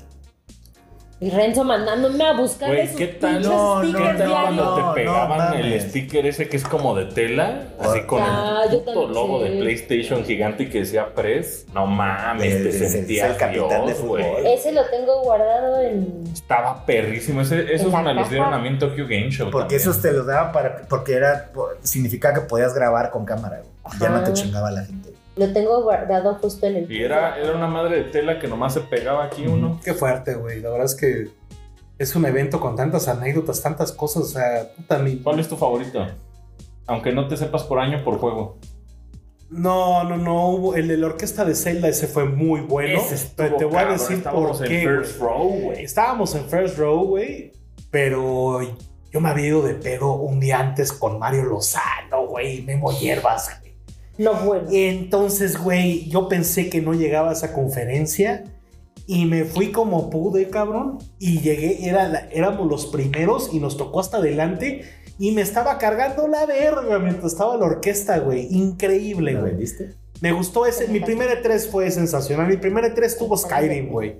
[SPEAKER 4] Y Renzo mandándome a buscar
[SPEAKER 6] Güey,
[SPEAKER 4] esos
[SPEAKER 6] ¿qué
[SPEAKER 4] pinches
[SPEAKER 6] tal?
[SPEAKER 2] No,
[SPEAKER 6] ¿Qué
[SPEAKER 2] no,
[SPEAKER 4] stickers
[SPEAKER 6] tal
[SPEAKER 2] no,
[SPEAKER 4] diarios.
[SPEAKER 6] cuando
[SPEAKER 2] no,
[SPEAKER 6] te pegaban el
[SPEAKER 2] mames.
[SPEAKER 6] sticker ese que es como de tela? Así con
[SPEAKER 4] Ah,
[SPEAKER 6] el
[SPEAKER 4] yo
[SPEAKER 6] puto
[SPEAKER 4] también
[SPEAKER 6] logo
[SPEAKER 4] sé.
[SPEAKER 6] de PlayStation gigante que decía Press. No mames,
[SPEAKER 2] El-
[SPEAKER 6] te
[SPEAKER 2] es el- es el
[SPEAKER 6] sentías
[SPEAKER 2] capitán de
[SPEAKER 6] Dios,
[SPEAKER 2] fútbol.
[SPEAKER 6] güey.
[SPEAKER 4] Ese lo tengo guardado en.
[SPEAKER 6] Estaba perrísimo. Ese, esos
[SPEAKER 4] la
[SPEAKER 6] me los
[SPEAKER 4] caja.
[SPEAKER 6] dieron a mí en Tokyo Game Show.
[SPEAKER 2] Porque
[SPEAKER 6] también.
[SPEAKER 2] esos te los daban para, porque era, por- significaba que podías grabar con cámara, güey. Y ya no te
[SPEAKER 4] Ajá.
[SPEAKER 2] chingaba la gente.
[SPEAKER 4] Lo tengo guardado justo en el.
[SPEAKER 6] Y era, era una madre de tela que nomás se pegaba aquí uno.
[SPEAKER 1] Qué fuerte, güey. La verdad es que es un evento con tantas anécdotas, tantas cosas. O sea, puta mi.
[SPEAKER 6] ¿Cuál es tu favorito? Aunque no te sepas por año por juego.
[SPEAKER 1] No, no, no. Hubo, el de la orquesta de Zelda, ese fue muy bueno.
[SPEAKER 6] Ese estuvo
[SPEAKER 1] pero te voy a
[SPEAKER 6] cabrón,
[SPEAKER 1] decir
[SPEAKER 6] estábamos
[SPEAKER 1] por
[SPEAKER 6] en
[SPEAKER 1] qué.
[SPEAKER 6] First
[SPEAKER 1] güey.
[SPEAKER 6] Row, güey.
[SPEAKER 1] Estábamos en First Row, güey. Pero yo me había ido de pedo un día antes con Mario Lozano, güey. y Memo Hierbas, güey.
[SPEAKER 4] No bueno.
[SPEAKER 1] Eh, Entonces, güey, yo pensé que no llegaba a esa conferencia y me fui como pude, cabrón. Y llegué, era, la- éramos los primeros y nos tocó hasta adelante. Y me estaba cargando la verga mientras estaba la orquesta, güey. Increíble,
[SPEAKER 2] ¿Lo
[SPEAKER 1] güey.
[SPEAKER 2] vendiste?
[SPEAKER 1] Me gustó ese. Mi primer E3 fue sensacional. Mi primer E3 tuvo Skyrim, güey.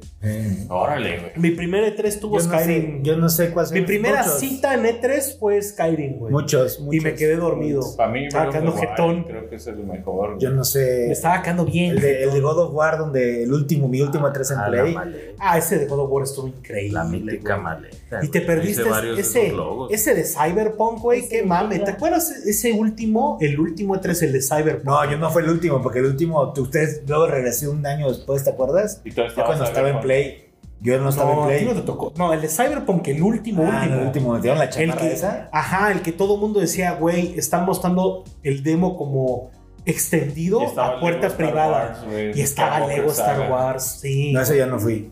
[SPEAKER 6] Órale, güey.
[SPEAKER 1] Mi primer E3 tuvo
[SPEAKER 2] Yo, no sé,
[SPEAKER 1] Skyrim.
[SPEAKER 2] yo no sé cuál
[SPEAKER 1] Mi primera
[SPEAKER 2] muchos,
[SPEAKER 1] cita en E3 fue Skyrim, güey.
[SPEAKER 2] Muchos, muchos.
[SPEAKER 1] Y me quedé dormido.
[SPEAKER 6] Para mí,
[SPEAKER 1] Estaba
[SPEAKER 6] Breath of
[SPEAKER 1] quedando
[SPEAKER 6] the Wild
[SPEAKER 1] jetón.
[SPEAKER 6] Creo que es el mejor. güey.
[SPEAKER 2] Ah, Yo no sé.
[SPEAKER 1] Me estaba quedando bien.
[SPEAKER 2] El de, el de God of War, donde el último, mi último 3 en
[SPEAKER 7] Ah, la
[SPEAKER 2] Play.
[SPEAKER 7] maleta,
[SPEAKER 1] Ah, ese de God of War estuvo increíble.
[SPEAKER 7] la mítica
[SPEAKER 1] güey.
[SPEAKER 7] maleta.
[SPEAKER 1] Y te
[SPEAKER 7] güey.
[SPEAKER 1] perdiste
[SPEAKER 7] Hice varios de
[SPEAKER 1] ese,
[SPEAKER 7] esos logos.
[SPEAKER 1] ese de Cyberpunk, güey,
[SPEAKER 4] Ese
[SPEAKER 1] qué mame.
[SPEAKER 4] ya.
[SPEAKER 1] ¿Te acuerdas ese último, el último E3, el de Cyberpunk?
[SPEAKER 2] No, yo no fue el último, porque el último, tú- ustedes luego regresé un año después, ¿te acuerdas?
[SPEAKER 6] Y tú
[SPEAKER 2] Ya
[SPEAKER 6] estabas
[SPEAKER 2] cuando
[SPEAKER 6] a ver
[SPEAKER 2] estaba en
[SPEAKER 6] con-
[SPEAKER 2] Play. Yo no estaba en
[SPEAKER 1] a ti
[SPEAKER 2] Play.
[SPEAKER 1] no te tocó. No, el de Cyberpunk, el último,
[SPEAKER 2] Ah,
[SPEAKER 1] último.
[SPEAKER 2] el último, me dieron la
[SPEAKER 1] El
[SPEAKER 2] chamarra
[SPEAKER 1] que,
[SPEAKER 2] esa.
[SPEAKER 1] ajá, el que todo mundo decía, güey, están mostrando el demo como extendido
[SPEAKER 6] Y estaba
[SPEAKER 1] a puerta
[SPEAKER 6] Lego Star
[SPEAKER 1] privada.
[SPEAKER 6] Wars, güey.
[SPEAKER 1] y estaba
[SPEAKER 6] Skywalker
[SPEAKER 1] Lego Star
[SPEAKER 6] Saga.
[SPEAKER 1] Wars, sí.
[SPEAKER 2] No, ese yo no fui.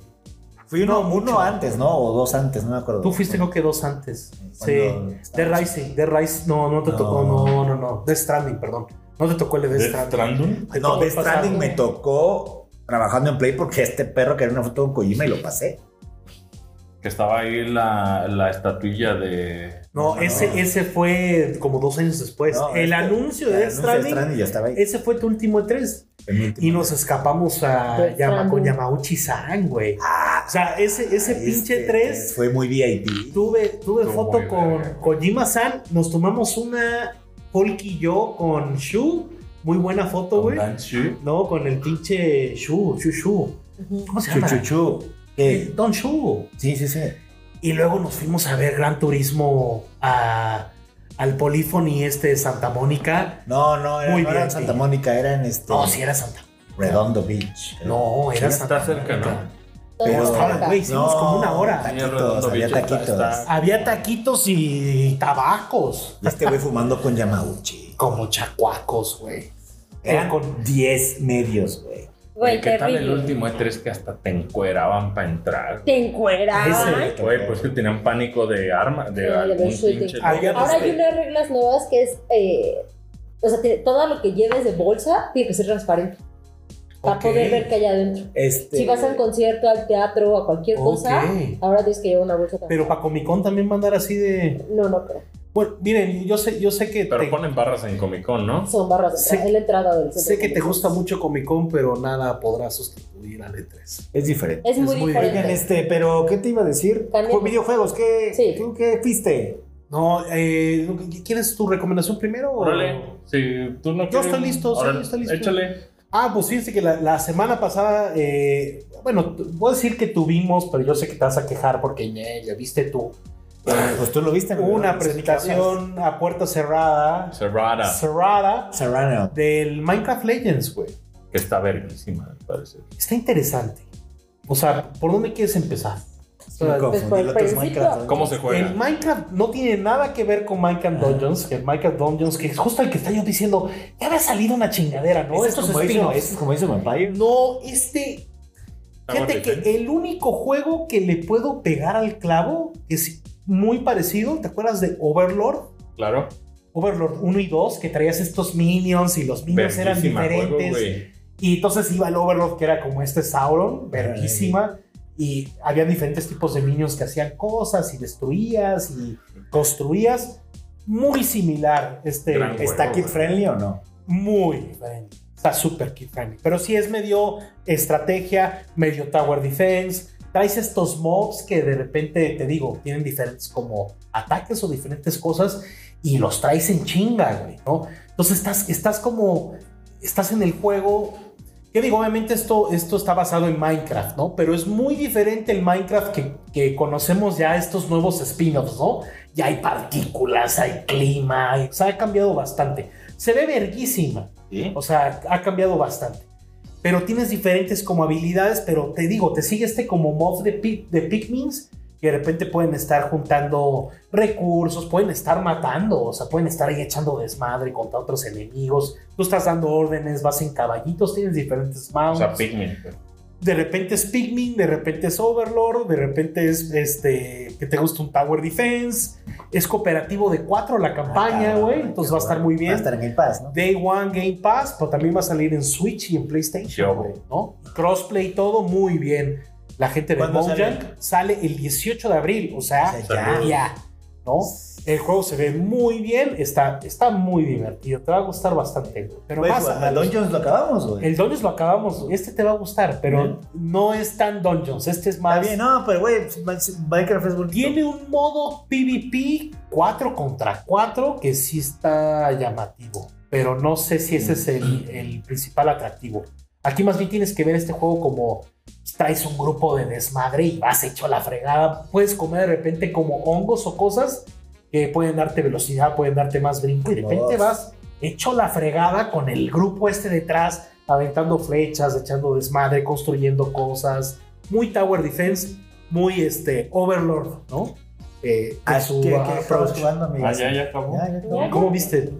[SPEAKER 2] Fui uno,
[SPEAKER 1] No,
[SPEAKER 2] uno
[SPEAKER 1] mucho.
[SPEAKER 2] antes, ¿no? O dos antes, no me acuerdo.
[SPEAKER 1] Tú fuiste creo que dos antes.
[SPEAKER 2] Cuando
[SPEAKER 1] Sí. The
[SPEAKER 2] estábamos-
[SPEAKER 1] Rising, The Rising. No, no te
[SPEAKER 2] No.
[SPEAKER 1] tocó, no, no, no. The Stranding, perdón. No te tocó el de The
[SPEAKER 6] Death
[SPEAKER 1] Stranding.
[SPEAKER 6] Stranding.
[SPEAKER 1] Te
[SPEAKER 2] No,
[SPEAKER 1] tocó
[SPEAKER 2] The
[SPEAKER 1] el pasado.
[SPEAKER 2] Stranding me tocó trabajando en Play porque este perro quería una foto con Kojima y lo pasé.
[SPEAKER 6] Que estaba ahí la, la estatuilla de.
[SPEAKER 1] No,
[SPEAKER 2] No.
[SPEAKER 1] Ese, ese fue como dos años después.
[SPEAKER 2] No,
[SPEAKER 1] el
[SPEAKER 2] este-
[SPEAKER 1] anuncio de
[SPEAKER 2] el
[SPEAKER 1] Death
[SPEAKER 2] anuncio de
[SPEAKER 1] Stranding,
[SPEAKER 2] Stranding yo estaba ahí.
[SPEAKER 1] ese fue tu último E3.
[SPEAKER 2] El último.
[SPEAKER 1] Y nos escapamos a
[SPEAKER 4] Death
[SPEAKER 1] Yama, con
[SPEAKER 4] Stranding.
[SPEAKER 1] Yamauchi-san, güey.
[SPEAKER 2] Ah,
[SPEAKER 1] O sea, ese, ese pinche E
[SPEAKER 2] este,
[SPEAKER 1] 3,
[SPEAKER 2] Fue muy VIP.
[SPEAKER 1] tuve, tuve
[SPEAKER 6] Estuvo
[SPEAKER 1] foto
[SPEAKER 6] muy
[SPEAKER 1] con
[SPEAKER 6] verga.
[SPEAKER 1] Kojima-san, nos tomamos una Hulk y yo con Shu, muy buena foto, güey.
[SPEAKER 6] Dan Shu.
[SPEAKER 1] No, con el pinche Shu, Shu, Shu.
[SPEAKER 4] Ujú.
[SPEAKER 1] ¿Cómo se llama? Eh,
[SPEAKER 2] Chuchuchu. ¿Qué?
[SPEAKER 1] Don Shu.
[SPEAKER 2] Sí, sí, sí.
[SPEAKER 1] Y luego nos fuimos a ver Gran Turismo a- al Polifony este de Santa Mónica.
[SPEAKER 2] No, no, era,
[SPEAKER 1] Muy
[SPEAKER 2] no era
[SPEAKER 1] bien,
[SPEAKER 2] en
[SPEAKER 1] sí.
[SPEAKER 2] Santa Mónica, era en este
[SPEAKER 1] No, si era Santa.
[SPEAKER 2] Redondo Beach.
[SPEAKER 1] No, era
[SPEAKER 6] Sí,
[SPEAKER 1] Santa.
[SPEAKER 6] está cerca, ¿no?
[SPEAKER 4] Todo
[SPEAKER 2] Pero-
[SPEAKER 4] cerca.
[SPEAKER 1] Güey, hicimos como una hora.
[SPEAKER 2] Taquitos,
[SPEAKER 6] Redondo
[SPEAKER 2] había
[SPEAKER 6] Beach está-
[SPEAKER 2] taquitos.
[SPEAKER 6] está-
[SPEAKER 1] Había taquitos y tabacos.
[SPEAKER 2] Y este güey fumando con Yamauchi.
[SPEAKER 1] Como chacuacos, güey.
[SPEAKER 2] Eran
[SPEAKER 1] con-
[SPEAKER 2] 10 medios, güey.
[SPEAKER 4] Güey,
[SPEAKER 6] ¿Qué tal el
[SPEAKER 4] terrible.
[SPEAKER 6] último E3 que hasta te encueraban para entrar?
[SPEAKER 4] Te encueraban.
[SPEAKER 1] Ese.
[SPEAKER 6] Güey, pues que tenían pánico de arma, de
[SPEAKER 4] Sí,
[SPEAKER 6] algún
[SPEAKER 4] de shooting.
[SPEAKER 6] pinche.
[SPEAKER 1] Había-
[SPEAKER 6] loco.
[SPEAKER 4] Ahora hay unas reglas nuevas que es. eh, o sea, tiene- todo lo que lleves de bolsa tiene que ser transparente. para
[SPEAKER 2] Ok.
[SPEAKER 4] poder ver qué hay adentro.
[SPEAKER 2] Este,
[SPEAKER 4] Si vas al concierto, al teatro o a cualquier cosa,
[SPEAKER 2] Ok.
[SPEAKER 4] ahora tienes que llevar una bolsa también.
[SPEAKER 1] Pero para Comic Con también mandar así de.
[SPEAKER 4] No, no creo.
[SPEAKER 1] Bueno, miren, yo sé, yo sé que.
[SPEAKER 6] Pero
[SPEAKER 1] te-
[SPEAKER 6] ponen barras en Comic Con, ¿no?
[SPEAKER 4] Son barras de
[SPEAKER 1] Sé-
[SPEAKER 4] entrada, es la entrada del centro
[SPEAKER 1] Sé que te
[SPEAKER 4] comercial.
[SPEAKER 1] gusta mucho Comic Con, pero nada podrá sustituir al E3.
[SPEAKER 2] es diferente.
[SPEAKER 4] Es muy,
[SPEAKER 1] es muy-
[SPEAKER 2] Oigan,
[SPEAKER 4] diferente.
[SPEAKER 2] este, pero ¿qué te iba a decir?
[SPEAKER 4] Cambiemos.
[SPEAKER 2] Jue- videojuegos, ¿qué,
[SPEAKER 4] Sí.
[SPEAKER 2] ¿tú qué fuiste?
[SPEAKER 1] No, eh, ¿quieres tu recomendación primero? o-
[SPEAKER 6] Órale, si tú no
[SPEAKER 1] Oh. Yo
[SPEAKER 6] quieres-
[SPEAKER 1] estoy listo, sí,
[SPEAKER 6] órale,
[SPEAKER 1] estoy listo.
[SPEAKER 6] Échale.
[SPEAKER 1] Ah, pues fíjense que la, la semana pasada, eh, bueno, t- puedo decir que tuvimos, pero yo sé que te vas a quejar porque ñe, ya viste tú.
[SPEAKER 2] Pues tú lo viste. ¿no?
[SPEAKER 1] Hubo una
[SPEAKER 2] ¿Qué
[SPEAKER 1] presentación a puerta cerrada,
[SPEAKER 6] Cerrada,
[SPEAKER 1] cerrada,
[SPEAKER 2] hablas? Serrano.
[SPEAKER 1] del Minecraft Legends, güey.
[SPEAKER 6] que está verguísima, al parecer.
[SPEAKER 1] Está interesante. O sea, ¿por dónde quieres empezar?
[SPEAKER 2] Me
[SPEAKER 1] Pues,
[SPEAKER 2] confundí,
[SPEAKER 4] por
[SPEAKER 2] el otro es
[SPEAKER 4] principio-
[SPEAKER 2] Minecraft. Este
[SPEAKER 6] ¿Cómo se juega?
[SPEAKER 1] El Minecraft no tiene nada que ver con Minecraft
[SPEAKER 2] Ah.
[SPEAKER 1] Dungeons, que el Minecraft Dungeons, que es justo el que está yo diciendo, ya había salido una chingadera, ¿no?
[SPEAKER 2] Ese es
[SPEAKER 1] Esto
[SPEAKER 2] como
[SPEAKER 1] es
[SPEAKER 2] hizo,
[SPEAKER 1] spin-off".
[SPEAKER 2] ese es como hizo Vampire.
[SPEAKER 1] No, este.
[SPEAKER 6] Está
[SPEAKER 1] Fíjate
[SPEAKER 6] bueno,
[SPEAKER 1] que el único juego que le puedo pegar al clavo es muy parecido. ¿Te acuerdas de Overlord?
[SPEAKER 6] ¿eh? Claro.
[SPEAKER 1] Overlord 1 y 2, que traías estos minions y los minions eran
[SPEAKER 6] Verguísima
[SPEAKER 1] diferentes.
[SPEAKER 6] juego, güey.
[SPEAKER 1] Y entonces iba el Overlord, que era como este Sauron, verguísima. Y había diferentes tipos de minions que hacían cosas y destruías y construías. Muy similar este,
[SPEAKER 6] Gran
[SPEAKER 1] este
[SPEAKER 2] ¿Está kid friendly o no?
[SPEAKER 1] muy diferente. Está súper kid friendly. Pero sí es medio estrategia, medio tower defense. Traes estos mobs que de repente, te digo, tienen diferentes como ataques o diferentes cosas y los traes en chinga, güey, ¿no? Entonces estás, estás como, estás en el juego. Que digo, obviamente esto, esto está basado en Minecraft, ¿no? Pero es muy diferente el Minecraft que, que conocemos ya estos nuevos spin-offs, ¿no? Ya hay partículas, hay clima, hay- o sea, ha cambiado bastante. Se ve verguísima. O sea, ha cambiado bastante. Pero tienes diferentes como habilidades, pero te digo, te sigue este como mob de, pi- de Pikmins que de repente pueden estar juntando recursos, pueden estar matando, o sea, pueden estar ahí echando desmadre contra otros enemigos. Tú estás dando órdenes, vas en caballitos, tienes diferentes
[SPEAKER 6] O
[SPEAKER 1] mounts.
[SPEAKER 6] sea, Pikmin. güey.
[SPEAKER 1] de repente es Pikmin, de repente es Overlord, de repente es este que te gusta un Tower Defense. Es cooperativo de cuatro la campaña,
[SPEAKER 2] Ah,
[SPEAKER 1] güey. Entonces va a estar muy bien.
[SPEAKER 2] Va a estar en el Pass, ¿no?
[SPEAKER 1] Day One Game Pass, pero también va a salir en Switch y en
[SPEAKER 6] Yo,
[SPEAKER 1] PlayStation,
[SPEAKER 6] güey.
[SPEAKER 1] ¿no? Crossplay todo muy bien. La gente de
[SPEAKER 2] ¿Cuándo
[SPEAKER 1] Mojang sale?
[SPEAKER 2] sale?
[SPEAKER 1] el 18 de abril, o sea,
[SPEAKER 2] O sea,
[SPEAKER 1] ya,
[SPEAKER 2] ya.
[SPEAKER 1] ¿no? El juego se ve muy bien, está, está muy divertido, te va a gustar bastante, güey. Pero pues.
[SPEAKER 2] Güey,
[SPEAKER 1] más
[SPEAKER 2] Pues, a Dungeons lo acabamos, güey.
[SPEAKER 1] El Dungeons lo acabamos, güey. este te va a gustar, pero no es tan Dungeons, este es
[SPEAKER 2] Está
[SPEAKER 1] más...
[SPEAKER 2] bien, no, pero güey, Minecraft es bonito.
[SPEAKER 1] Tiene un modo PvP 4 contra 4 que sí está llamativo, pero no sé si ese es el, el principal atractivo. Aquí más bien tienes que ver este juego como traes un grupo de desmadre y vas hecho a la fregada. Puedes comer de repente como hongos o cosas que pueden darte velocidad, pueden darte más brinco y de repente
[SPEAKER 2] Dios.
[SPEAKER 1] vas hecho la fregada con el grupo este detrás, aventando flechas, echando desmadre, construyendo cosas. Muy Tower Defense, muy este Overlord, ¿no? Eh, de
[SPEAKER 2] Ah,
[SPEAKER 1] su
[SPEAKER 2] ¿Qué, qué estabas
[SPEAKER 1] approach.
[SPEAKER 2] jugando,
[SPEAKER 6] Ah,
[SPEAKER 2] amigas?
[SPEAKER 6] ya, ya acabó.
[SPEAKER 2] Ya, ya,
[SPEAKER 4] Ya.
[SPEAKER 1] ¿Cómo viste?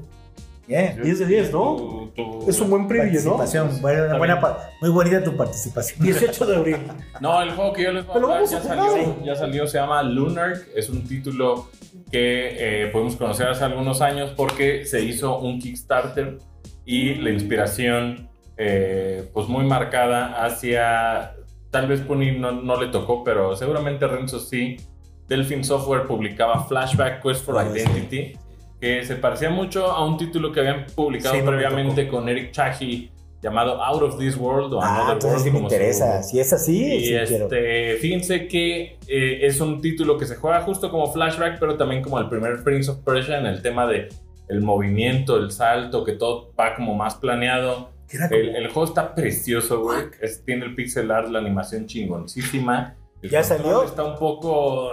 [SPEAKER 2] Bien.
[SPEAKER 1] 10 de 10, ¿no?
[SPEAKER 6] Tu- tu-
[SPEAKER 1] Es un buen preview, ¿no?
[SPEAKER 2] Participación, buena, buena pa- muy bonita tu participación.
[SPEAKER 1] 18 de abril.
[SPEAKER 6] No, el juego que yo les voy a
[SPEAKER 1] Pero
[SPEAKER 6] hablar
[SPEAKER 1] vamos a
[SPEAKER 6] ya
[SPEAKER 1] jugar.
[SPEAKER 6] salió, ya salió, se llama Lunark, es un título que eh, pudimos conocer hace algunos años porque se hizo un Kickstarter y la inspiración eh, pues muy marcada hacia, tal vez Puni no, no le tocó, pero seguramente Renzo sí, Delphin Software publicaba Flashback Quest for
[SPEAKER 2] Ah, sí.
[SPEAKER 6] Identity, que se parecía mucho a un título que habían publicado
[SPEAKER 2] Sí, no me
[SPEAKER 6] previamente con Eric Chahi llamado Out of This World o
[SPEAKER 2] Ah,
[SPEAKER 6] Another
[SPEAKER 2] entonces
[SPEAKER 6] World,
[SPEAKER 2] sí me
[SPEAKER 6] como su-
[SPEAKER 2] interesa. Si es así,
[SPEAKER 6] y
[SPEAKER 2] sí quiero.
[SPEAKER 6] este, fíjense que eh, es un título que se juega justo como flashback, pero también como el primer Prince of Persia en el tema de el movimiento, el salto, que todo va como más planeado.
[SPEAKER 2] Que era como-
[SPEAKER 6] El, el juego está precioso, güey. Es- tiene el pixel art, la animación chingoncísima. El
[SPEAKER 2] ¿Ya
[SPEAKER 6] control
[SPEAKER 2] salió?
[SPEAKER 6] Está un poco...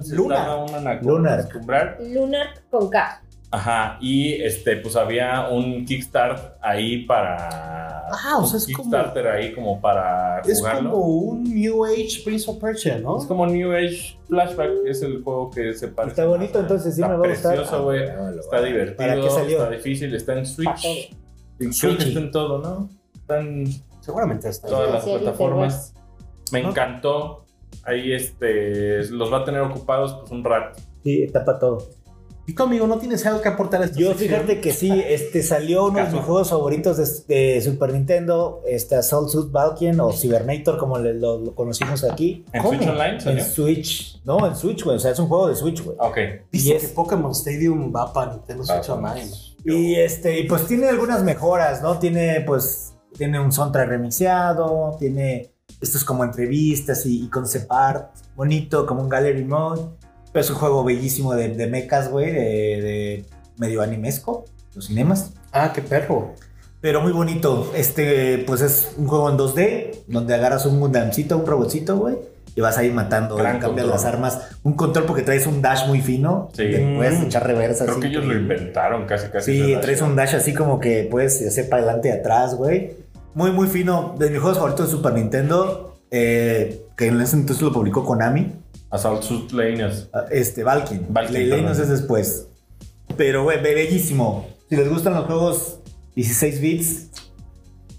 [SPEAKER 6] se
[SPEAKER 2] Lunar.
[SPEAKER 6] tarda uno en
[SPEAKER 2] Lunar.
[SPEAKER 6] acostumbrar.
[SPEAKER 4] Lunar con K.
[SPEAKER 6] Ajá, y este, pues había un Kickstarter ahí para.
[SPEAKER 1] Ah, o sea,
[SPEAKER 6] un
[SPEAKER 1] es como-
[SPEAKER 6] Kickstarter ahí como para
[SPEAKER 1] es
[SPEAKER 6] jugarlo.
[SPEAKER 1] como un New Age Prince of Persia, ¿no?
[SPEAKER 6] Es como New Age Flashback, es el juego que se parece.
[SPEAKER 2] Está bonito,
[SPEAKER 6] más
[SPEAKER 2] entonces sí
[SPEAKER 6] Está
[SPEAKER 2] me va a gustar.
[SPEAKER 6] precioso, güey.
[SPEAKER 2] Ah, bueno,
[SPEAKER 6] Está
[SPEAKER 2] bueno.
[SPEAKER 6] divertido.
[SPEAKER 2] ¿Para qué
[SPEAKER 6] Está
[SPEAKER 2] salió?
[SPEAKER 6] difícil, está en
[SPEAKER 4] Para todo.
[SPEAKER 6] Switch. En Creo
[SPEAKER 2] Switch.
[SPEAKER 6] que está en todo, ¿no? Está en
[SPEAKER 1] Seguramente está.
[SPEAKER 6] todas las
[SPEAKER 4] Sí, ahorita,
[SPEAKER 6] plataformas. Me
[SPEAKER 1] ¿No?
[SPEAKER 6] encantó. Ahí este, los va a tener ocupados pues un rato.
[SPEAKER 2] Sí, tapa todo.
[SPEAKER 1] Y tú, amigo, no tienes algo que aportar a esta
[SPEAKER 2] Yo
[SPEAKER 1] sección?
[SPEAKER 2] fíjate que sí, este salió uno de mis juegos favoritos de, de Super Nintendo, este Assault Suit Valkyrie o Cybernator como le- lo, lo conocimos aquí.
[SPEAKER 3] ¿En
[SPEAKER 1] ¿Cómo?
[SPEAKER 3] Switch Online
[SPEAKER 2] En
[SPEAKER 3] salió?
[SPEAKER 2] Switch, no, en Switch, güey, o sea, es un juego de Switch, güey.
[SPEAKER 3] Ok.
[SPEAKER 6] Ah,
[SPEAKER 1] Dice
[SPEAKER 2] y es-
[SPEAKER 1] que Pokémon Stadium va para Nintendo Switch
[SPEAKER 3] Ah,
[SPEAKER 1] Online.
[SPEAKER 6] pues,
[SPEAKER 2] Y este, y pues tiene algunas mejoras, ¿no? Tiene, pues, tiene un soundtrack remixeado, tiene estos como entrevistas y, y concept art bonito, como un gallery mode. Pero es un juego bellísimo de, de mechas, güey, de, de medio animesco, los cinemas.
[SPEAKER 1] Ah, qué perro.
[SPEAKER 2] Pero muy bonito. Este, pues es un juego en 2D, donde agarras un Gundamcito, un robotcito, güey, y vas a ir matando,
[SPEAKER 3] Gran
[SPEAKER 2] y cambias
[SPEAKER 3] control.
[SPEAKER 2] las armas. Un control porque traes un dash muy fino,
[SPEAKER 3] Sí.
[SPEAKER 2] te puedes echar reversas.
[SPEAKER 3] Creo que ellos lo inventaron casi, casi.
[SPEAKER 2] Sí,
[SPEAKER 3] ¿verdad?
[SPEAKER 2] traes un dash así como que puedes hacer para adelante y atrás, güey. Muy, muy fino. De mis juegos favoritos de Super Nintendo, eh, que en ese entonces lo publicó Konami,
[SPEAKER 3] Assault Suit Laners.
[SPEAKER 2] ah, este, Valkin.
[SPEAKER 3] Valkin,
[SPEAKER 2] Le- le-
[SPEAKER 3] perdón.
[SPEAKER 2] no sé después. Pero, güey, be- bellísimo. Si les gustan los juegos 16 bits,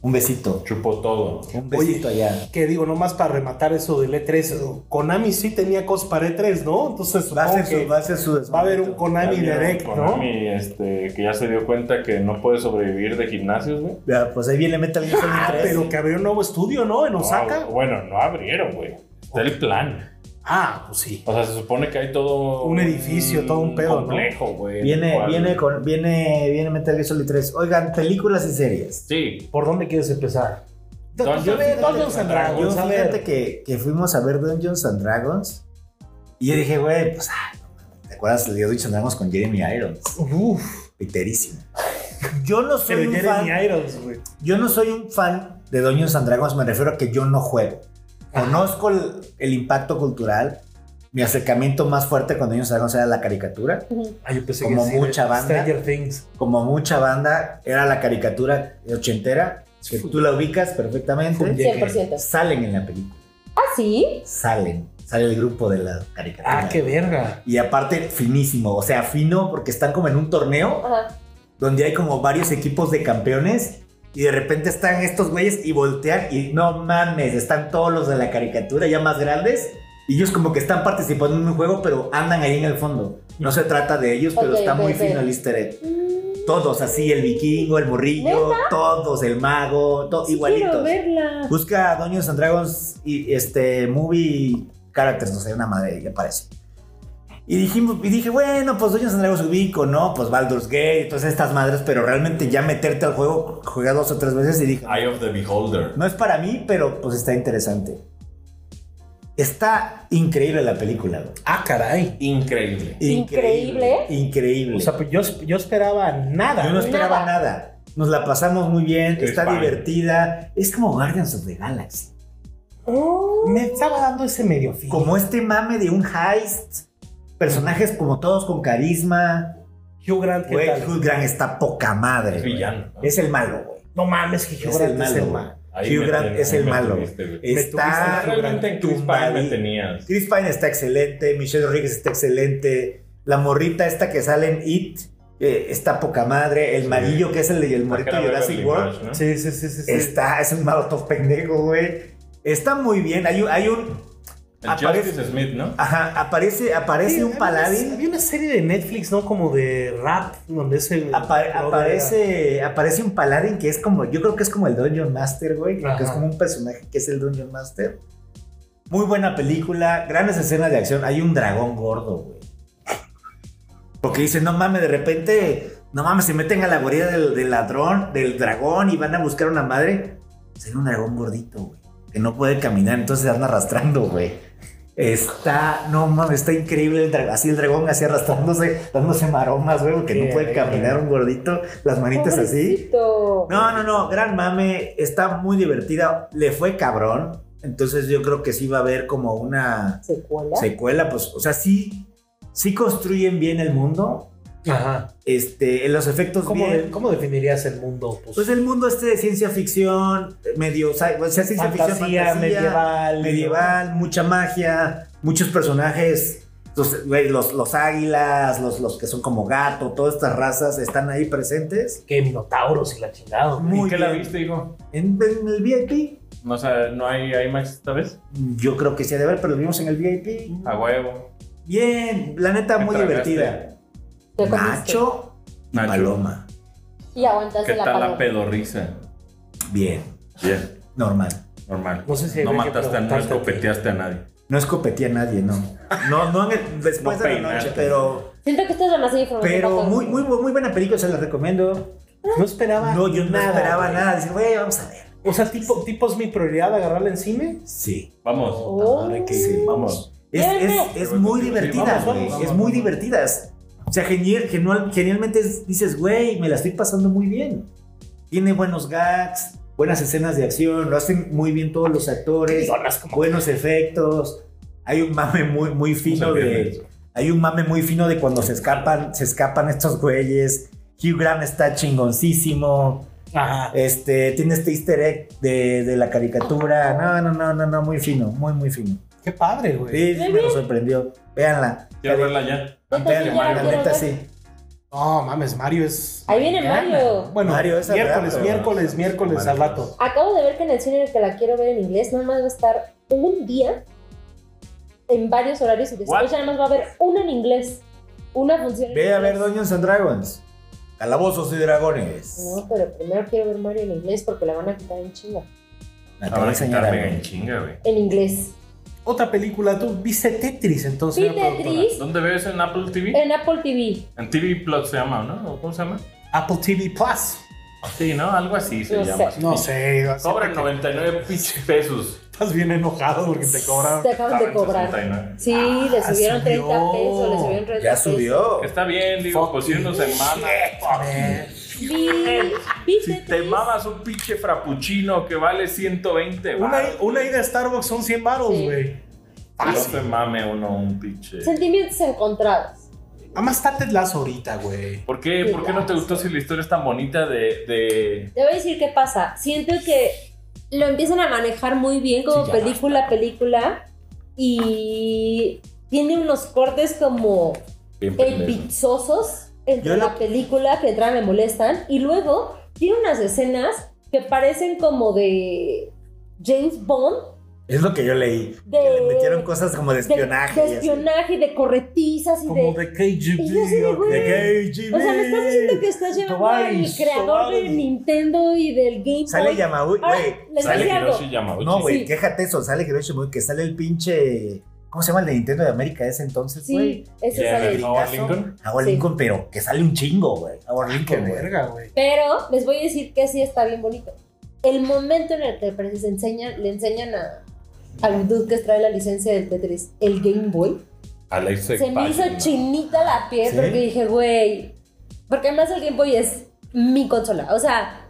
[SPEAKER 2] un besito.
[SPEAKER 3] Chupó todo.
[SPEAKER 2] Un besito allá.
[SPEAKER 1] Que digo, nomás para rematar eso del E3, Konami sí tenía cosas para E3, ¿no? Entonces
[SPEAKER 2] Va a
[SPEAKER 1] supongo
[SPEAKER 2] ser
[SPEAKER 1] que
[SPEAKER 2] su, va a ser su
[SPEAKER 1] va a haber un
[SPEAKER 2] desmadrito.
[SPEAKER 1] Konami
[SPEAKER 3] Ya vieron
[SPEAKER 1] Direct, ¿no?
[SPEAKER 3] Konami, este, que ya se dio cuenta que no puede sobrevivir de gimnasios, güey.
[SPEAKER 2] Ya, pues ahí viene Metal Gear Solid
[SPEAKER 1] Ah,
[SPEAKER 2] 3.
[SPEAKER 1] pero que abrió un nuevo estudio, ¿no? En
[SPEAKER 3] No,
[SPEAKER 1] Osaka.
[SPEAKER 3] bueno, no abrieron, güey. Está el plan.
[SPEAKER 1] Ah, pues sí.
[SPEAKER 3] O sea, se supone que hay todo.
[SPEAKER 1] Un edificio, todo un pedo, ¿no?
[SPEAKER 3] complejo, güey. en el
[SPEAKER 2] Viene,
[SPEAKER 3] cual-
[SPEAKER 2] viene, con, viene, viene Metal Gear Solid 3. Oigan, películas y series.
[SPEAKER 3] Sí.
[SPEAKER 1] ¿Por dónde quieres empezar?
[SPEAKER 3] Dungeons
[SPEAKER 1] Yo ve
[SPEAKER 3] and
[SPEAKER 1] Dungeons and
[SPEAKER 2] Yo
[SPEAKER 1] Dragons, a ver.
[SPEAKER 2] fíjate que, que fuimos a ver Dungeons and Dragons y yo dije, güey, pues, ay, no mames, ¿te acuerdas de Dungeons and Dragons con Jeremy Irons?
[SPEAKER 1] Uf,
[SPEAKER 2] Piterísimo. Yo no soy
[SPEAKER 1] pero
[SPEAKER 2] un
[SPEAKER 1] Jeremy
[SPEAKER 2] fan,
[SPEAKER 1] Irons, güey.
[SPEAKER 2] yo no soy un fan de Dungeons and Dragons, me refiero a que yo no juego. Conozco el, el impacto cultural. Mi acercamiento más fuerte con Dungeons and Dragons era la caricatura.
[SPEAKER 1] Ah, yo pensé
[SPEAKER 2] Como
[SPEAKER 1] sí, de
[SPEAKER 2] mucha banda.
[SPEAKER 1] Stranger Things.
[SPEAKER 2] Como mucha banda, era la caricatura ochentera, que tú la ubicas perfectamente.
[SPEAKER 4] 100%.
[SPEAKER 2] Salen en la película.
[SPEAKER 4] Ah, sí.
[SPEAKER 2] salen, sale el grupo de la caricatura.
[SPEAKER 1] Ah, qué verga.
[SPEAKER 2] Y aparte, finísimo, o sea, fino porque están como en un torneo
[SPEAKER 4] Ajá.
[SPEAKER 2] donde hay como varios equipos de campeones y de repente están estos güeyes y voltean y no mames, están todos los de la caricatura ya más grandes y ellos como que están participando en un juego pero andan ahí en el fondo. No se trata de ellos, pero
[SPEAKER 4] Ok,
[SPEAKER 2] está muy
[SPEAKER 4] ok,
[SPEAKER 2] fino
[SPEAKER 4] ok.
[SPEAKER 2] el easter egg.
[SPEAKER 4] Mm,
[SPEAKER 2] Todos así, el vikingo, el morrillo, todos, el mago, todos
[SPEAKER 4] sí Quiero
[SPEAKER 2] igualitos.
[SPEAKER 4] verla.
[SPEAKER 2] Busca Dungeons and Dragons y este movie characters, no sé, una madre que aparece. Y dijimos, y dije, bueno, pues Dungeons and Dragons ubico, ¿no? Pues Baldur's Gate, todas estas madres, pero realmente ya meterte al juego, jugué dos o tres veces y dije,
[SPEAKER 3] Eye of the Beholder.
[SPEAKER 2] no es para mí, pero pues está interesante. Está increíble la película, güey.
[SPEAKER 1] Ah, caray.
[SPEAKER 3] Increíble.
[SPEAKER 4] Increíble.
[SPEAKER 2] Increíble.
[SPEAKER 1] O sea, pues yo, yo esperaba nada.
[SPEAKER 2] Yo no esperaba nada. Nos la pasamos muy bien,
[SPEAKER 3] Es
[SPEAKER 2] está
[SPEAKER 3] padre.
[SPEAKER 2] divertida. Es como Guardians of the Galaxy.
[SPEAKER 4] Oh,
[SPEAKER 1] Me estaba dando ese medio fin.
[SPEAKER 2] como este mame de un heist, personajes como todos con carisma.
[SPEAKER 1] Hugh Grant, ¿qué
[SPEAKER 2] Güey,
[SPEAKER 1] tal?
[SPEAKER 2] Hugh Grant está poca madre.
[SPEAKER 3] Es
[SPEAKER 2] güey.
[SPEAKER 3] villano. ¿no?
[SPEAKER 2] Es el malo, güey.
[SPEAKER 1] No mames, que Hugh
[SPEAKER 2] Es
[SPEAKER 1] Grant
[SPEAKER 2] el
[SPEAKER 1] es
[SPEAKER 2] malo.
[SPEAKER 1] el
[SPEAKER 2] güey.
[SPEAKER 1] mal.
[SPEAKER 3] Ahí
[SPEAKER 2] Hugh
[SPEAKER 3] me
[SPEAKER 2] Grant
[SPEAKER 3] ten-
[SPEAKER 2] es
[SPEAKER 3] ahí
[SPEAKER 2] el
[SPEAKER 3] me
[SPEAKER 2] malo. Eh,
[SPEAKER 3] tuviste, güey.
[SPEAKER 2] Está
[SPEAKER 1] tuviste,
[SPEAKER 3] Ah, Realmente en Chris Pine me
[SPEAKER 2] tumbadí-
[SPEAKER 3] tenías.
[SPEAKER 2] Chris Pine está excelente, Michelle Rodríguez está excelente, la morrita esta que sale en It eh, está poca madre, el
[SPEAKER 3] Sí.
[SPEAKER 2] marillo que es el, de- el morrito
[SPEAKER 3] Acá
[SPEAKER 2] de
[SPEAKER 3] la
[SPEAKER 2] Jurassic
[SPEAKER 3] Beverly
[SPEAKER 2] World.
[SPEAKER 3] Hills, ¿no?
[SPEAKER 1] Sí, sí, sí, sí. sí.
[SPEAKER 2] Está, es un maroto pendejo, güey. Está muy bien. Hay un, hay un
[SPEAKER 3] El
[SPEAKER 2] Aparece-
[SPEAKER 3] Justice Smith, ¿no?
[SPEAKER 2] ajá, aparece,
[SPEAKER 1] Sí,
[SPEAKER 2] aparece un
[SPEAKER 1] había
[SPEAKER 2] paladín.
[SPEAKER 1] una- Había una serie de Netflix, ¿no? Como de rap, donde ese.
[SPEAKER 2] Apa-
[SPEAKER 1] creo que
[SPEAKER 2] aparece, aparece un paladín que es como, yo creo que es como el Dungeon Master, güey,
[SPEAKER 1] Ajá.
[SPEAKER 2] que es como un personaje que es el Dungeon Master. Muy buena película, grandes escenas de acción. Hay un dragón gordo, güey. Porque dicen, no mames, de repente, no mames, se meten a la guarida del, del ladrón, del dragón y van a buscar a una madre. Sale un dragón gordito, güey, que no puede caminar, entonces se van arrastrando, güey. Está, no mames, está increíble el dragón, así el dragón así arrastrándose, dándose maromas, güey, porque
[SPEAKER 1] Qué
[SPEAKER 2] no puede
[SPEAKER 1] rico.
[SPEAKER 2] caminar un gordito, las manitas así.
[SPEAKER 4] pobrecito.
[SPEAKER 2] No, no, no, gran mame, está muy divertida, le fue cabrón, entonces yo creo que sí va a haber como una
[SPEAKER 4] ¿Secuela?
[SPEAKER 2] secuela, pues, o sea, sí, sí construyen bien el mundo,
[SPEAKER 1] Ajá.
[SPEAKER 2] este, en los efectos
[SPEAKER 1] ¿Cómo,
[SPEAKER 2] bien.
[SPEAKER 1] de- cómo definirías el mundo? Pues,
[SPEAKER 2] Pues el mundo este de ciencia ficción, medio, o sea, ciencia
[SPEAKER 1] fantasía,
[SPEAKER 2] ficción, fantasía,
[SPEAKER 1] medieval.
[SPEAKER 2] medieval, mucha magia, muchos personajes, los, güey, los, los águilas, los, los que son como gato, todas estas razas están ahí presentes.
[SPEAKER 1] Que minotauros y la chingada.
[SPEAKER 2] Muy
[SPEAKER 3] ¿Y qué la
[SPEAKER 2] bien.
[SPEAKER 3] viste, hijo?
[SPEAKER 2] En, en el VIP,
[SPEAKER 3] No, o sea, ¿no hay IMAX esta vez?
[SPEAKER 2] yo creo que sí
[SPEAKER 6] Ah.
[SPEAKER 2] ha de ver, pero lo vimos en el VIP.
[SPEAKER 3] A huevo.
[SPEAKER 2] Bien, la neta,
[SPEAKER 3] Me
[SPEAKER 2] muy
[SPEAKER 3] tragaste.
[SPEAKER 2] divertida.
[SPEAKER 4] Te comiste.
[SPEAKER 2] Nacho y
[SPEAKER 6] Nacho.
[SPEAKER 2] Paloma.
[SPEAKER 4] Y aguantaste
[SPEAKER 6] ¿Qué
[SPEAKER 4] la
[SPEAKER 6] tal la
[SPEAKER 4] paloma.
[SPEAKER 6] pedorrisa?
[SPEAKER 2] Bien,
[SPEAKER 6] Bien,
[SPEAKER 2] normal.
[SPEAKER 6] normal.
[SPEAKER 1] No sé si
[SPEAKER 6] No
[SPEAKER 1] había que
[SPEAKER 6] mataste a nadie, no
[SPEAKER 1] preguntarte.
[SPEAKER 6] escopeteaste a nadie.
[SPEAKER 2] No escopeté a nadie, no. No, no en el- después
[SPEAKER 6] No
[SPEAKER 2] de la
[SPEAKER 6] peinaste.
[SPEAKER 2] noche, pero,
[SPEAKER 4] Siento que esta es la más información.
[SPEAKER 2] pero
[SPEAKER 4] para todos.
[SPEAKER 2] muy, muy, muy buena película, se la recomiendo.
[SPEAKER 1] No esperaba
[SPEAKER 2] No, yo no
[SPEAKER 1] nada,
[SPEAKER 2] esperaba
[SPEAKER 1] güey.
[SPEAKER 2] nada. Dice, güey, vamos a ver.
[SPEAKER 1] O sea, tipo, tipo es mi prioridad agarrarla en cine.
[SPEAKER 2] Sí.
[SPEAKER 6] Vamos.
[SPEAKER 4] Oh.
[SPEAKER 1] Ahora que-
[SPEAKER 2] Sí.
[SPEAKER 6] Vamos.
[SPEAKER 2] Es, es-
[SPEAKER 4] Llévenme.
[SPEAKER 2] es muy
[SPEAKER 6] Sí,
[SPEAKER 2] divertida,
[SPEAKER 6] vamos,
[SPEAKER 2] güey.
[SPEAKER 1] vamos,
[SPEAKER 2] es
[SPEAKER 1] vamos,
[SPEAKER 2] muy
[SPEAKER 1] vamos.
[SPEAKER 2] divertida. Es- O sea, genial, genial- genialmente es- dices, güey, me la estoy pasando muy bien. Tiene buenos gags, buenas escenas de acción, lo hacen muy bien todos los actores, buenos efectos. Hay un mame muy, muy fino de. Hay un mame muy fino de cuando se escapan, se escapan estos güeyes. Hugh Grant está chingoncísimo.
[SPEAKER 1] Ajá.
[SPEAKER 2] Este, tiene este easter egg de, de la caricatura. No, no, no, no, no, muy fino, muy, muy fino.
[SPEAKER 1] Qué padre, güey.
[SPEAKER 2] Sí, sí me lo sorprendió. Véanla.
[SPEAKER 6] Quiero verla ya.
[SPEAKER 4] Yo también
[SPEAKER 2] Vean,
[SPEAKER 4] ya la
[SPEAKER 2] la
[SPEAKER 4] quiero
[SPEAKER 2] neta
[SPEAKER 4] ver.
[SPEAKER 2] sí.
[SPEAKER 1] No, mames, Mario es.
[SPEAKER 4] Ahí viene Mario.
[SPEAKER 1] Bueno,
[SPEAKER 2] Mario es al
[SPEAKER 1] miércoles,
[SPEAKER 2] rato.
[SPEAKER 1] miércoles, miércoles al rato.
[SPEAKER 4] Acabo de ver que en el cine en el que la quiero ver en inglés, nada más va a estar un día en varios horarios y después
[SPEAKER 6] What?
[SPEAKER 4] ya nada más va a haber una en inglés. Una función. en
[SPEAKER 2] Ve a ver
[SPEAKER 4] inglés.
[SPEAKER 2] Dungeons and Dragons. Calabozos y dragones.
[SPEAKER 4] No, pero primero quiero ver Mario en inglés porque la van a quitar en chinga.
[SPEAKER 2] La te voy a
[SPEAKER 6] Ahora
[SPEAKER 2] enseñar algo.
[SPEAKER 6] quitarme en chinga, güey.
[SPEAKER 4] En inglés.
[SPEAKER 1] Otra película, tú viste Tetris, entonces.
[SPEAKER 4] Vi
[SPEAKER 1] señora productora?
[SPEAKER 4] Tetris
[SPEAKER 6] ¿Dónde ves en Apple TV?
[SPEAKER 4] en Apple TV.
[SPEAKER 6] En TV Plus se llama, ¿no? ¿O ¿Cómo se llama?
[SPEAKER 1] Apple TV Plus.
[SPEAKER 6] Sí, ¿no? Algo así se
[SPEAKER 4] No
[SPEAKER 6] llama.
[SPEAKER 4] sé.
[SPEAKER 1] No sé.
[SPEAKER 6] Cobran 99 pinches pesos.
[SPEAKER 1] Estás bien enojado porque te cobraron.
[SPEAKER 4] Se acaban de
[SPEAKER 6] Estaban
[SPEAKER 4] cobrar.
[SPEAKER 6] 69.
[SPEAKER 4] Sí, le
[SPEAKER 1] Ah,
[SPEAKER 4] subieron 30
[SPEAKER 1] subió.
[SPEAKER 4] pesos, le subieron 30 pesos.
[SPEAKER 2] Ya subió.
[SPEAKER 6] Está bien, digo, pues si una semana.
[SPEAKER 4] Vi, vi
[SPEAKER 6] Si te
[SPEAKER 4] Tetris.
[SPEAKER 6] mamas un pinche frappuccino que vale 120,
[SPEAKER 1] Una,
[SPEAKER 6] baros,
[SPEAKER 1] una Ah, ida a Starbucks son 100 baros,
[SPEAKER 4] Sí.
[SPEAKER 1] güey.
[SPEAKER 6] no se mame uno un pinche.
[SPEAKER 4] Sentimientos encontrados.
[SPEAKER 1] Además, está Ted Lasso ahorita, güey.
[SPEAKER 6] ¿Por qué, ¿Por qué no te gustó si la historia es tan bonita de, de-
[SPEAKER 4] Te voy a decir qué pasa. Siento que lo empiezan a manejar muy bien como
[SPEAKER 1] Sí, ya
[SPEAKER 4] película a película y tiene unos cortes como epizosos entre
[SPEAKER 2] Yo
[SPEAKER 4] la
[SPEAKER 2] lo-
[SPEAKER 4] película que entra me molestan y luego tiene unas escenas que parecen como de James Bond
[SPEAKER 2] Es lo que yo leí.
[SPEAKER 4] De-
[SPEAKER 2] Que le metieron cosas como de
[SPEAKER 4] de
[SPEAKER 2] espionaje.
[SPEAKER 4] de, espionaje, de corretizas y
[SPEAKER 1] Como
[SPEAKER 4] de,
[SPEAKER 1] de KGB.
[SPEAKER 4] Y yo así de,
[SPEAKER 1] ¿o
[SPEAKER 4] güey,
[SPEAKER 1] qué?
[SPEAKER 4] o sea me estás diciendo que estás llevando al
[SPEAKER 1] Tobaris,
[SPEAKER 4] creador de
[SPEAKER 1] Tobaris.
[SPEAKER 4] Nintendo y del Game
[SPEAKER 2] Sale
[SPEAKER 4] Boy
[SPEAKER 2] Yamaui,
[SPEAKER 4] Ah,
[SPEAKER 2] güey.
[SPEAKER 4] les
[SPEAKER 6] Sale
[SPEAKER 4] decía algo.
[SPEAKER 6] Hiroshi Yamauchi.
[SPEAKER 2] No, güey,
[SPEAKER 4] Sí.
[SPEAKER 2] quéjate eso. Sale Hiroshi Yamaui, que sale el pinche. ¿Cómo se llama el de Nintendo de América ese entonces, güey?
[SPEAKER 4] Sí, ese
[SPEAKER 6] Ya,
[SPEAKER 4] sale.
[SPEAKER 6] no, Lincoln. Ah,
[SPEAKER 2] Howard
[SPEAKER 4] Sí.
[SPEAKER 2] Lincoln, pero que sale un chingo, güey. Howard
[SPEAKER 1] Qué
[SPEAKER 2] Lincoln, güey.
[SPEAKER 1] verga, güey.
[SPEAKER 4] Pero les voy a decir que sí está bien bonito. El momento en el que les enseñan, le enseñan a, al dude que trae la licencia del Tetris el Game Boy,
[SPEAKER 6] Alexa
[SPEAKER 4] se me hizo
[SPEAKER 6] Patton.
[SPEAKER 4] chinita la piel
[SPEAKER 2] ¿Sí?
[SPEAKER 4] porque dije, güey, porque además el Game Boy es mi consola. O sea,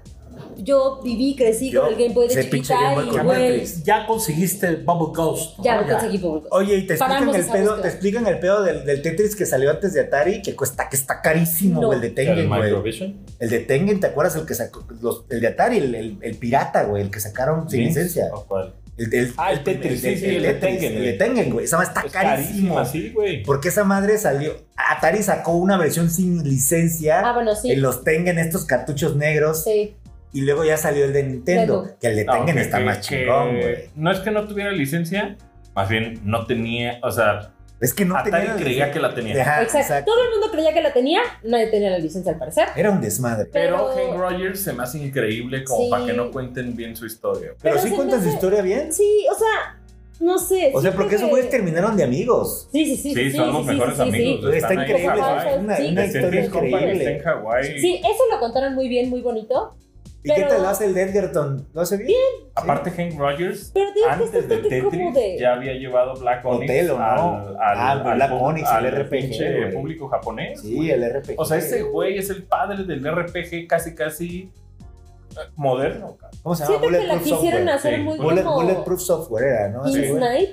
[SPEAKER 4] yo viví, crecí
[SPEAKER 2] Yo,
[SPEAKER 4] con el Game Boy de
[SPEAKER 2] ese pinche
[SPEAKER 4] chiquita
[SPEAKER 2] Game Boy
[SPEAKER 4] y,
[SPEAKER 2] con
[SPEAKER 4] güey,
[SPEAKER 2] Tetris.
[SPEAKER 1] Ya conseguiste Bubble Ghost. ¿no?
[SPEAKER 4] ya lo conseguí público.
[SPEAKER 2] Oye, y te explican
[SPEAKER 4] Paramos
[SPEAKER 2] el
[SPEAKER 4] esa
[SPEAKER 2] pedo,
[SPEAKER 4] búsqueda.
[SPEAKER 2] te explican el pedo del, del Tetris que salió antes de Atari, que cuesta, que está carísimo,
[SPEAKER 4] No.
[SPEAKER 2] güey, el de
[SPEAKER 6] ¿El
[SPEAKER 2] Tengen, güey.
[SPEAKER 6] Microvision?
[SPEAKER 2] El de Tengen, ¿te acuerdas el que sacó? los- el de Atari, el, el- el pirata, güey, el que sacaron sin
[SPEAKER 6] ¿Sí?
[SPEAKER 2] licencia.
[SPEAKER 6] ¿O cuál?
[SPEAKER 2] El, del-
[SPEAKER 6] Ah, el Tetris, sí, sí, el de
[SPEAKER 2] Tetris,
[SPEAKER 6] Tengen,
[SPEAKER 2] El de
[SPEAKER 6] güey.
[SPEAKER 2] Tengen, güey. Esa madre está
[SPEAKER 6] Es
[SPEAKER 2] carísimo.
[SPEAKER 6] carísimo, Ah, sí, güey.
[SPEAKER 2] Porque esa madre salió. Atari sacó una versión sin licencia
[SPEAKER 4] Ah, bueno, sí.
[SPEAKER 2] en los Tengen, estos cartuchos negros.
[SPEAKER 4] Sí.
[SPEAKER 2] Y luego ya salió el de Nintendo,
[SPEAKER 4] Luego.
[SPEAKER 2] que el de
[SPEAKER 6] No,
[SPEAKER 2] Tengen
[SPEAKER 6] que-
[SPEAKER 2] está
[SPEAKER 6] que-
[SPEAKER 2] más
[SPEAKER 6] que-
[SPEAKER 2] chingón, güey.
[SPEAKER 6] No es que no tuviera licencia, más bien no tenía, o sea,
[SPEAKER 2] Es que no
[SPEAKER 6] Atari
[SPEAKER 2] tenían-
[SPEAKER 6] creía que la tenía.
[SPEAKER 2] Ajá,
[SPEAKER 4] exacto.
[SPEAKER 2] Ah, exacto.
[SPEAKER 4] Todo el mundo creía que la tenía, nadie tenía la licencia al parecer.
[SPEAKER 2] Era un desmadre.
[SPEAKER 6] Pero,
[SPEAKER 4] Pero-
[SPEAKER 6] Hank Rogers se me hace increíble como
[SPEAKER 4] Sí.
[SPEAKER 6] para que no cuenten bien su historia.
[SPEAKER 2] Pero,
[SPEAKER 4] Pero
[SPEAKER 2] sí
[SPEAKER 4] se
[SPEAKER 2] cuentan
[SPEAKER 4] me
[SPEAKER 2] su
[SPEAKER 4] hace-
[SPEAKER 2] historia bien.
[SPEAKER 4] Sí, o sea, no sé.
[SPEAKER 2] O sea,
[SPEAKER 4] siento
[SPEAKER 2] porque este- esos
[SPEAKER 4] que-
[SPEAKER 2] güeyes terminaron de amigos.
[SPEAKER 4] Sí, sí, sí.
[SPEAKER 6] Sí, son los mejores
[SPEAKER 4] sí, sí,
[SPEAKER 6] amigos.
[SPEAKER 2] Está,
[SPEAKER 6] Pues Están ahí
[SPEAKER 2] increíble.
[SPEAKER 4] en Hawái.
[SPEAKER 2] Una,
[SPEAKER 4] Sí.
[SPEAKER 2] una
[SPEAKER 4] De
[SPEAKER 2] historia
[SPEAKER 4] Series Company
[SPEAKER 2] increíble.
[SPEAKER 6] en Hawái.
[SPEAKER 4] Sí. Sí, eso lo contaron muy bien, muy bonito.
[SPEAKER 2] ¿Y qué
[SPEAKER 4] Pero-
[SPEAKER 2] tal lo hace el de Edgerton? ¿Lo hace bien?
[SPEAKER 6] Aparte, Hank Rogers,
[SPEAKER 4] Pero digo que
[SPEAKER 6] antes
[SPEAKER 4] este
[SPEAKER 6] de
[SPEAKER 4] trate como
[SPEAKER 6] Tetris,
[SPEAKER 4] de.
[SPEAKER 6] ya había llevado Black Onyx
[SPEAKER 2] Hotel, ¿o no?
[SPEAKER 6] al, al,
[SPEAKER 2] Ah, Black
[SPEAKER 6] pub-
[SPEAKER 2] Onyx,
[SPEAKER 6] al
[SPEAKER 2] el RPG,
[SPEAKER 6] pinche
[SPEAKER 2] güey.
[SPEAKER 6] público japonés.
[SPEAKER 2] Sí,
[SPEAKER 6] güey.
[SPEAKER 2] el RPG.
[SPEAKER 6] O sea, ese güey es el padre del RPG casi, casi eh, moderno. cabrón.
[SPEAKER 2] ¿Cómo se llama?
[SPEAKER 4] Siento que la
[SPEAKER 2] Bulletproof Ah, Software.
[SPEAKER 4] quisieron hacer
[SPEAKER 6] sí.
[SPEAKER 4] muy
[SPEAKER 2] Bullet-
[SPEAKER 4] como
[SPEAKER 2] Bulletproof Software era, ¿no?
[SPEAKER 4] King's
[SPEAKER 2] Ese güey.
[SPEAKER 4] Knight.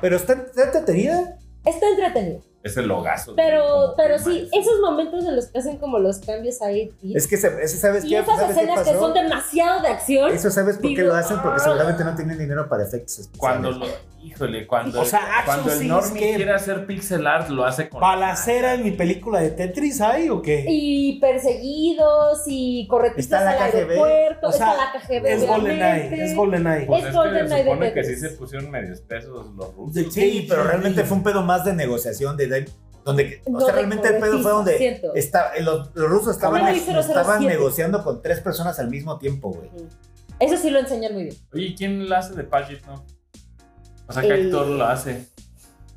[SPEAKER 2] Pero está, está entretenida.
[SPEAKER 4] Está entretenido.
[SPEAKER 6] Es el logazo.
[SPEAKER 4] Pero,
[SPEAKER 6] güey, como
[SPEAKER 4] pero
[SPEAKER 6] que
[SPEAKER 4] sí,
[SPEAKER 6] mal.
[SPEAKER 4] esos momentos en los que hacen como los cambios ahí. Y,
[SPEAKER 2] Es que se- ese, ¿sabes
[SPEAKER 4] y
[SPEAKER 2] qué?
[SPEAKER 4] esas
[SPEAKER 2] ¿Sabes qué
[SPEAKER 4] escenas que
[SPEAKER 2] pasó?
[SPEAKER 4] son demasiado de acción.
[SPEAKER 2] Eso sabes por qué
[SPEAKER 4] Digo,
[SPEAKER 2] lo hacen, porque
[SPEAKER 4] ah.
[SPEAKER 2] seguramente no tienen dinero para efectos especiales.
[SPEAKER 6] Cuando lo, híjole, cuando,
[SPEAKER 1] O sea,
[SPEAKER 6] cuando
[SPEAKER 1] Action
[SPEAKER 6] el
[SPEAKER 1] sí es
[SPEAKER 6] Normie
[SPEAKER 1] que-
[SPEAKER 6] quiere hacer pixel art, lo hace con.
[SPEAKER 1] ¿Balacera en mi película de Tetris hay o qué?
[SPEAKER 4] Y perseguidos y corretistas
[SPEAKER 2] Está la
[SPEAKER 4] al
[SPEAKER 2] KGB.
[SPEAKER 4] aeropuerto.
[SPEAKER 1] O sea,
[SPEAKER 4] está la KGB.
[SPEAKER 1] es
[SPEAKER 4] obviamente.
[SPEAKER 1] GoldenEye, es GoldenEye.
[SPEAKER 6] Pues
[SPEAKER 4] Es
[SPEAKER 6] es, que
[SPEAKER 4] Golden
[SPEAKER 6] se
[SPEAKER 4] Eye de
[SPEAKER 6] supone que sí
[SPEAKER 4] Tetris.
[SPEAKER 1] Pues
[SPEAKER 6] se pusieron medios pesos los rusos.
[SPEAKER 2] Sí, pero realmente fue un pedo más de negociación de, de- Donde, o
[SPEAKER 4] Donde
[SPEAKER 2] sea, realmente el pedo fue
[SPEAKER 4] monetiza,
[SPEAKER 2] donde
[SPEAKER 4] siento.
[SPEAKER 2] está- eh, los, los rusos estaban,
[SPEAKER 4] Bueno, y 007.
[SPEAKER 2] estaban negociando con tres personas al mismo tiempo, güey.
[SPEAKER 4] Eso sí lo enseñan muy bien.
[SPEAKER 6] Oye, ¿quién la hace de Paget, no? O sea, ¿qué
[SPEAKER 4] Eh.
[SPEAKER 6] actor lo hace?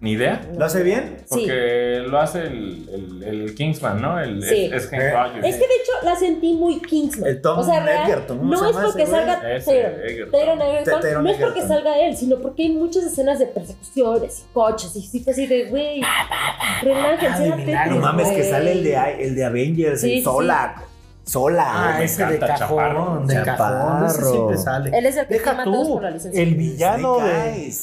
[SPEAKER 6] ¿Ni idea?
[SPEAKER 2] ¿Lo hace bien?
[SPEAKER 4] Sí.
[SPEAKER 6] Porque lo hace el, el, el Kingsman, ¿no? El,
[SPEAKER 4] Sí.
[SPEAKER 6] Es, es Hank
[SPEAKER 2] Eh,
[SPEAKER 6] Paget.
[SPEAKER 4] Es que de hecho la sentí muy Kingsman.
[SPEAKER 2] El Tom
[SPEAKER 4] o sea, real,
[SPEAKER 2] Edgerton, ¿cómo se
[SPEAKER 4] no es
[SPEAKER 2] llama
[SPEAKER 4] porque
[SPEAKER 2] ese güey?
[SPEAKER 4] salga
[SPEAKER 6] Ese,
[SPEAKER 4] Taron
[SPEAKER 6] Egerton.
[SPEAKER 4] Taron Egerton,
[SPEAKER 2] Taron
[SPEAKER 4] no es porque
[SPEAKER 2] Egerton.
[SPEAKER 4] salga él, sino porque hay muchas escenas de persecuciones y coches y sí, así de, güey, relájense,
[SPEAKER 1] de
[SPEAKER 4] no
[SPEAKER 1] milagro.
[SPEAKER 2] Ah, No mames, que
[SPEAKER 4] güey.
[SPEAKER 2] sale el de, el de Avengers,
[SPEAKER 4] Sí,
[SPEAKER 2] el
[SPEAKER 4] sí,
[SPEAKER 2] Sola. Sola.
[SPEAKER 1] Ah,
[SPEAKER 6] me
[SPEAKER 1] ese de
[SPEAKER 6] encanta,
[SPEAKER 1] cajón,
[SPEAKER 6] Chaparro.
[SPEAKER 1] de cajón, ese
[SPEAKER 2] Chaparro.
[SPEAKER 1] siempre sale.
[SPEAKER 4] Él es el que
[SPEAKER 1] Deja
[SPEAKER 4] quema a
[SPEAKER 1] tú,
[SPEAKER 4] todos por la licencia.
[SPEAKER 1] El villano de.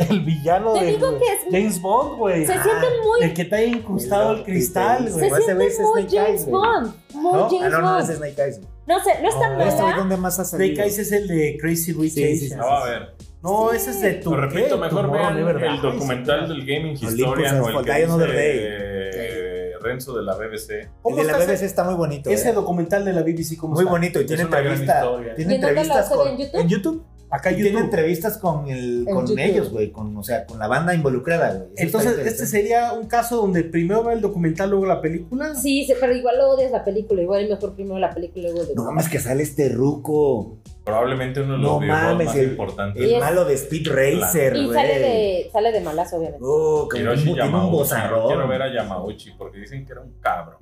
[SPEAKER 1] El villano
[SPEAKER 4] Te
[SPEAKER 1] de.
[SPEAKER 4] digo que es-
[SPEAKER 1] James Bond, güey.
[SPEAKER 4] Se siente
[SPEAKER 2] Ah,
[SPEAKER 4] muy,
[SPEAKER 1] El que te ha incrustado el cristal, güey.
[SPEAKER 4] se
[SPEAKER 2] ese güey
[SPEAKER 4] siente
[SPEAKER 2] es
[SPEAKER 4] muy
[SPEAKER 2] Snake
[SPEAKER 4] James
[SPEAKER 2] Eyes, güey.
[SPEAKER 4] Bond, muy
[SPEAKER 2] ¿No? Ah,
[SPEAKER 4] James
[SPEAKER 2] no, no,
[SPEAKER 4] Bond.
[SPEAKER 2] ese es Snake Eyes. güey.
[SPEAKER 4] No sé, no es tan
[SPEAKER 1] No,
[SPEAKER 2] ¿Este güey
[SPEAKER 4] mala.
[SPEAKER 2] dónde más ha salido?
[SPEAKER 1] Snake Eyes es el de Crazy Rich
[SPEAKER 2] Sí, sí, sí,
[SPEAKER 1] Asians.
[SPEAKER 6] No, a ver.
[SPEAKER 1] No, ese es de
[SPEAKER 6] Lo
[SPEAKER 1] tu
[SPEAKER 6] repito,
[SPEAKER 1] ¿qué?
[SPEAKER 6] mejor
[SPEAKER 1] Tomorrow
[SPEAKER 6] vean
[SPEAKER 1] Never
[SPEAKER 6] el
[SPEAKER 1] Dies.
[SPEAKER 6] documental del Gaming
[SPEAKER 2] Olympus
[SPEAKER 6] Historian
[SPEAKER 2] has
[SPEAKER 6] o el que
[SPEAKER 2] Fallen Another Day.
[SPEAKER 6] dice eh, Renzo de la BBC.
[SPEAKER 2] El de la
[SPEAKER 1] ¿Cómo está
[SPEAKER 2] BBC está muy bonito.
[SPEAKER 1] Ese
[SPEAKER 2] eh.
[SPEAKER 1] documental de la BBC, ¿cómo
[SPEAKER 2] Muy
[SPEAKER 1] está?
[SPEAKER 2] bonito y tiene
[SPEAKER 6] Es una gran
[SPEAKER 2] entrevista-
[SPEAKER 6] historia.
[SPEAKER 2] tiene
[SPEAKER 4] ¿Y en dónde la
[SPEAKER 2] entrevistas
[SPEAKER 4] sube?
[SPEAKER 2] con
[SPEAKER 4] ¿En YouTube?
[SPEAKER 2] en YouTube.
[SPEAKER 1] Acá
[SPEAKER 2] Y
[SPEAKER 1] YouTube.
[SPEAKER 2] tiene entrevistas con el
[SPEAKER 4] En
[SPEAKER 2] con
[SPEAKER 4] YouTube.
[SPEAKER 2] ellos, güey, con o sea, con la banda involucrada, güey. Eso
[SPEAKER 1] Entonces,
[SPEAKER 2] está
[SPEAKER 1] este
[SPEAKER 2] interesante.
[SPEAKER 1] sería un caso donde primero va el documental, luego la película.
[SPEAKER 4] Sí, se- pero igual lo odias la película, igual es mejor primero la película y luego de
[SPEAKER 2] No mames que sale este ruco,
[SPEAKER 6] Probablemente uno de los
[SPEAKER 2] No
[SPEAKER 6] videojuegos
[SPEAKER 2] mames,
[SPEAKER 6] más
[SPEAKER 2] el-
[SPEAKER 6] importantes.
[SPEAKER 4] Y
[SPEAKER 2] el
[SPEAKER 4] es-
[SPEAKER 2] malo de Speed Racer, güey.
[SPEAKER 4] Y sale de, sale de malas, obviamente.
[SPEAKER 2] Oh, que
[SPEAKER 6] Hiroshi
[SPEAKER 2] tiene un
[SPEAKER 6] Yamauchi.
[SPEAKER 2] bozarrón.
[SPEAKER 6] Quiero ver a Yamauchi porque dicen que era un cabrón.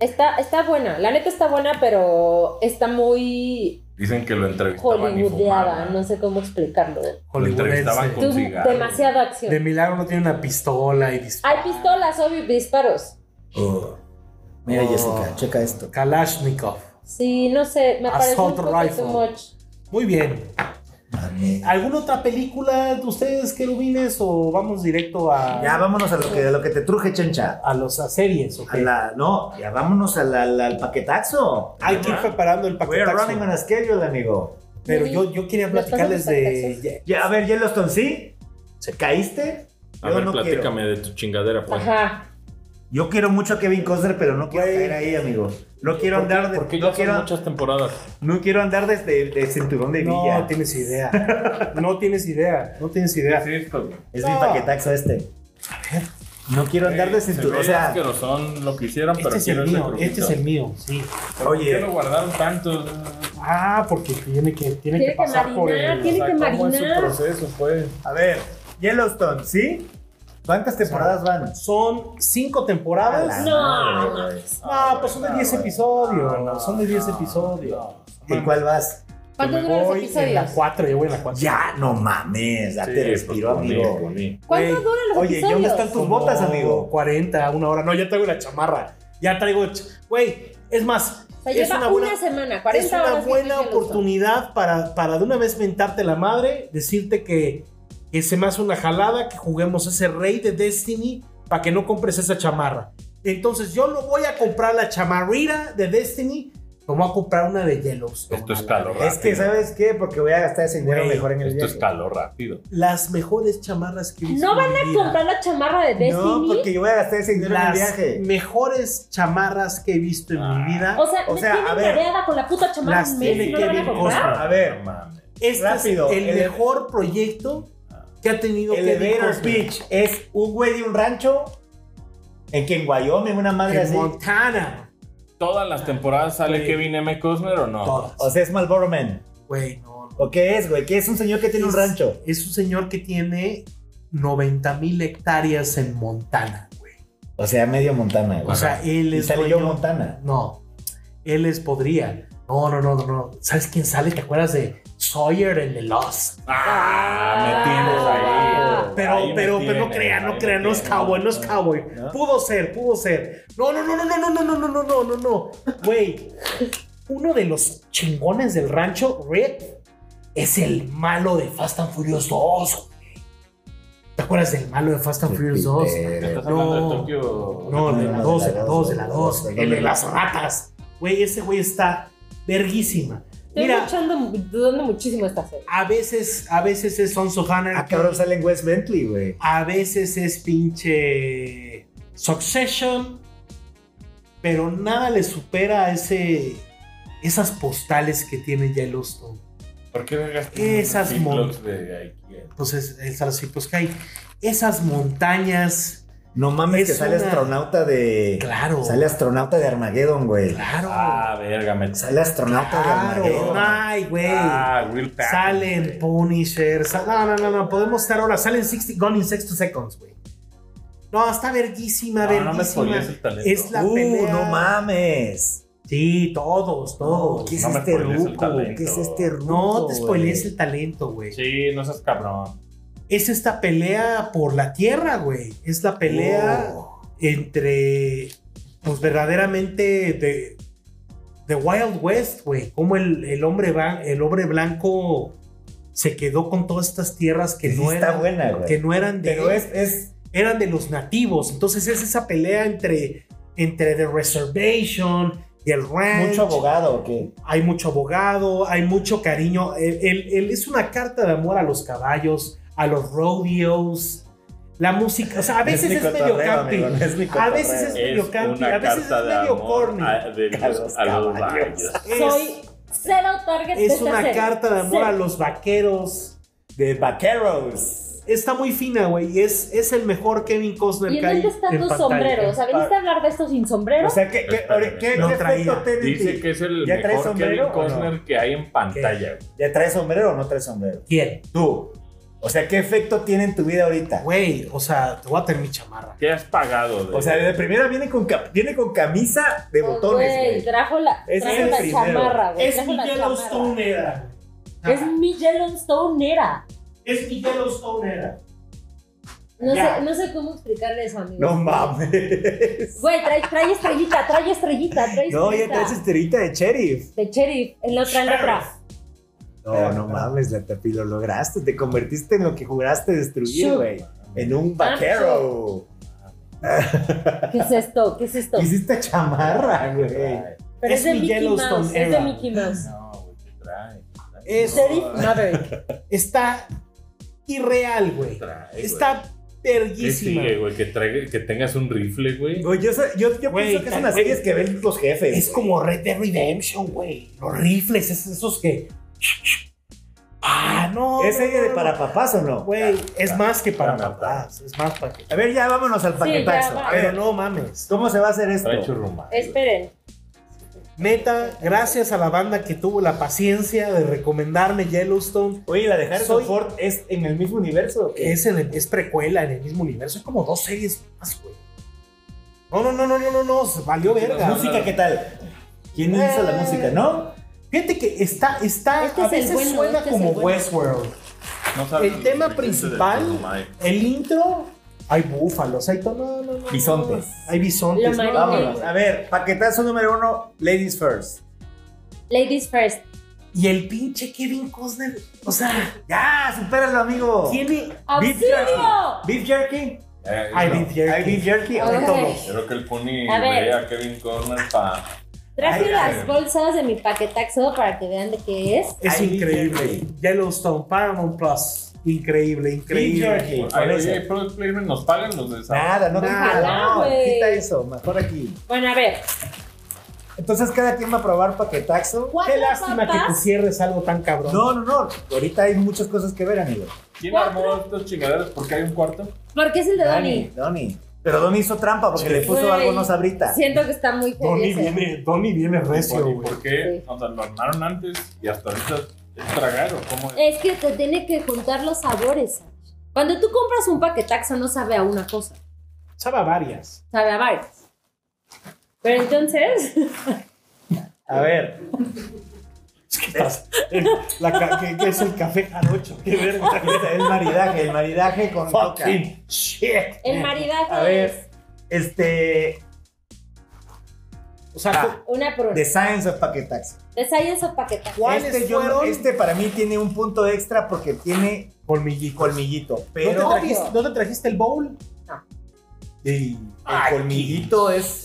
[SPEAKER 4] Está, está buena, la neta está buena, pero está muy
[SPEAKER 6] Dicen que lo entrevistaban y
[SPEAKER 4] hollywoodeada,
[SPEAKER 6] fumaban.
[SPEAKER 4] no sé cómo explicarlo.
[SPEAKER 6] Lo entrevistaban
[SPEAKER 1] Hollywoodense.
[SPEAKER 6] con
[SPEAKER 4] Tú-
[SPEAKER 6] cigarro.
[SPEAKER 4] demasiada
[SPEAKER 1] este. De
[SPEAKER 4] acción.
[SPEAKER 1] milagro no tiene una pistola y dispara.
[SPEAKER 4] Hay pistolas, obvio, y disparos.
[SPEAKER 2] Oh. Mira,
[SPEAKER 1] Oh.
[SPEAKER 2] Jessica, checa esto.
[SPEAKER 1] Kalashnikov.
[SPEAKER 4] Sí, no sé, me parece un
[SPEAKER 1] Assault
[SPEAKER 4] poco
[SPEAKER 1] rifle.
[SPEAKER 4] too much.
[SPEAKER 1] Muy bien.
[SPEAKER 2] Mami.
[SPEAKER 1] ¿Alguna otra película de ustedes, querubines? ¿O vamos directo a,
[SPEAKER 2] Ya vámonos a lo que a lo que te truje, chencha.
[SPEAKER 1] a los a series? ok?
[SPEAKER 2] A la, no, ya vámonos a la- la- al paquetazo. Ah,
[SPEAKER 1] Hay que ir preparando el
[SPEAKER 2] We're
[SPEAKER 1] paquetazo.
[SPEAKER 2] running on a schedule, amigo.
[SPEAKER 1] Pero yo, yo quería
[SPEAKER 4] Nos
[SPEAKER 1] platicarles
[SPEAKER 4] pasamos
[SPEAKER 1] de...
[SPEAKER 4] paquetazos.
[SPEAKER 1] ya-
[SPEAKER 2] Ya, a ver, Yellowstone, ¿sí? ¿Se caíste?
[SPEAKER 6] A
[SPEAKER 2] Yo
[SPEAKER 6] ver,
[SPEAKER 2] no
[SPEAKER 6] platícame de tu chingadera, pues.
[SPEAKER 4] Ajá.
[SPEAKER 2] Yo quiero mucho a Kevin Costner, pero no quiero
[SPEAKER 1] Güey.
[SPEAKER 2] caer ahí, amigo. No quiero andar de,
[SPEAKER 6] Porque ya
[SPEAKER 2] no
[SPEAKER 6] son
[SPEAKER 2] quiero,
[SPEAKER 6] muchas temporadas.
[SPEAKER 2] no quiero andar de, de- de cinturón de
[SPEAKER 1] No
[SPEAKER 2] villa.
[SPEAKER 1] tienes idea. No tienes idea. No tienes idea.
[SPEAKER 6] Sí, esto, güey.
[SPEAKER 2] Es
[SPEAKER 1] No.
[SPEAKER 2] mi paquetaxo este. No quiero andar de
[SPEAKER 6] eh, Se
[SPEAKER 2] cinturón.
[SPEAKER 6] ve
[SPEAKER 2] O sea,
[SPEAKER 6] asquerosón lo que hicieron, pero
[SPEAKER 1] Este es
[SPEAKER 6] quiero
[SPEAKER 1] el
[SPEAKER 6] ese
[SPEAKER 1] mío.
[SPEAKER 6] grupito.
[SPEAKER 1] Este es el mío. Sí.
[SPEAKER 6] ¿Por qué
[SPEAKER 2] oye,
[SPEAKER 6] lo guardaron tanto?
[SPEAKER 1] Ah, porque tiene que, tiene
[SPEAKER 4] Tiene
[SPEAKER 1] que
[SPEAKER 4] que
[SPEAKER 1] pasar por
[SPEAKER 4] marinar,
[SPEAKER 1] el...
[SPEAKER 4] tiene- que
[SPEAKER 6] ¿cómo es
[SPEAKER 4] marinar.
[SPEAKER 6] su proceso, pues?
[SPEAKER 2] a ver, Yellowstone, ¿sí? ¿Cuántas temporadas van?
[SPEAKER 1] Son cinco temporadas.
[SPEAKER 4] No.
[SPEAKER 1] Ah, pues son de 10 episodios. son de 10 episodios.
[SPEAKER 2] ¿En cuál vas?
[SPEAKER 4] ¿Cuántos
[SPEAKER 1] Me
[SPEAKER 4] duran los
[SPEAKER 1] voy en la
[SPEAKER 4] episodios?
[SPEAKER 1] 4, yo voy en la 4.
[SPEAKER 2] Ya, no mames, ya
[SPEAKER 6] Sí,
[SPEAKER 2] te
[SPEAKER 6] pues,
[SPEAKER 2] respiro,
[SPEAKER 6] con
[SPEAKER 2] amigo.
[SPEAKER 6] él, con él.
[SPEAKER 4] ¿Cuántos
[SPEAKER 2] Güey,
[SPEAKER 4] duran los
[SPEAKER 2] oye, ¿y
[SPEAKER 4] episodios?
[SPEAKER 2] dónde están tus botas, amigo?
[SPEAKER 1] 40, una hora. No, ya traigo la chamarra. Ya traigo. el ch- Güey, es más.
[SPEAKER 4] Se
[SPEAKER 1] es
[SPEAKER 4] lleva
[SPEAKER 1] una
[SPEAKER 4] una,
[SPEAKER 1] buena,
[SPEAKER 4] semana, 40
[SPEAKER 1] es una
[SPEAKER 4] horas viendo
[SPEAKER 1] buena
[SPEAKER 4] Yellowstone.
[SPEAKER 1] oportunidad para, para de una vez mentarte la madre, decirte que, que se me hace una jalada, que juguemos ese rey de Destiny para que no compres esa chamarra. Entonces yo no voy a comprar la chamarrita de Destiny, me voy a comprar una de Yellowstone.
[SPEAKER 6] Esto es calor rápido.
[SPEAKER 2] Es que, ¿sabes qué? Porque voy a gastar ese dinero
[SPEAKER 1] Güey,
[SPEAKER 2] mejor en el
[SPEAKER 6] Esto es
[SPEAKER 2] viaje.
[SPEAKER 6] calor rápido.
[SPEAKER 1] Las mejores chamarras que he visto
[SPEAKER 4] ¿No van
[SPEAKER 1] en mi
[SPEAKER 4] a
[SPEAKER 1] vida.
[SPEAKER 4] comprar la chamarra de Destiny?
[SPEAKER 2] No, porque yo voy a gastar ese dinero en el
[SPEAKER 1] Las
[SPEAKER 2] viaje.
[SPEAKER 1] mejores chamarras que he visto en
[SPEAKER 6] Ah.
[SPEAKER 1] mi vida.
[SPEAKER 4] O sea,
[SPEAKER 2] O
[SPEAKER 4] me
[SPEAKER 2] sea,
[SPEAKER 4] tienen
[SPEAKER 2] a ver,
[SPEAKER 4] mareada con la puta chamarra
[SPEAKER 1] las
[SPEAKER 4] un
[SPEAKER 1] tiene
[SPEAKER 4] mes y no la van a
[SPEAKER 1] Kevin
[SPEAKER 4] comprar.
[SPEAKER 1] Costner.
[SPEAKER 2] A ver,
[SPEAKER 6] No mames.
[SPEAKER 1] Este
[SPEAKER 2] Rápido,
[SPEAKER 1] es el,
[SPEAKER 2] el-
[SPEAKER 1] mejor proyecto que ha tenido
[SPEAKER 2] Elevator
[SPEAKER 1] Costner.
[SPEAKER 2] Speech es un güey de un rancho en que en Wyoming, una madre
[SPEAKER 1] en
[SPEAKER 2] así.
[SPEAKER 1] Montana.
[SPEAKER 6] ¿Todas las temporadas sale
[SPEAKER 1] Sí.
[SPEAKER 6] Kevin M. Costner o no?
[SPEAKER 1] Todas.
[SPEAKER 2] O sea, es Marlboro Man.
[SPEAKER 1] Güey, no, no.
[SPEAKER 2] ¿O qué es, güey? Que es un señor que tiene un
[SPEAKER 1] Es-
[SPEAKER 2] rancho.
[SPEAKER 1] Es un señor que tiene 90 mil hectáreas en Montana, güey.
[SPEAKER 2] O sea, medio Montana,
[SPEAKER 1] O
[SPEAKER 2] güey.
[SPEAKER 1] sea, él
[SPEAKER 2] Y
[SPEAKER 1] es
[SPEAKER 2] sale yo
[SPEAKER 1] dueño-
[SPEAKER 2] Montana.
[SPEAKER 1] No, él es podría. No, no, no, no, no. ¿Sabes quién sale? ¿Te acuerdas de Sawyer en The Lost?
[SPEAKER 6] Ah, me tienes ahí.
[SPEAKER 1] Ah. Pero,
[SPEAKER 6] Ahí me
[SPEAKER 1] pero, pero no
[SPEAKER 6] tienes,
[SPEAKER 1] crean,
[SPEAKER 6] ahí
[SPEAKER 1] no
[SPEAKER 6] me
[SPEAKER 1] crean, no es
[SPEAKER 6] tienes.
[SPEAKER 1] cowboy, no es cowboy.
[SPEAKER 2] ¿No?
[SPEAKER 1] Pudo ser, pudo ser. No, no, no, no, no, no, no, no, no, no, no, no, no. Güey, uno de los chingones del rancho, Rick, es el malo de Fast and Furious 2. güey. ¿Te acuerdas del malo de Fast and Furious 2?
[SPEAKER 6] ¿Estás hablando
[SPEAKER 1] No.
[SPEAKER 6] de Tokio?
[SPEAKER 1] No, de la
[SPEAKER 2] No,
[SPEAKER 1] 2, de la 2, de la
[SPEAKER 2] Ah, dos,
[SPEAKER 1] 2.
[SPEAKER 2] de la
[SPEAKER 1] El de
[SPEAKER 2] dos.
[SPEAKER 1] las ratas. Güey, ese güey está verguísima.
[SPEAKER 4] Estoy
[SPEAKER 1] Mira,
[SPEAKER 4] luchando, dudando muchísimo esta serie.
[SPEAKER 1] a veces, a veces es Sons of
[SPEAKER 2] Ah,
[SPEAKER 1] Anarchy.
[SPEAKER 2] cabrón, sale en West Bentley, güey.
[SPEAKER 1] A veces es pinche Succession, pero nada le supera a ese esas postales que tiene Yellowstone.
[SPEAKER 6] ¿Por qué vergas
[SPEAKER 1] Esas
[SPEAKER 6] Ziplocs de Ikea?
[SPEAKER 1] Entonces, es así, pues que hay esas montañas
[SPEAKER 2] No mames,
[SPEAKER 1] Es
[SPEAKER 2] que sale
[SPEAKER 1] una-
[SPEAKER 2] astronauta de.
[SPEAKER 1] Claro.
[SPEAKER 2] Sale astronauta de Armageddon, güey.
[SPEAKER 1] Claro.
[SPEAKER 6] Ah, verga, me
[SPEAKER 2] Sale astronauta
[SPEAKER 1] claro.
[SPEAKER 2] de Armageddon.
[SPEAKER 1] Ay, güey.
[SPEAKER 6] Ah, Will Patton,
[SPEAKER 1] Salen
[SPEAKER 6] güey.
[SPEAKER 1] Punisher. sal- no, no, no, no. Podemos estar ahora. Salen 60, Gone in 60 Seconds, güey. No, está verguísima,
[SPEAKER 6] No, no me
[SPEAKER 1] verguísima.
[SPEAKER 6] spoilees el talento.
[SPEAKER 1] es la
[SPEAKER 2] uh,
[SPEAKER 1] pelea.
[SPEAKER 2] no mames.
[SPEAKER 1] Sí, todos,
[SPEAKER 2] No,
[SPEAKER 1] todos.
[SPEAKER 2] ¿qué es
[SPEAKER 6] no me
[SPEAKER 2] este
[SPEAKER 6] spoilees el
[SPEAKER 2] ruco?
[SPEAKER 6] talento.
[SPEAKER 2] ¿Qué es este ruco?
[SPEAKER 1] No te spoilees
[SPEAKER 2] güey?
[SPEAKER 1] el talento, güey.
[SPEAKER 6] Sí, no seas cabrón.
[SPEAKER 1] Es esta pelea por la tierra, güey. Es la pelea
[SPEAKER 2] Oh.
[SPEAKER 1] entre, pues verdaderamente, de, de Wild West, güey. Como el, el hombre, va- el hombre blanco se quedó con todas estas tierras que,
[SPEAKER 2] Sí
[SPEAKER 1] no,
[SPEAKER 2] está
[SPEAKER 1] eran,
[SPEAKER 2] buena, güey.
[SPEAKER 1] que no eran de
[SPEAKER 2] Pero es, es
[SPEAKER 1] eran de los nativos. Entonces es esa pelea entre, entre The Reservation y el ranch.
[SPEAKER 2] mucho abogado que.
[SPEAKER 1] Hay mucho abogado, hay mucho cariño. Él, él- él es una carta de amor a los caballos, a los rodeos, la música. O sea, a veces
[SPEAKER 2] mi
[SPEAKER 1] es, medio
[SPEAKER 2] cotorreo,
[SPEAKER 1] camping.
[SPEAKER 2] amigo, es mi
[SPEAKER 1] A veces
[SPEAKER 2] cotorreo.
[SPEAKER 1] medio
[SPEAKER 6] Es
[SPEAKER 1] campi,
[SPEAKER 6] una
[SPEAKER 1] a veces es
[SPEAKER 6] carta de
[SPEAKER 1] medio
[SPEAKER 6] amor
[SPEAKER 1] corny.
[SPEAKER 6] a, de
[SPEAKER 2] A
[SPEAKER 6] los,
[SPEAKER 2] los
[SPEAKER 6] a los
[SPEAKER 2] caballos.
[SPEAKER 6] vallos.
[SPEAKER 1] Es-
[SPEAKER 4] Soy cero target de
[SPEAKER 1] es
[SPEAKER 4] esta
[SPEAKER 1] una
[SPEAKER 4] serie.
[SPEAKER 1] carta de amor
[SPEAKER 4] Cero.
[SPEAKER 1] a los vaqueros.
[SPEAKER 2] de Vaqueros.
[SPEAKER 1] Está muy fina, güey. y Es, es el mejor Kevin Costner
[SPEAKER 4] ¿Y en
[SPEAKER 1] que hay
[SPEAKER 4] dónde están
[SPEAKER 1] en
[SPEAKER 4] tus
[SPEAKER 1] pantalla.
[SPEAKER 4] sombreros? O sea, ¿veniste a hablar de esto sin sombrero?
[SPEAKER 2] O sea, ¿qué, qué,
[SPEAKER 6] Espérame.
[SPEAKER 2] qué- qué
[SPEAKER 1] No
[SPEAKER 2] efecto
[SPEAKER 1] traía.
[SPEAKER 2] tiene en
[SPEAKER 6] Dice
[SPEAKER 2] ti?
[SPEAKER 6] que es el
[SPEAKER 2] ¿Ya traes
[SPEAKER 6] mejor Kevin
[SPEAKER 2] sombrero o no?
[SPEAKER 6] Costner que hay en pantalla. güey.
[SPEAKER 2] ¿Ya traes sombrero o no traes sombrero?
[SPEAKER 1] ¿Quién?
[SPEAKER 2] Tú. O sea, ¿qué efecto tiene en tu vida ahorita?
[SPEAKER 1] Güey, o sea, te voy a tener mi chamarra.
[SPEAKER 6] ¿Qué has pagado? de-
[SPEAKER 2] O sea, de primera viene con, ca- viene con camisa de
[SPEAKER 4] Oh,
[SPEAKER 2] botones, güey.
[SPEAKER 4] trajo la,
[SPEAKER 2] Ese
[SPEAKER 4] trajo
[SPEAKER 2] es el
[SPEAKER 4] la
[SPEAKER 2] primero.
[SPEAKER 4] chamarra, güey.
[SPEAKER 1] Es
[SPEAKER 4] trajo
[SPEAKER 1] mi
[SPEAKER 4] la chamarra.
[SPEAKER 1] Yellowstone era.
[SPEAKER 4] Es mi Yellowstone era.
[SPEAKER 1] Es mi Yellowstone era.
[SPEAKER 4] No
[SPEAKER 1] Ya.
[SPEAKER 4] sé, no sé cómo explicarle eso, amigo.
[SPEAKER 2] No mames.
[SPEAKER 4] Güey, trae, trae estrellita, trae estrellita, trae estrellita.
[SPEAKER 2] No, ya traes esterita de sheriff.
[SPEAKER 4] De sheriff, en la otra letra.
[SPEAKER 2] No, no mames, la tapi, lo lograste. Te convertiste en lo que juraste destruir,
[SPEAKER 4] Sí.
[SPEAKER 2] güey. En
[SPEAKER 1] Ah,
[SPEAKER 2] un vaquero.
[SPEAKER 4] ¿Qué es esto? ¿Qué es esto?
[SPEAKER 2] Hiciste chamarra, güey.
[SPEAKER 4] Pero
[SPEAKER 1] Es
[SPEAKER 4] es, de
[SPEAKER 1] mi
[SPEAKER 4] Mickey
[SPEAKER 1] Yellowstone
[SPEAKER 4] Mouse. Es
[SPEAKER 1] era.
[SPEAKER 4] de Mickey Mouse.
[SPEAKER 6] No, güey, ¿qué trae?
[SPEAKER 1] Es-
[SPEAKER 4] Sheriff Maverick.
[SPEAKER 1] Está irreal, güey.
[SPEAKER 6] trae, güey? Este
[SPEAKER 1] Está
[SPEAKER 6] ¿Qué
[SPEAKER 1] verguísima.
[SPEAKER 6] sigue, güey? Que, traiga- que tengas un rifle, güey.
[SPEAKER 2] Güey, yo, sé- yo, yo
[SPEAKER 1] Güey,
[SPEAKER 2] pienso que es
[SPEAKER 1] tan-
[SPEAKER 2] una serie que ven los jefes.
[SPEAKER 1] Es como Red Dead Redemption, güey. Los rifles, es- esos que. Ah, no.
[SPEAKER 2] ¿Es
[SPEAKER 1] no,
[SPEAKER 2] serie de
[SPEAKER 1] no,
[SPEAKER 2] para papás o no?
[SPEAKER 1] Güey, es más que para
[SPEAKER 6] Para
[SPEAKER 1] papás. Es más para que.
[SPEAKER 2] A ver, ya vámonos al paquetazo.
[SPEAKER 4] ya, va.
[SPEAKER 2] a
[SPEAKER 1] Pero
[SPEAKER 2] ver,
[SPEAKER 1] no mames.
[SPEAKER 2] ¿cómo se va a hacer
[SPEAKER 6] Trae
[SPEAKER 2] esto? Este,
[SPEAKER 6] churrumada.
[SPEAKER 4] Esperen.
[SPEAKER 1] Neta, gracias a la banda que tuvo la paciencia de recomendarme Yellowstone.
[SPEAKER 2] Oye, la de Harrison
[SPEAKER 1] Soy-
[SPEAKER 2] Ford es en el mismo universo. o qué?
[SPEAKER 1] Es, en el- es precuela en el mismo universo. Es como dos series más, güey. No, no, no, no, no, no, no. se Valió
[SPEAKER 2] ¿La
[SPEAKER 1] verga.
[SPEAKER 2] música qué tal? ¿Quién hizo la
[SPEAKER 1] Eh.
[SPEAKER 2] música, no?
[SPEAKER 1] Fíjate que está, está,
[SPEAKER 4] Este
[SPEAKER 1] a
[SPEAKER 4] es el
[SPEAKER 1] veces
[SPEAKER 4] bueno,
[SPEAKER 1] suena
[SPEAKER 4] este es el
[SPEAKER 1] como
[SPEAKER 4] bueno.
[SPEAKER 1] Westworld.
[SPEAKER 6] No saben
[SPEAKER 1] El tema
[SPEAKER 6] los ingredientes del
[SPEAKER 1] principal-
[SPEAKER 6] churrumada.
[SPEAKER 1] El intro, hay búfalos, hay to- no, no, no, no.
[SPEAKER 2] Bisontes.
[SPEAKER 1] Hay bisontes.
[SPEAKER 4] Lo
[SPEAKER 1] no,
[SPEAKER 4] mariné.
[SPEAKER 1] vámonos.
[SPEAKER 2] Vámonos. A ver, paquetazo número uno, Ladies First.
[SPEAKER 4] Ladies first.
[SPEAKER 1] Y el pinche Kevin Costner, o sea,
[SPEAKER 2] Ya, supéralo,
[SPEAKER 1] Oh.
[SPEAKER 2] amigo.
[SPEAKER 1] tiene...
[SPEAKER 2] Beef
[SPEAKER 4] ¡Auxilio!
[SPEAKER 2] jerky. Beef jerky.
[SPEAKER 6] Eh,
[SPEAKER 1] Hay
[SPEAKER 6] no.
[SPEAKER 1] beef
[SPEAKER 2] Hay beef
[SPEAKER 1] jerky.
[SPEAKER 2] jerky. o de
[SPEAKER 4] Ok.
[SPEAKER 2] todo.
[SPEAKER 6] Creo que el Puni
[SPEAKER 4] A ver.
[SPEAKER 6] ve a Kevin Corner para.
[SPEAKER 4] Traje
[SPEAKER 2] Ay,
[SPEAKER 4] las
[SPEAKER 6] ay.
[SPEAKER 4] bolsas de mi paquetaxo para que vean de qué es.
[SPEAKER 1] Es
[SPEAKER 2] Hay beef
[SPEAKER 1] increíble.
[SPEAKER 2] jerky.
[SPEAKER 1] Yellowstone, Paramount Plus. Increíble,
[SPEAKER 2] Beef
[SPEAKER 1] increíble.
[SPEAKER 2] jerky. con
[SPEAKER 6] Ay,
[SPEAKER 2] eso.
[SPEAKER 6] oye, ¿y Product Placement nos pagan los de esa.
[SPEAKER 2] Nada, no quita,
[SPEAKER 4] Ojalá,
[SPEAKER 2] no,
[SPEAKER 4] güey.
[SPEAKER 2] quita eso, mejor aquí.
[SPEAKER 4] Bueno, a ver.
[SPEAKER 2] Entonces cada quien va a probar paquetaxo.
[SPEAKER 4] ¿Cuatro
[SPEAKER 1] Qué lástima que te
[SPEAKER 4] papas?
[SPEAKER 1] cierres algo tan cabrón.
[SPEAKER 2] No, no, no. Ahorita hay muchas cosas que ver, amigo.
[SPEAKER 6] ¿Quién armó estos chingaderos? ¿Por qué hay un cuarto?
[SPEAKER 4] Porque es el de Donnie.
[SPEAKER 2] Donnie. Pero Donnie hizo trampa porque le puso
[SPEAKER 4] Güey.
[SPEAKER 2] algo no sabrita.
[SPEAKER 4] Siento que está muy
[SPEAKER 1] Donnie
[SPEAKER 4] feliz.
[SPEAKER 1] viene, Donnie viene recio,
[SPEAKER 6] ¿Y
[SPEAKER 1] güey.
[SPEAKER 6] por qué?
[SPEAKER 4] Sí.
[SPEAKER 6] O sea, lo armaron antes y hasta ahorita es tragar o cómo es.
[SPEAKER 4] Es que te tiene que juntar los sabores. Sasha. Cuando tú compras un paquetaxo no sabe a una cosa,
[SPEAKER 1] Sabe a varias.
[SPEAKER 4] sabe a varias. Pero entonces,
[SPEAKER 2] A ver,
[SPEAKER 1] Es que estás- la ca- que, que es el café jarocho. Qué verga.
[SPEAKER 2] el maridaje, el maridaje con coca.
[SPEAKER 1] Fucking shit.
[SPEAKER 4] el maridaje
[SPEAKER 2] Eh, A ver.
[SPEAKER 4] es
[SPEAKER 2] Este,
[SPEAKER 1] O sea,
[SPEAKER 2] Ah.
[SPEAKER 4] una por una.
[SPEAKER 2] The Science of Paquetaxo.
[SPEAKER 4] The Science of Paquetaxo.
[SPEAKER 1] ¿Cuáles
[SPEAKER 2] Este, yo no-
[SPEAKER 1] fueron?
[SPEAKER 2] este para mí tiene un punto extra porque tiene
[SPEAKER 1] colmillito.
[SPEAKER 2] colmillito,
[SPEAKER 1] ¿No,
[SPEAKER 2] pero
[SPEAKER 1] te trajiste, no te trajiste el bowl?
[SPEAKER 2] el, el colmillito es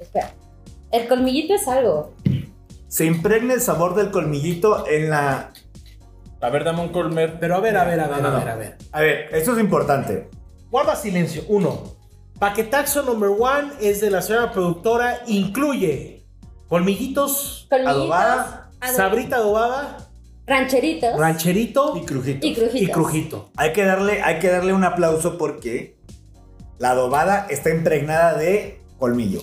[SPEAKER 4] Espera. El colmillito es algo.
[SPEAKER 2] se impregna el sabor del colmillito en la
[SPEAKER 4] Eh.
[SPEAKER 6] A ver, dame un colmer.
[SPEAKER 1] Pero a ver, a ver, a
[SPEAKER 2] No,
[SPEAKER 1] ver,
[SPEAKER 2] no,
[SPEAKER 1] a
[SPEAKER 2] no.
[SPEAKER 1] ver, a ver.
[SPEAKER 2] A ver, esto es importante.
[SPEAKER 1] Guarda silencio. Uno. Paquetaxo number one es de la señora productora. Incluye colmillitos,
[SPEAKER 4] Colmillitos.
[SPEAKER 2] Adobada,
[SPEAKER 4] ado-
[SPEAKER 1] sabrita adobada,
[SPEAKER 4] Rancheritos
[SPEAKER 1] Rancherito
[SPEAKER 2] Y crujito.
[SPEAKER 4] y Crujitos.
[SPEAKER 1] y Crujito.
[SPEAKER 2] Hay que darle, hay que darle un aplauso porque la adobada está impregnada de colmillo.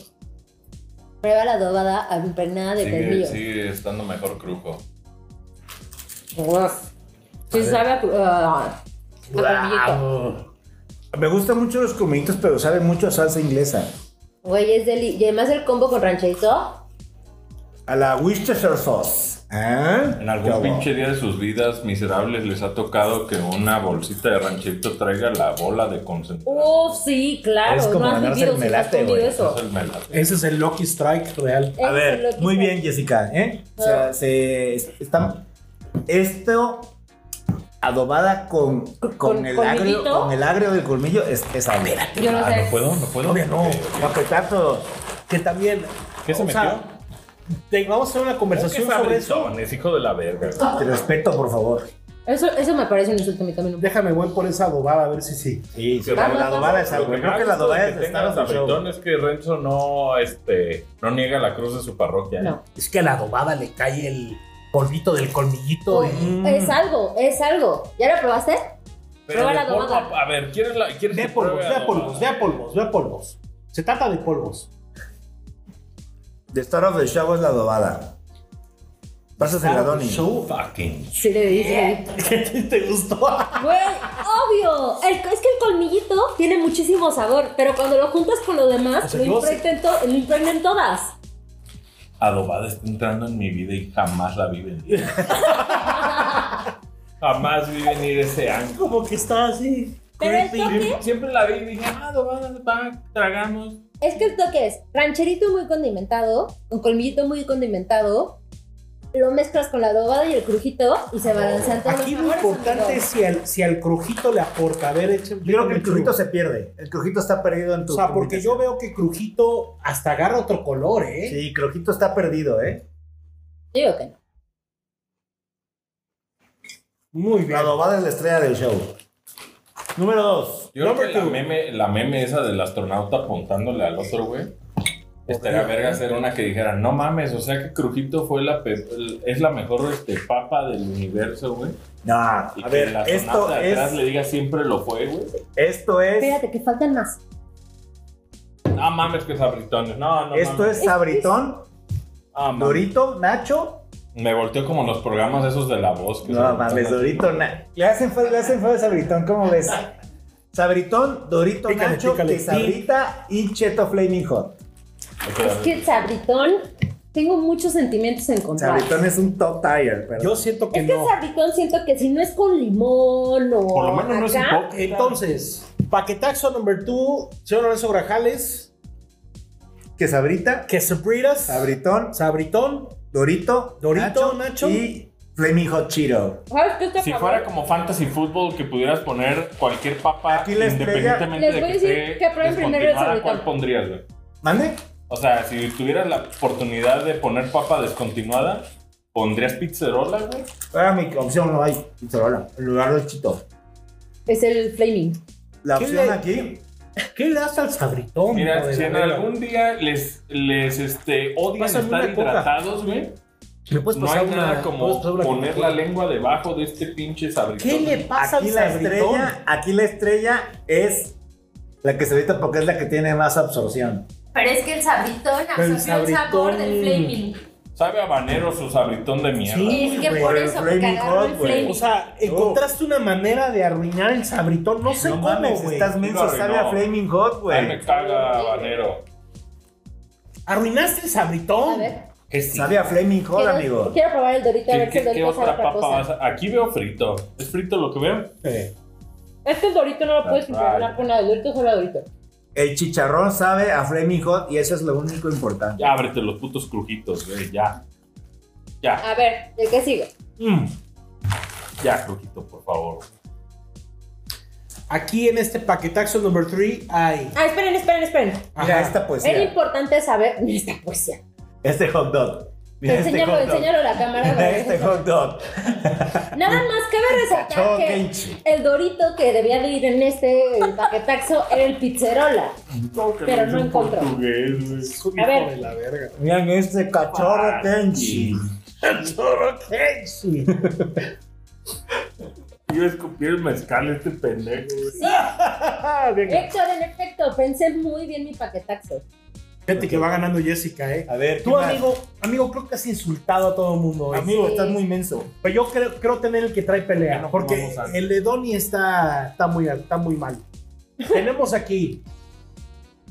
[SPEAKER 4] Prueba la adobada a impregnada de
[SPEAKER 6] Sigue,
[SPEAKER 4] pernil.
[SPEAKER 6] sigue estando mejor crujo.
[SPEAKER 4] Uf. Sí sabe a, cru- ah, a colmillito.
[SPEAKER 2] Me gustan mucho los colmillitos, pero sabe mucho a salsa inglesa.
[SPEAKER 4] Güey, es deli. Y además el combo con rancherito.
[SPEAKER 2] A la Worcestershire sauce. ¿Ah?
[SPEAKER 6] En algún
[SPEAKER 2] Qué guapo.
[SPEAKER 6] pinche día de sus vidas miserables les ha tocado que una bolsita de rancherito traiga la bola de concentrado.
[SPEAKER 4] Uf, sí, claro.
[SPEAKER 2] Es como
[SPEAKER 4] no has
[SPEAKER 2] ganarse el
[SPEAKER 4] vivido si no has
[SPEAKER 2] melate,
[SPEAKER 4] comido
[SPEAKER 2] güey.
[SPEAKER 4] eso.
[SPEAKER 6] Es el melate.
[SPEAKER 1] Ese es el Lucky Strike real.
[SPEAKER 2] A
[SPEAKER 4] Eso es lo Ah.
[SPEAKER 2] ver,
[SPEAKER 4] que
[SPEAKER 2] muy
[SPEAKER 4] hizo.
[SPEAKER 2] bien, Jessica. ¿eh? O sea, se, es- está, esto adobada con, con,
[SPEAKER 4] con
[SPEAKER 2] el agrio,
[SPEAKER 4] colmillito.
[SPEAKER 2] con el agrio del colmillo es, es adobada.
[SPEAKER 4] Yo no
[SPEAKER 6] Ah,
[SPEAKER 4] sé.
[SPEAKER 6] no puedo, no puedo.
[SPEAKER 2] Obvio, no.
[SPEAKER 6] Ok, ok.
[SPEAKER 2] Capetazo.
[SPEAKER 1] Que también.
[SPEAKER 6] ¿Qué se
[SPEAKER 1] o sea,
[SPEAKER 6] metió?
[SPEAKER 1] te- vamos a hacer una conversación sobre eso.
[SPEAKER 6] Es hijo de la verga. güey.
[SPEAKER 2] Te respeto, por favor.
[SPEAKER 4] Eso, eso me parece un insulto a mí también.
[SPEAKER 1] Déjame, voy por esa adobada a ver si sí.
[SPEAKER 2] Sí, sí,
[SPEAKER 6] Pero
[SPEAKER 2] la,
[SPEAKER 4] vamos,
[SPEAKER 2] la adobada
[SPEAKER 4] vamos.
[SPEAKER 2] es
[SPEAKER 6] Lo
[SPEAKER 2] algo.
[SPEAKER 6] que
[SPEAKER 2] Creo que
[SPEAKER 6] me
[SPEAKER 2] la
[SPEAKER 6] gusta
[SPEAKER 2] adobada
[SPEAKER 6] de
[SPEAKER 2] es
[SPEAKER 6] que tengas
[SPEAKER 2] estar
[SPEAKER 6] Afeitón es que Renzo no, este, no niega la cruz de su parroquia. ¿eh?
[SPEAKER 4] No.
[SPEAKER 1] Es que a la adobada le cae el polvito del colmillito. y-
[SPEAKER 4] Es algo, es algo. ¿Ya lo probaste?
[SPEAKER 6] Pero
[SPEAKER 4] Prueba
[SPEAKER 6] de
[SPEAKER 4] la adobada.
[SPEAKER 6] polvo, A ver, ¿quieres, la, quieres
[SPEAKER 1] Ve a
[SPEAKER 6] que
[SPEAKER 1] polvos,
[SPEAKER 6] pruebe
[SPEAKER 1] ve a
[SPEAKER 6] adobada?
[SPEAKER 1] polvos, ve a polvos, ve a polvos. Se trata de polvos.
[SPEAKER 2] The Star of the Show es la adobada. Pásasela, Donny.
[SPEAKER 1] Show.
[SPEAKER 6] Fucking.
[SPEAKER 4] Sí, le dije.
[SPEAKER 1] ¿Qué te, te gustó?
[SPEAKER 4] Güey, obvio. El- es que el colmillito tiene muchísimo sabor, pero cuando lo juntas con lo demás,
[SPEAKER 1] O sea,
[SPEAKER 4] lo,
[SPEAKER 1] yo sé-
[SPEAKER 4] impregnan to- lo impregnan todas.
[SPEAKER 6] Adobada está entrando en mi vida y jamás la vi venir. jamás vi venir ese ángel.
[SPEAKER 1] Como que está así.
[SPEAKER 4] Pero el
[SPEAKER 1] creepy.
[SPEAKER 4] toque,
[SPEAKER 6] Siempre la vi y dije, ah, adobada, va, tragamos.
[SPEAKER 4] es que el toque es rancherito muy condimentado, con colmillito muy condimentado, lo mezclas con la adobada y el crujito y se balancean todos
[SPEAKER 1] Aquí
[SPEAKER 4] los
[SPEAKER 1] lo
[SPEAKER 4] sabores,
[SPEAKER 1] importante
[SPEAKER 4] amigo.
[SPEAKER 1] es si al, si al crujito le aporta. A ver, echen.
[SPEAKER 2] Yo creo que el crujito se pierde. El crujito está perdido en tu.
[SPEAKER 1] O sea, porque yo veo
[SPEAKER 2] combinación.
[SPEAKER 1] que crujito hasta agarra otro color, ¿eh?
[SPEAKER 2] Sí, crujito está perdido, ¿eh?
[SPEAKER 4] Yo digo que no.
[SPEAKER 1] Muy bien.
[SPEAKER 2] La adobada es la estrella del show. Número dos.
[SPEAKER 6] Yo creo
[SPEAKER 1] Number
[SPEAKER 6] que la
[SPEAKER 1] two.
[SPEAKER 6] meme, la meme esa del astronauta apuntándole al otro, güey. Estaría verga hacer una que dijera, no mames, o sea que Crujito fue la pe- el- es la mejor este, papa del universo, güey.
[SPEAKER 2] No,
[SPEAKER 6] Y
[SPEAKER 2] a
[SPEAKER 6] que
[SPEAKER 2] ver,
[SPEAKER 6] el astronauta
[SPEAKER 2] esto
[SPEAKER 6] de atrás le
[SPEAKER 2] es.
[SPEAKER 6] diga siempre lo fue, güey.
[SPEAKER 2] Esto es.
[SPEAKER 4] Espérate, que faltan más.
[SPEAKER 6] No mames que sabritones, no, no
[SPEAKER 2] Esto
[SPEAKER 6] mames.
[SPEAKER 2] es sabritón,
[SPEAKER 6] Ah, mames.
[SPEAKER 2] dorito, nacho.
[SPEAKER 6] Me volteó como los programas esos de la voz. que
[SPEAKER 2] No
[SPEAKER 6] son-
[SPEAKER 2] mames, dorito, nacho. Le hacen falta le hacen falta sabritón, ¿cómo ves? Sabritón, dorito,
[SPEAKER 1] Pícale,
[SPEAKER 2] nacho,
[SPEAKER 1] pícale.
[SPEAKER 2] quesadita y cheto flaming hot.
[SPEAKER 6] O sea,
[SPEAKER 4] Es que el sabritón, tengo muchos sentimientos encontrados.
[SPEAKER 2] Sabritón es un top tier, pero.
[SPEAKER 1] Yo siento que
[SPEAKER 4] Es que
[SPEAKER 1] no.
[SPEAKER 4] el sabritón siento que si no es con limón o
[SPEAKER 6] Por lo menos no es
[SPEAKER 4] acá,
[SPEAKER 6] hipócrita.
[SPEAKER 1] Entonces, paquetaxo number two, señor Lorenzo Grajales,
[SPEAKER 2] Quesabrita,
[SPEAKER 1] quesabritas,
[SPEAKER 2] sabritón,
[SPEAKER 1] sabritón,
[SPEAKER 2] dorito,
[SPEAKER 1] Dorito, nacho.
[SPEAKER 2] y flaming hot chiro.
[SPEAKER 4] ¿Sabes qué está
[SPEAKER 6] Si
[SPEAKER 4] cabrón?
[SPEAKER 6] fuera como fantasy football que pudieras poner cualquier papa
[SPEAKER 2] Aquí la estrella-
[SPEAKER 6] independientemente
[SPEAKER 4] Les
[SPEAKER 6] de
[SPEAKER 4] voy
[SPEAKER 6] que
[SPEAKER 4] a decir
[SPEAKER 6] esté
[SPEAKER 4] que prueben primero el
[SPEAKER 6] descontinuada,
[SPEAKER 4] sabritón.
[SPEAKER 6] ¿cuál pondrías, güey?
[SPEAKER 2] ¿Mande?
[SPEAKER 6] O sea, si tuvieras la oportunidad de poner papa descontinuada, ¿pondrías pizzerola, güey?
[SPEAKER 2] Ahora mi opción no hay pizzerola, en lugar del chito.
[SPEAKER 4] Es el flaming.
[SPEAKER 2] La
[SPEAKER 1] ¿Qué
[SPEAKER 2] opción
[SPEAKER 1] le-
[SPEAKER 2] aquí,
[SPEAKER 1] ¿Qué le das al sabritón? hijo
[SPEAKER 6] Mira,
[SPEAKER 1] de
[SPEAKER 6] si
[SPEAKER 1] la
[SPEAKER 6] en
[SPEAKER 1] verga?
[SPEAKER 6] algún día les, les este, odian
[SPEAKER 1] Pásame
[SPEAKER 6] estar
[SPEAKER 1] una coca.
[SPEAKER 6] hidratados, güey,
[SPEAKER 1] ¿Me puedes
[SPEAKER 6] no
[SPEAKER 1] pasar
[SPEAKER 6] hay
[SPEAKER 1] una,
[SPEAKER 6] nada
[SPEAKER 1] puedes
[SPEAKER 6] como
[SPEAKER 1] pasar una
[SPEAKER 6] poner
[SPEAKER 1] coca?
[SPEAKER 6] la lengua debajo de este pinche sabritón.
[SPEAKER 1] ¿Qué le pasa
[SPEAKER 2] aquí
[SPEAKER 1] al
[SPEAKER 2] la
[SPEAKER 1] sabritón?
[SPEAKER 2] estrella, aquí la estrella es la quesadita porque es la que tiene más absorción.
[SPEAKER 8] Pero es que el sabritón absorbió
[SPEAKER 1] el
[SPEAKER 8] el, sabor
[SPEAKER 1] sabritón.
[SPEAKER 8] del flaming.
[SPEAKER 6] Sabe habanero su sabritón de mierda.
[SPEAKER 1] Sí.
[SPEAKER 8] Es que
[SPEAKER 1] güey,
[SPEAKER 8] por
[SPEAKER 2] el
[SPEAKER 8] eso, porque
[SPEAKER 2] Flaming
[SPEAKER 8] agarró
[SPEAKER 2] Hot,
[SPEAKER 8] el
[SPEAKER 2] güey.
[SPEAKER 8] flaming.
[SPEAKER 1] O sea, encontraste una manera de arruinar el sabritón, no sé
[SPEAKER 2] No
[SPEAKER 1] cómo,
[SPEAKER 2] mames,
[SPEAKER 1] güey.
[SPEAKER 2] estás menso,
[SPEAKER 6] Claro,
[SPEAKER 2] sabe
[SPEAKER 6] no.
[SPEAKER 2] a Flaming Hot,
[SPEAKER 6] Ay, me
[SPEAKER 2] güey.
[SPEAKER 6] caga habanero.
[SPEAKER 1] Arruinaste el
[SPEAKER 4] A
[SPEAKER 1] sabritón.
[SPEAKER 4] ver.
[SPEAKER 6] Que sí.
[SPEAKER 2] Sabe a Flaming Hot,
[SPEAKER 4] quiero,
[SPEAKER 2] amigo.
[SPEAKER 4] quiero probar el dorito a
[SPEAKER 6] ¿Qué,
[SPEAKER 4] ver si el
[SPEAKER 6] qué- qué
[SPEAKER 4] dorito sabe
[SPEAKER 6] otra
[SPEAKER 4] otra
[SPEAKER 6] papa
[SPEAKER 4] cosa.
[SPEAKER 6] vas a- Aquí veo frito. ¿Es frito lo que veo?
[SPEAKER 1] Eh,
[SPEAKER 4] Es que el dorito no lo puedes
[SPEAKER 6] That's
[SPEAKER 4] impregnar
[SPEAKER 6] right.
[SPEAKER 4] con nada. El dorito es solo dorito.
[SPEAKER 2] El chicharrón sabe a Flaming Hot y eso es lo único importante.
[SPEAKER 6] Ya ábrete los putos crujitos, güey. Ya. Ya,
[SPEAKER 4] A ver, ¿el que sigue?
[SPEAKER 1] mm.
[SPEAKER 6] ya, crujito, por favor.
[SPEAKER 1] Aquí en este paquetaxo number 3 hay.
[SPEAKER 4] Ah, esperen, esperen, esperen.
[SPEAKER 2] Mira
[SPEAKER 1] Ajá.
[SPEAKER 2] esta
[SPEAKER 4] Es
[SPEAKER 2] poesía,
[SPEAKER 4] importante saber mira esta poesía.
[SPEAKER 2] este hot dog. Mira este
[SPEAKER 4] pues, enséñalo,
[SPEAKER 2] hot dog.
[SPEAKER 4] enséñalo a la cámara.
[SPEAKER 2] Mira
[SPEAKER 4] para
[SPEAKER 2] este
[SPEAKER 4] que-
[SPEAKER 2] hot dog.
[SPEAKER 4] Nada más cabe resaltar
[SPEAKER 2] Chon
[SPEAKER 4] que
[SPEAKER 2] Kenchi.
[SPEAKER 4] el dorito que debía de ir en este paquetaxo era el pizzerola. Pero no encontró.
[SPEAKER 6] Portugués, güey.
[SPEAKER 1] Es un
[SPEAKER 4] A
[SPEAKER 1] hijo
[SPEAKER 4] ver.
[SPEAKER 1] de la verga.
[SPEAKER 2] Miren este cachorro Kenchi.
[SPEAKER 1] Sí.
[SPEAKER 6] Yo escupí el mezcal este pendejo.
[SPEAKER 4] Sí,
[SPEAKER 1] Venga.
[SPEAKER 4] Héctor, en efecto, pensé muy bien mi paquetaxo.
[SPEAKER 1] Fíjate que va ganando Jessica, ¿eh?
[SPEAKER 2] A ver, ¿qué
[SPEAKER 1] Tú,
[SPEAKER 2] más?
[SPEAKER 1] amigo, amigo, creo que has insultado a todo el mundo. hoy.
[SPEAKER 2] Amigo,
[SPEAKER 4] Sí.
[SPEAKER 2] estás muy menso.
[SPEAKER 1] Pero yo creo, creo tener el que trae pelea,
[SPEAKER 6] Ya no
[SPEAKER 1] porque
[SPEAKER 6] jugamos antes.
[SPEAKER 1] el de Donnie está, está, muy, está muy mal. Tenemos aquí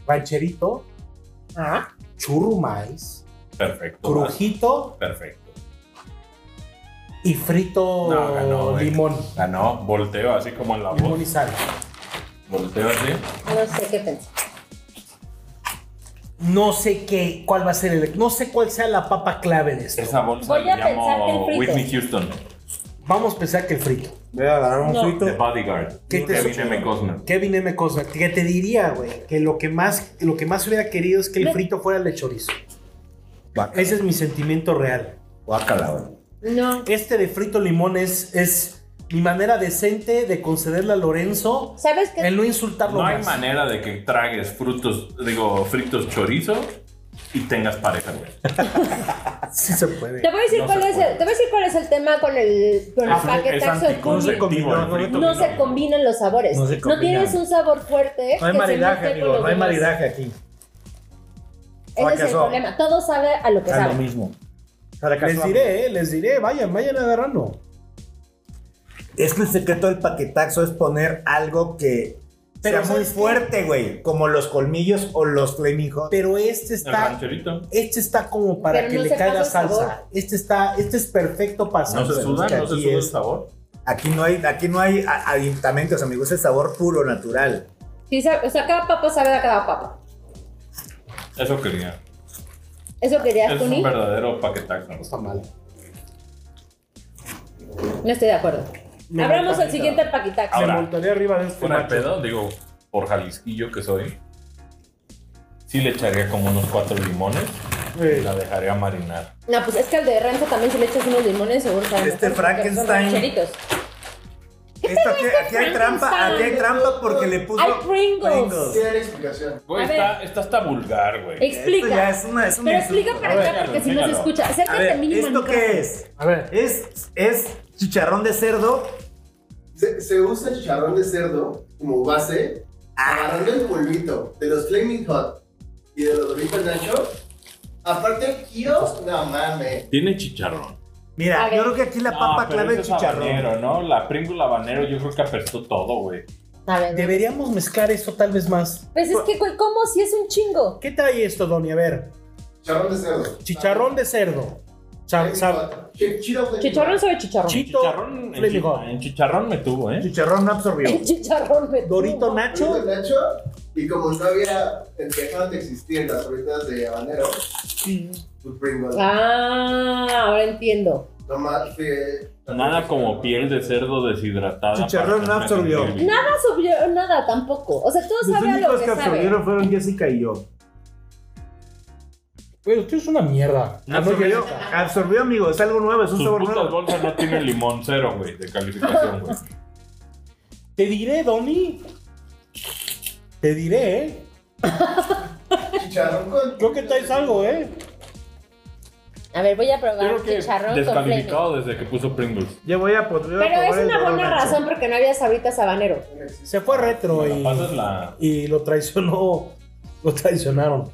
[SPEAKER 1] rancherito, churrumais,
[SPEAKER 6] Perfecto.
[SPEAKER 1] crujito
[SPEAKER 6] Perfecto.
[SPEAKER 1] y frito
[SPEAKER 6] No, ganó, güey.
[SPEAKER 1] limón.
[SPEAKER 6] Ganó. Volteo así como en la
[SPEAKER 1] Limón y
[SPEAKER 6] voz.
[SPEAKER 1] sal.
[SPEAKER 6] Volteo así.
[SPEAKER 4] No sé qué pensé.
[SPEAKER 1] No sé qué, cuál va a ser el. No sé cuál sea la papa clave de esto.
[SPEAKER 6] Esa bolsa
[SPEAKER 4] Voy
[SPEAKER 6] le
[SPEAKER 4] a pensar que el
[SPEAKER 6] llamo
[SPEAKER 4] frito.
[SPEAKER 6] Whitney Houston.
[SPEAKER 1] Vamos a pensar que el frito.
[SPEAKER 2] Voy a agarrar un
[SPEAKER 4] No.
[SPEAKER 2] frito.
[SPEAKER 6] The Bodyguard.
[SPEAKER 1] ¿Qué te
[SPEAKER 6] Kevin
[SPEAKER 1] suena?
[SPEAKER 6] M. Costner.
[SPEAKER 1] Kevin M. Costner, que te diría, güey, que lo que más, lo que más hubiera querido es que el
[SPEAKER 4] Me-
[SPEAKER 1] frito fuera el de chorizo.
[SPEAKER 2] Guácala,
[SPEAKER 1] Ese es mi sentimiento real.
[SPEAKER 2] guácala, güey.
[SPEAKER 4] No.
[SPEAKER 1] Este de frito limón es, es mi manera decente de concederle a Lorenzo
[SPEAKER 4] ¿Sabes qué?
[SPEAKER 1] el no insultarlo
[SPEAKER 6] No hay
[SPEAKER 1] más.
[SPEAKER 6] manera de que tragues frutos, digo, fritos chorizo y tengas pareja, güey.
[SPEAKER 1] Sí se puede.
[SPEAKER 4] Te voy a decir
[SPEAKER 6] No
[SPEAKER 4] cuál
[SPEAKER 6] se
[SPEAKER 4] es
[SPEAKER 6] puede. Ah,
[SPEAKER 4] el, te voy a decir cuál es el tema con el, con el
[SPEAKER 6] Es- Es
[SPEAKER 4] paquetaxo de Juli.
[SPEAKER 6] anticonceptivo el frito.
[SPEAKER 4] No se combinan los sabores.
[SPEAKER 2] No
[SPEAKER 4] No,
[SPEAKER 2] se combinan.
[SPEAKER 4] tienes un sabor fuerte.
[SPEAKER 2] No hay
[SPEAKER 4] que se
[SPEAKER 2] maridaje,
[SPEAKER 4] mezcle con
[SPEAKER 2] amigo.
[SPEAKER 4] los
[SPEAKER 2] No hay
[SPEAKER 4] demás.
[SPEAKER 2] maridaje aquí.
[SPEAKER 4] Ese es el
[SPEAKER 2] Fracaso.
[SPEAKER 4] problema. Todo sabe a lo que
[SPEAKER 2] Es lo
[SPEAKER 4] sabe.
[SPEAKER 2] mismo.
[SPEAKER 1] Les diré, eh, les diré, vayan, vayan agarrando.
[SPEAKER 2] Es que el secreto del paquetaxo es poner algo que
[SPEAKER 1] Pero
[SPEAKER 2] sea muy
[SPEAKER 1] ¿sabes qué?
[SPEAKER 2] fuerte, güey. Como los colmillos o los flaming hot.
[SPEAKER 1] Pero este
[SPEAKER 6] El
[SPEAKER 1] está,
[SPEAKER 6] rancherito.
[SPEAKER 1] este está como para
[SPEAKER 4] Pero
[SPEAKER 1] que
[SPEAKER 4] no
[SPEAKER 1] le
[SPEAKER 4] se
[SPEAKER 1] caiga
[SPEAKER 4] pasa el
[SPEAKER 1] salsa.
[SPEAKER 4] sabor.
[SPEAKER 1] Este está, este es perfecto para
[SPEAKER 6] No
[SPEAKER 1] salsa.
[SPEAKER 6] se suda,
[SPEAKER 2] que
[SPEAKER 6] no se
[SPEAKER 2] aquí
[SPEAKER 6] suda el
[SPEAKER 2] es-
[SPEAKER 1] este.
[SPEAKER 6] sabor.
[SPEAKER 2] Aquí no hay, aquí no hay a- aditamentos, amigo. Es el sabor puro, natural.
[SPEAKER 4] Sí, sabe- o sea, cada papa sabe a cada papa.
[SPEAKER 6] Eso quería.
[SPEAKER 4] Eso querías,
[SPEAKER 6] Es un
[SPEAKER 4] Tony. No
[SPEAKER 6] verdadero paquetaxo.
[SPEAKER 1] Está mal.
[SPEAKER 4] estoy de acuerdo.
[SPEAKER 1] Me
[SPEAKER 4] Abramos
[SPEAKER 1] encanta.
[SPEAKER 4] el siguiente paquetaxo.
[SPEAKER 6] Ahora.
[SPEAKER 1] Me montaré arriba de este
[SPEAKER 6] Fuera de
[SPEAKER 1] macho.
[SPEAKER 6] pedo, digo, por jalisquillo que soy, sí le echaría como unos cuatro limones y
[SPEAKER 1] Eh,
[SPEAKER 6] la dejaría marinar.
[SPEAKER 4] No, pues es que al de rancho también si le echas unos limones seguro sabe
[SPEAKER 2] Este
[SPEAKER 4] mejor, porque
[SPEAKER 2] Frankenstein.
[SPEAKER 4] son rancheritos.
[SPEAKER 2] Esto aquí, aquí hay trampa, aquí hay trampa porque le puso.
[SPEAKER 4] Hay Pringles.
[SPEAKER 2] Pringles.
[SPEAKER 9] Tiene explicación.
[SPEAKER 6] Güey,
[SPEAKER 4] A
[SPEAKER 6] está, está hasta vulgar, güey.
[SPEAKER 2] Esto ya
[SPEAKER 4] Explica.
[SPEAKER 2] es una, es un
[SPEAKER 4] Pero
[SPEAKER 2] insulto.
[SPEAKER 4] explica
[SPEAKER 6] A
[SPEAKER 4] para
[SPEAKER 6] ver,
[SPEAKER 4] acá porque
[SPEAKER 6] explícalo,
[SPEAKER 4] si no se
[SPEAKER 6] explícalo.
[SPEAKER 4] escucha.
[SPEAKER 2] A
[SPEAKER 4] Acércate
[SPEAKER 2] ver,
[SPEAKER 4] mínimo. al
[SPEAKER 2] ¿esto qué
[SPEAKER 4] micrófono.
[SPEAKER 2] es?
[SPEAKER 1] a ver,
[SPEAKER 2] Es, es chicharrón de cerdo.
[SPEAKER 9] Se, se usa el chicharrón de cerdo como base, agarrando el polvito de los Flaming Hot y de los Doritos Nacho. Aparte, Kiros, no mames.
[SPEAKER 6] Tiene chicharrón.
[SPEAKER 4] A
[SPEAKER 2] Mira,
[SPEAKER 4] ver.
[SPEAKER 2] yo creo que aquí la
[SPEAKER 6] No,
[SPEAKER 2] papa
[SPEAKER 6] pero
[SPEAKER 2] clave
[SPEAKER 6] ese
[SPEAKER 2] es
[SPEAKER 6] es
[SPEAKER 2] chicharrón.
[SPEAKER 6] habanero, ¿no? La Pringle habanero yo creo que apestó todo, güey.
[SPEAKER 4] A ver.
[SPEAKER 1] deberíamos mezclar esto tal vez más.
[SPEAKER 4] Pues es que, güey, ¿cómo? Si es un chingo.
[SPEAKER 1] ¿Qué trae esto, Donny? A ver,
[SPEAKER 9] Chicharrón de cerdo.
[SPEAKER 1] chicharrón de cerdo. Sab-
[SPEAKER 9] Flaming
[SPEAKER 1] sab-
[SPEAKER 9] Hot. Chi- Chido Flaming
[SPEAKER 4] Chicharrón
[SPEAKER 9] Hot.
[SPEAKER 4] sabe chicharrón.
[SPEAKER 1] Chi- Chito,
[SPEAKER 6] Chicharrón, en,
[SPEAKER 1] Flaming
[SPEAKER 6] chi-
[SPEAKER 1] Hot.
[SPEAKER 6] en chicharrón me tuvo, ¿eh?
[SPEAKER 2] Chicharrón no absorbió.
[SPEAKER 4] El chicharrón me
[SPEAKER 1] Dorito
[SPEAKER 4] tuvo.
[SPEAKER 1] Nacho.
[SPEAKER 9] Doritos Nacho. Y como no había, dejaron de existir las Doritas de habanero, pues Pringles.
[SPEAKER 4] Ah, ahora entiendo.
[SPEAKER 9] No más que.
[SPEAKER 6] Nada como piel de cerdo deshidratada.
[SPEAKER 2] Chicharrón
[SPEAKER 6] para
[SPEAKER 2] no
[SPEAKER 6] hacer
[SPEAKER 2] absorbió.
[SPEAKER 6] merengue.
[SPEAKER 4] Nada subió, nada tampoco. O sea, todo
[SPEAKER 2] Los
[SPEAKER 4] sabe a lo
[SPEAKER 2] únicos
[SPEAKER 4] que,
[SPEAKER 2] que
[SPEAKER 4] sabe.
[SPEAKER 2] absorbieron fueron Jessica y yo.
[SPEAKER 1] Güey, usted es una mierda. Ah,
[SPEAKER 6] No,
[SPEAKER 1] Ganó
[SPEAKER 2] Absorbió,
[SPEAKER 1] Jessica.
[SPEAKER 2] absorbió, amigo, es algo nuevo, es un
[SPEAKER 6] Sus
[SPEAKER 2] sabor
[SPEAKER 6] putas
[SPEAKER 2] nuevo.
[SPEAKER 6] bolsas no tienen limón cero, güey, de calificación, güey.
[SPEAKER 1] Te diré, Donny. Te diré, ¿eh?
[SPEAKER 9] Chicharrón con.
[SPEAKER 1] Creo que traes algo, ¿eh?
[SPEAKER 4] A ver, voy a
[SPEAKER 6] Creo
[SPEAKER 4] probar
[SPEAKER 6] que
[SPEAKER 4] chicharrón con flaming.
[SPEAKER 6] descalificado desde que puso Pringles.
[SPEAKER 2] Ya voy a poner.
[SPEAKER 4] Pero es una buena razón porque no había sabritas habanero.
[SPEAKER 1] Se fue retro
[SPEAKER 6] La
[SPEAKER 1] y,
[SPEAKER 6] pasas la
[SPEAKER 1] y lo traicionó. Lo traicionaron.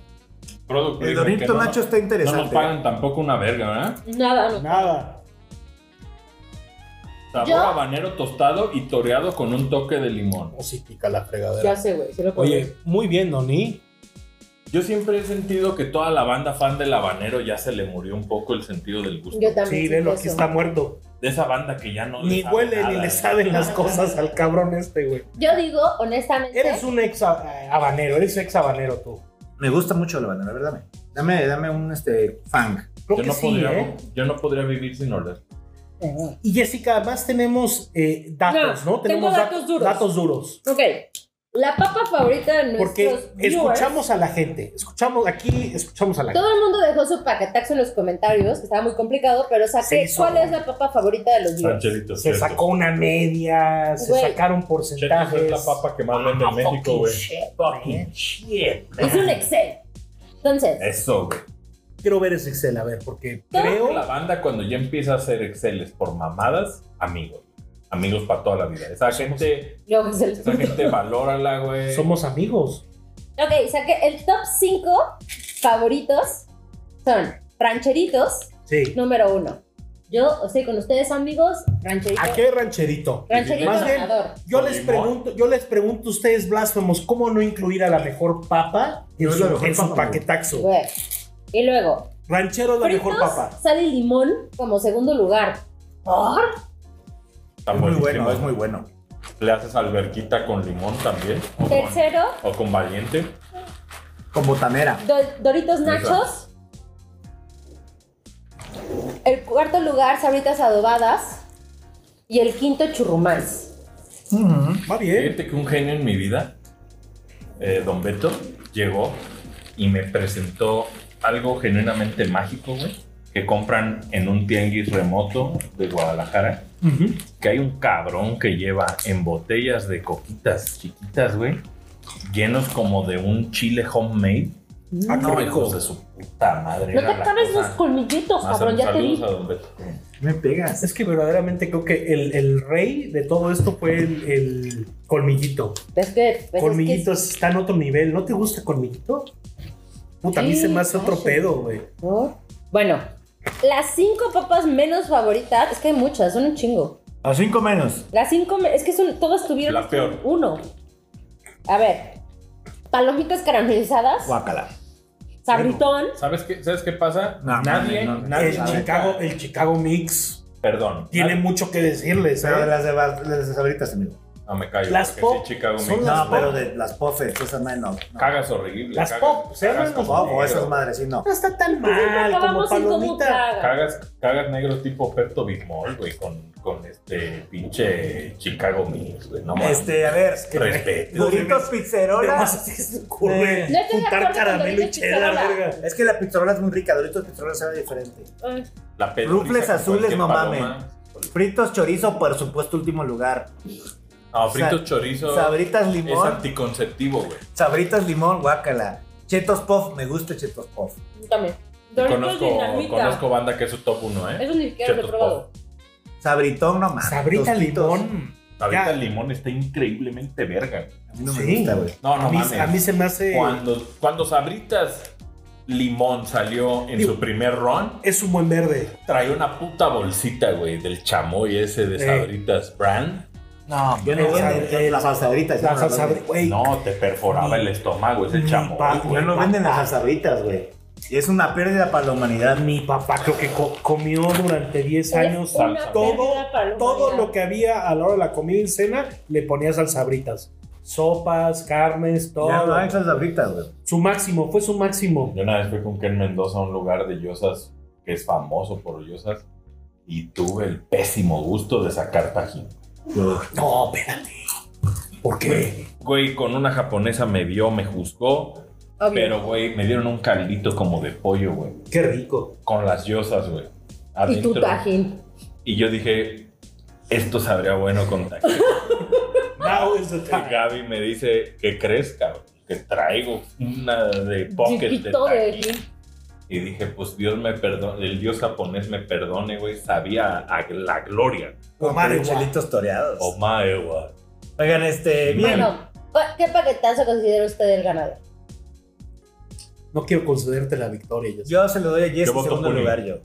[SPEAKER 6] Product
[SPEAKER 2] El
[SPEAKER 6] placement, que
[SPEAKER 2] Dorito
[SPEAKER 6] no-
[SPEAKER 2] Nacho está
[SPEAKER 6] No nos
[SPEAKER 2] interesante.
[SPEAKER 6] pagan tampoco una verga, ¿verdad?
[SPEAKER 4] Nada, no.
[SPEAKER 1] Nada.
[SPEAKER 6] Sabor
[SPEAKER 4] Yo-
[SPEAKER 6] habanero tostado y toreado con un toque de limón.
[SPEAKER 1] O si pica la fregadera.
[SPEAKER 4] Ya sé, güey. sí lo puedo ver.
[SPEAKER 1] Oye, muy bien, Donny.
[SPEAKER 6] Yo siempre he sentido que toda la banda fan del habanero ya se le murió un poco el sentido del gusto.
[SPEAKER 4] Yo también.
[SPEAKER 1] Sí,
[SPEAKER 4] siento
[SPEAKER 1] velo, aquí
[SPEAKER 4] eso.
[SPEAKER 1] está muerto.
[SPEAKER 6] De esa banda que ya no le
[SPEAKER 1] Ni
[SPEAKER 6] sabe
[SPEAKER 1] huele ni
[SPEAKER 6] nada. ¿eh?
[SPEAKER 1] le saben las cosas al cabrón este, güey.
[SPEAKER 4] Yo digo, honestamente.
[SPEAKER 1] Eres un ex ah, habanero, eres ex habanero tú.
[SPEAKER 2] Me gusta mucho la banana, a ver, dame. Dame, dame un este, fang.
[SPEAKER 1] Creo
[SPEAKER 6] Yo
[SPEAKER 1] que
[SPEAKER 6] no,
[SPEAKER 1] sí,
[SPEAKER 6] podría,
[SPEAKER 1] ¿eh?
[SPEAKER 6] yo no podría vivir sin oler.
[SPEAKER 1] Y Jessica, además tenemos eh, datos, ¿no?
[SPEAKER 4] No, tengo
[SPEAKER 1] Tenemos dat-
[SPEAKER 4] datos duros.
[SPEAKER 1] Datos duros.
[SPEAKER 4] Ok. La papa favorita de nuestros
[SPEAKER 1] Porque
[SPEAKER 4] viewers-
[SPEAKER 1] escuchamos a la gente. Escuchamos aquí, escuchamos a la gente.
[SPEAKER 4] Todo el mundo dejó su paquetaxo en los comentarios, que estaba muy complicado, pero
[SPEAKER 1] Se
[SPEAKER 4] saqué
[SPEAKER 1] hizo.
[SPEAKER 4] cuál es la papa favorita de los viewers.
[SPEAKER 6] Rancheritos.
[SPEAKER 1] Se sacó una media, se
[SPEAKER 4] Güey.
[SPEAKER 1] sacaron
[SPEAKER 6] Chetos
[SPEAKER 1] porcentajes. Ah,
[SPEAKER 6] es la papa que más vende en México, güey.
[SPEAKER 1] shit,
[SPEAKER 6] Fucking
[SPEAKER 1] man.
[SPEAKER 6] shit.
[SPEAKER 1] Eh.
[SPEAKER 4] Hice un Excel. Entonces,
[SPEAKER 6] Eso, güey.
[SPEAKER 1] Quiero ver ese Excel, a ver, porque
[SPEAKER 6] Creo
[SPEAKER 1] creo.
[SPEAKER 6] la banda cuando ya empieza a hacer Exceles por mamadas, amigos. Amigos para toda la vida. Esa gente,
[SPEAKER 4] Luego se les-
[SPEAKER 6] esa gente valórala, güey.
[SPEAKER 1] Somos amigos.
[SPEAKER 4] Ok, saqué el top 5 favoritos son rancheritos,
[SPEAKER 1] Sí.
[SPEAKER 4] número uno. Yo estoy con ustedes, amigos, rancherito.
[SPEAKER 6] Ah,
[SPEAKER 1] ¿A qué rancherito?
[SPEAKER 4] Rancherito
[SPEAKER 1] Más bien,
[SPEAKER 4] ganador.
[SPEAKER 1] Yo
[SPEAKER 6] ¿Con
[SPEAKER 1] les
[SPEAKER 6] limón?
[SPEAKER 1] pregunto, yo les pregunto a ustedes, blasfemos, ¿cómo no incluir a la mejor papa en
[SPEAKER 2] No es
[SPEAKER 1] su,
[SPEAKER 2] la mejor
[SPEAKER 1] en su
[SPEAKER 2] papa, güey.
[SPEAKER 1] paquetaxo?
[SPEAKER 4] Güey. Y luego,
[SPEAKER 1] Ranchero es la mejor
[SPEAKER 4] fritos,
[SPEAKER 1] papa.
[SPEAKER 4] sale limón como segundo lugar. ¿Por?
[SPEAKER 6] Está
[SPEAKER 2] Es muy
[SPEAKER 6] buenísimo.
[SPEAKER 2] bueno, es muy bueno.
[SPEAKER 6] Le haces alberquita con limón también. O con,
[SPEAKER 4] Tercero,
[SPEAKER 6] o con valiente.
[SPEAKER 2] Con botanera.
[SPEAKER 4] do- Doritos Nachos. El cuarto lugar, sabritas adobadas. Y el quinto, churrumás.
[SPEAKER 1] Va bien.
[SPEAKER 6] Fíjate que un genio en mi vida, eh, Don Beto, llegó y me presentó algo genuinamente mágico, güey, que compran en un tianguis remoto de Guadalajara. Que hay un cabrón que lleva en botellas de coquitas chiquitas, güey, llenos como de un chile homemade.
[SPEAKER 1] Ah, qué
[SPEAKER 6] No,
[SPEAKER 1] rico.
[SPEAKER 6] hijos de su puta madre.
[SPEAKER 4] No te
[SPEAKER 6] era la
[SPEAKER 4] acabes
[SPEAKER 6] cosa
[SPEAKER 4] los colmillitos,
[SPEAKER 6] más-
[SPEAKER 4] cabrón, ya te
[SPEAKER 6] saludos
[SPEAKER 4] vi.
[SPEAKER 6] a Don Beto.
[SPEAKER 2] Me pegas.
[SPEAKER 1] Es que verdaderamente creo que el, el rey de todo esto fue el, el colmillito.
[SPEAKER 4] Es que, pues, es que
[SPEAKER 1] colmillito está en otro nivel. ¿No te gusta colmillito? Puta, a mí
[SPEAKER 4] Sí,
[SPEAKER 1] se me hace otro
[SPEAKER 4] ay,
[SPEAKER 1] pedo, güey.
[SPEAKER 4] ¿Por? Bueno, las cinco papas menos favoritas, es que hay muchas, son un chingo.
[SPEAKER 2] A cinco menos.
[SPEAKER 4] Las cinco, me- es que son, todas tuvieron
[SPEAKER 6] La peor.
[SPEAKER 4] uno. A ver, palomitas caramelizadas,
[SPEAKER 2] Guácala.
[SPEAKER 4] sabritón,
[SPEAKER 6] ¿Sabes qué, ¿Sabes qué pasa?
[SPEAKER 2] No,
[SPEAKER 6] nadie,
[SPEAKER 2] no, no, no.
[SPEAKER 6] nadie,
[SPEAKER 1] el,
[SPEAKER 2] sabe.
[SPEAKER 1] Chicago, el Chicago Mix
[SPEAKER 6] perdón.
[SPEAKER 1] tiene
[SPEAKER 6] nadie-
[SPEAKER 1] mucho que decirles.
[SPEAKER 2] Pero
[SPEAKER 1] ¿eh?
[SPEAKER 2] de las de, bar- de las de sabritas, amigo.
[SPEAKER 6] Ah, No me callo.
[SPEAKER 1] Las
[SPEAKER 6] porque sí,
[SPEAKER 1] pop
[SPEAKER 6] Chicago
[SPEAKER 1] son
[SPEAKER 6] me-
[SPEAKER 1] Las
[SPEAKER 2] No,
[SPEAKER 1] pop.
[SPEAKER 2] pero de las pofes, esas madres no. no.
[SPEAKER 6] Cagas horrible.
[SPEAKER 1] Las
[SPEAKER 6] cagas-
[SPEAKER 1] pop, se
[SPEAKER 6] cagas
[SPEAKER 1] llaman las
[SPEAKER 6] como
[SPEAKER 2] Pop o
[SPEAKER 6] negro.
[SPEAKER 2] esas madres, sí, no.
[SPEAKER 1] No está tan
[SPEAKER 4] Siempre
[SPEAKER 1] mal como
[SPEAKER 4] Pues acabamos en como
[SPEAKER 1] palomita.
[SPEAKER 4] caga.
[SPEAKER 6] Cagas, cagas negro tipo Pepto Bismol, güey, con, con este pinche Chicago Mix, güey. No mames.
[SPEAKER 2] Este, a ver.
[SPEAKER 6] Respeto.
[SPEAKER 2] Doritos
[SPEAKER 1] Nada
[SPEAKER 2] Pizzerola.
[SPEAKER 1] más así se
[SPEAKER 6] eh,
[SPEAKER 1] ocurre
[SPEAKER 4] No estoy de
[SPEAKER 1] juntar
[SPEAKER 4] acuerdo con
[SPEAKER 1] caramelo y
[SPEAKER 4] Doritos
[SPEAKER 1] cheddar,
[SPEAKER 4] Pizzerola.
[SPEAKER 1] verga.
[SPEAKER 2] Es que la pizzerola es muy rica, Doritos Pizzerola sabe diferente.
[SPEAKER 4] Ay,
[SPEAKER 6] La pedoriza
[SPEAKER 2] Rufles
[SPEAKER 6] con
[SPEAKER 2] azules,
[SPEAKER 6] cualquier
[SPEAKER 2] no
[SPEAKER 6] paloma.
[SPEAKER 2] mames. Fritos chorizo, por supuesto, último lugar.
[SPEAKER 6] No, fritos
[SPEAKER 2] Sa-
[SPEAKER 6] chorizo
[SPEAKER 2] Sabritas
[SPEAKER 6] es
[SPEAKER 2] limón,
[SPEAKER 6] anticonceptivo, güey.
[SPEAKER 2] sabritas limón, guácala. Chetos Puff, me gusta Chetos Puff.
[SPEAKER 4] también. Doritos
[SPEAKER 6] Conozco,
[SPEAKER 4] dinamita.
[SPEAKER 6] conozco banda que es su top 1, ¿eh?
[SPEAKER 4] Eso ni siquiera lo he
[SPEAKER 6] Chetos
[SPEAKER 4] probado.
[SPEAKER 2] Sabritón nomás.
[SPEAKER 1] Sabrita limón.
[SPEAKER 6] Ahorita
[SPEAKER 1] Ya.
[SPEAKER 6] el limón está increíblemente verga. güey.
[SPEAKER 2] A mí no me
[SPEAKER 1] Sí.
[SPEAKER 2] gusta, güey.
[SPEAKER 6] No, no
[SPEAKER 1] A mí,
[SPEAKER 6] mames.
[SPEAKER 1] a mí se me hace...
[SPEAKER 6] cuando, cuando Sabritas Limón salió en
[SPEAKER 1] Digo-
[SPEAKER 6] su primer run,
[SPEAKER 1] Es un buen verde.
[SPEAKER 6] traía una puta bolsita, güey, del chamoy ese de
[SPEAKER 1] Sí.
[SPEAKER 6] Sabritas Brand.
[SPEAKER 2] No, yo
[SPEAKER 1] no
[SPEAKER 2] no
[SPEAKER 1] venden
[SPEAKER 2] venden Eh, las salsabritas.
[SPEAKER 1] La salsa... güey,
[SPEAKER 6] No, te perforaba el estómago ese
[SPEAKER 1] ni
[SPEAKER 6] chamoy,
[SPEAKER 1] pa-
[SPEAKER 6] güey.
[SPEAKER 2] Ya no venden las salsabritas, güey. Y es una pérdida para la humanidad.
[SPEAKER 1] Mi papá creo que co- comió durante 10 años
[SPEAKER 4] Es una
[SPEAKER 1] todo,
[SPEAKER 4] pérdida para la
[SPEAKER 1] todo
[SPEAKER 4] humanidad.
[SPEAKER 1] lo que había a la hora de la comida y cena le ponía salsabritas. Sopas, carnes, todo.
[SPEAKER 2] Ya no hay salsabritas, güey.
[SPEAKER 1] Su máximo, fue su máximo.
[SPEAKER 6] Yo una vez fui con Ken Mendoza a un lugar de Yosas que es famoso por Yosas y tuve el pésimo gusto de sacar tajín.
[SPEAKER 1] No, espérate. ¿Por qué?
[SPEAKER 6] Güey, con una japonesa me vio, me juzgó,
[SPEAKER 4] Obvio.
[SPEAKER 6] pero güey, me dieron un caldito como de pollo, güey,
[SPEAKER 1] Qué rico.
[SPEAKER 6] con las Yosas,
[SPEAKER 4] y
[SPEAKER 6] güey.
[SPEAKER 4] tu
[SPEAKER 6] Adentro.
[SPEAKER 4] tajín.
[SPEAKER 6] Y yo dije, esto sabría bueno con tajín.
[SPEAKER 1] Now is the time.
[SPEAKER 6] Y Gaby me dice, ¿qué crees, cabrón? Que traigo una de pocket de
[SPEAKER 4] Chiquito de
[SPEAKER 6] tajín. Y dije, pues Dios me perdone, el Dios japonés me perdone, güey, sabía a la gloria.
[SPEAKER 1] Con
[SPEAKER 2] Con
[SPEAKER 1] marihuana.
[SPEAKER 2] chelitos toreados.
[SPEAKER 6] Oh my God.
[SPEAKER 2] Oigan, este, bien.
[SPEAKER 4] Bueno, ¿qué paquetazo considera usted el ganador?
[SPEAKER 1] No quiero concederte la victoria. Jess.
[SPEAKER 2] Yo se lo doy a Jess
[SPEAKER 6] Yo
[SPEAKER 2] en
[SPEAKER 6] voto
[SPEAKER 2] segundo
[SPEAKER 6] Poli.
[SPEAKER 2] lugar, yo.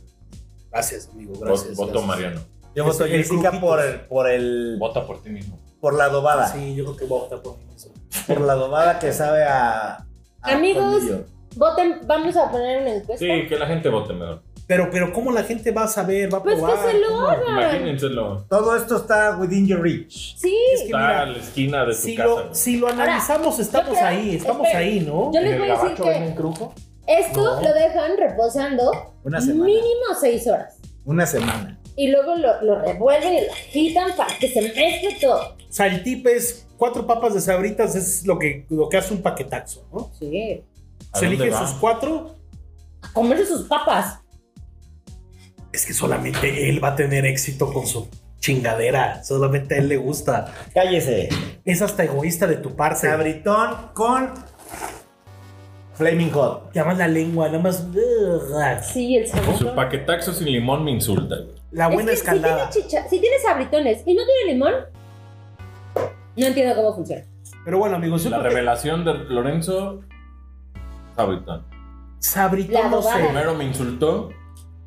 [SPEAKER 1] Gracias, amigo.
[SPEAKER 6] Vot-
[SPEAKER 1] Gracias.
[SPEAKER 6] Voto
[SPEAKER 1] gracias.
[SPEAKER 6] Mariano.
[SPEAKER 2] Yo
[SPEAKER 1] Es
[SPEAKER 2] voto a
[SPEAKER 1] el
[SPEAKER 2] Jessica por
[SPEAKER 1] Crujitos.
[SPEAKER 2] el, por el,
[SPEAKER 6] Vota por ti mismo.
[SPEAKER 2] por la adobada.
[SPEAKER 1] Sí, yo creo que voy a votar por mí mismo.
[SPEAKER 2] Por la adobada que sabe a. a
[SPEAKER 4] Amigos.
[SPEAKER 2] colmillo.
[SPEAKER 4] Voten, vamos a poner una encuesta.
[SPEAKER 6] Sí, que la gente vote mejor.
[SPEAKER 1] Pero, pero, ¿cómo la gente va a saber? ¿Va a
[SPEAKER 4] Pues que
[SPEAKER 1] probar?
[SPEAKER 4] se lo
[SPEAKER 1] ¿Cómo?
[SPEAKER 4] haga.
[SPEAKER 6] Imagínenselo.
[SPEAKER 2] Todo esto está within your reach.
[SPEAKER 4] Sí,
[SPEAKER 1] Es que
[SPEAKER 6] Está a
[SPEAKER 1] mira,
[SPEAKER 6] la esquina de tu
[SPEAKER 1] si,
[SPEAKER 6] casa.
[SPEAKER 1] lo,
[SPEAKER 6] güey.
[SPEAKER 1] si lo analizamos, estamos
[SPEAKER 4] creo-
[SPEAKER 1] ahí, estamos
[SPEAKER 4] espera,
[SPEAKER 1] ahí, ¿no?
[SPEAKER 4] yo les voy a decir que esto
[SPEAKER 1] No.
[SPEAKER 4] lo dejan reposando
[SPEAKER 2] Una semana.
[SPEAKER 4] mínimo seis horas.
[SPEAKER 2] Una semana.
[SPEAKER 4] Y luego lo, lo revuelven y lo agitan para que se mezcle todo.
[SPEAKER 1] Saltipes, cuatro papas de sabritas es lo que, lo que hace un paquetaxo, ¿no?
[SPEAKER 4] Sí.
[SPEAKER 6] ¿A
[SPEAKER 1] Se
[SPEAKER 6] dónde
[SPEAKER 1] eligen
[SPEAKER 6] va?
[SPEAKER 1] sus cuatro.
[SPEAKER 4] A comerse sus papas.
[SPEAKER 1] Es que solamente él va a tener éxito con su chingadera. Solamente a él le gusta.
[SPEAKER 2] Cállese.
[SPEAKER 1] Es hasta egoísta de tu parte.
[SPEAKER 2] Sabritón con Flaming Hot.
[SPEAKER 1] Y además la lengua, nada más.
[SPEAKER 4] Sí, el
[SPEAKER 6] Con su
[SPEAKER 4] sabrito.
[SPEAKER 6] paquetaxo sin limón me insulta, güey.
[SPEAKER 1] La buena
[SPEAKER 4] es que
[SPEAKER 1] escaldada.
[SPEAKER 4] Si tiene, chicha- si tiene sabritones y no tiene limón, no entiendo cómo funciona.
[SPEAKER 1] Pero bueno, amigos, yo
[SPEAKER 6] La
[SPEAKER 1] creo que
[SPEAKER 6] revelación de Lorenzo Sabitón.
[SPEAKER 1] sabritón
[SPEAKER 4] La
[SPEAKER 1] no
[SPEAKER 4] adobada.
[SPEAKER 1] sé.
[SPEAKER 6] Primero me insultó,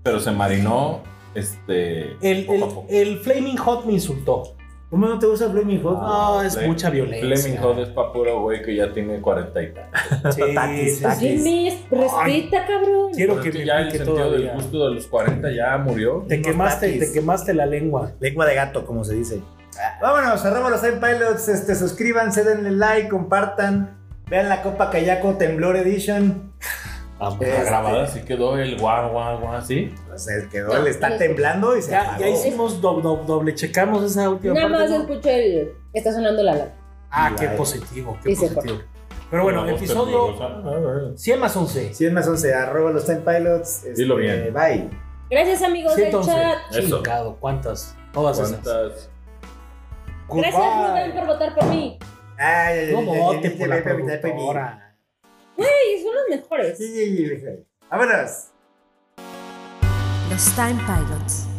[SPEAKER 6] pero se marinó este
[SPEAKER 1] El,
[SPEAKER 6] poco a
[SPEAKER 1] el-
[SPEAKER 6] poco.
[SPEAKER 1] el Flaming Hot me insultó.
[SPEAKER 2] ¿Cómo no te gusta Flaming Hot?
[SPEAKER 1] No, es
[SPEAKER 6] Fle-
[SPEAKER 1] mucha violencia.
[SPEAKER 6] Fleming Ah, Hot es pa' puro güey que ya tiene 40 y tal.
[SPEAKER 1] Sí,
[SPEAKER 2] Taquis,
[SPEAKER 1] sí,
[SPEAKER 4] Pues
[SPEAKER 2] taquis.
[SPEAKER 1] sí.
[SPEAKER 4] Jimmy, respeta, cabrón.
[SPEAKER 1] Quiero que
[SPEAKER 6] Pero
[SPEAKER 1] me
[SPEAKER 6] ya el
[SPEAKER 1] pique
[SPEAKER 6] sentido
[SPEAKER 1] todavía.
[SPEAKER 6] del gusto de los 40 ya murió.
[SPEAKER 1] Te
[SPEAKER 2] Unos
[SPEAKER 1] quemaste,
[SPEAKER 2] taquis.
[SPEAKER 1] te quemaste la lengua.
[SPEAKER 2] Lengua de gato, como se dice. Vámonos, cerramos los Time Pilots. Este, suscríbanse, denle like, compartan. Vean la Copa Kayako Temblor Edition.
[SPEAKER 1] Este,
[SPEAKER 6] La grabada así quedó el guau, guau, guau, así.
[SPEAKER 2] O sea, el que le está temblando y se
[SPEAKER 1] Ya,
[SPEAKER 2] apagó.
[SPEAKER 1] ya hicimos do- do- doble checamos esa última
[SPEAKER 4] Nada
[SPEAKER 1] parte,
[SPEAKER 4] más
[SPEAKER 1] ¿no?
[SPEAKER 4] escucho el. Está sonando la alarma.
[SPEAKER 1] Ah, qué
[SPEAKER 2] Ay.
[SPEAKER 1] positivo, qué
[SPEAKER 4] Y se
[SPEAKER 1] positivo. Pero bueno,
[SPEAKER 6] Una voz
[SPEAKER 1] episodio Ah,
[SPEAKER 6] temblorosa.
[SPEAKER 1] 100 más 11.
[SPEAKER 2] 100 más 11, arroba los Time Pilots. Este,
[SPEAKER 6] Dilo bien.
[SPEAKER 2] Bye.
[SPEAKER 4] Gracias, amigos del
[SPEAKER 1] 111.
[SPEAKER 4] chat.
[SPEAKER 6] Eso.
[SPEAKER 1] Chingado, ¿cuántas? Todas esas.
[SPEAKER 6] ¿Cuántas?
[SPEAKER 4] Gracias, Rubén, por votar por mí.
[SPEAKER 2] Ay, ay,
[SPEAKER 1] No
[SPEAKER 2] ay, ay,
[SPEAKER 1] vote
[SPEAKER 2] ay,
[SPEAKER 1] por
[SPEAKER 2] ay,
[SPEAKER 1] la
[SPEAKER 2] ay, ay, ay, ay, ay.
[SPEAKER 1] productora.
[SPEAKER 4] Ey, son los mejores.
[SPEAKER 2] Sí, sí, sí, sí. Vámonos.
[SPEAKER 10] Los Time Pilots.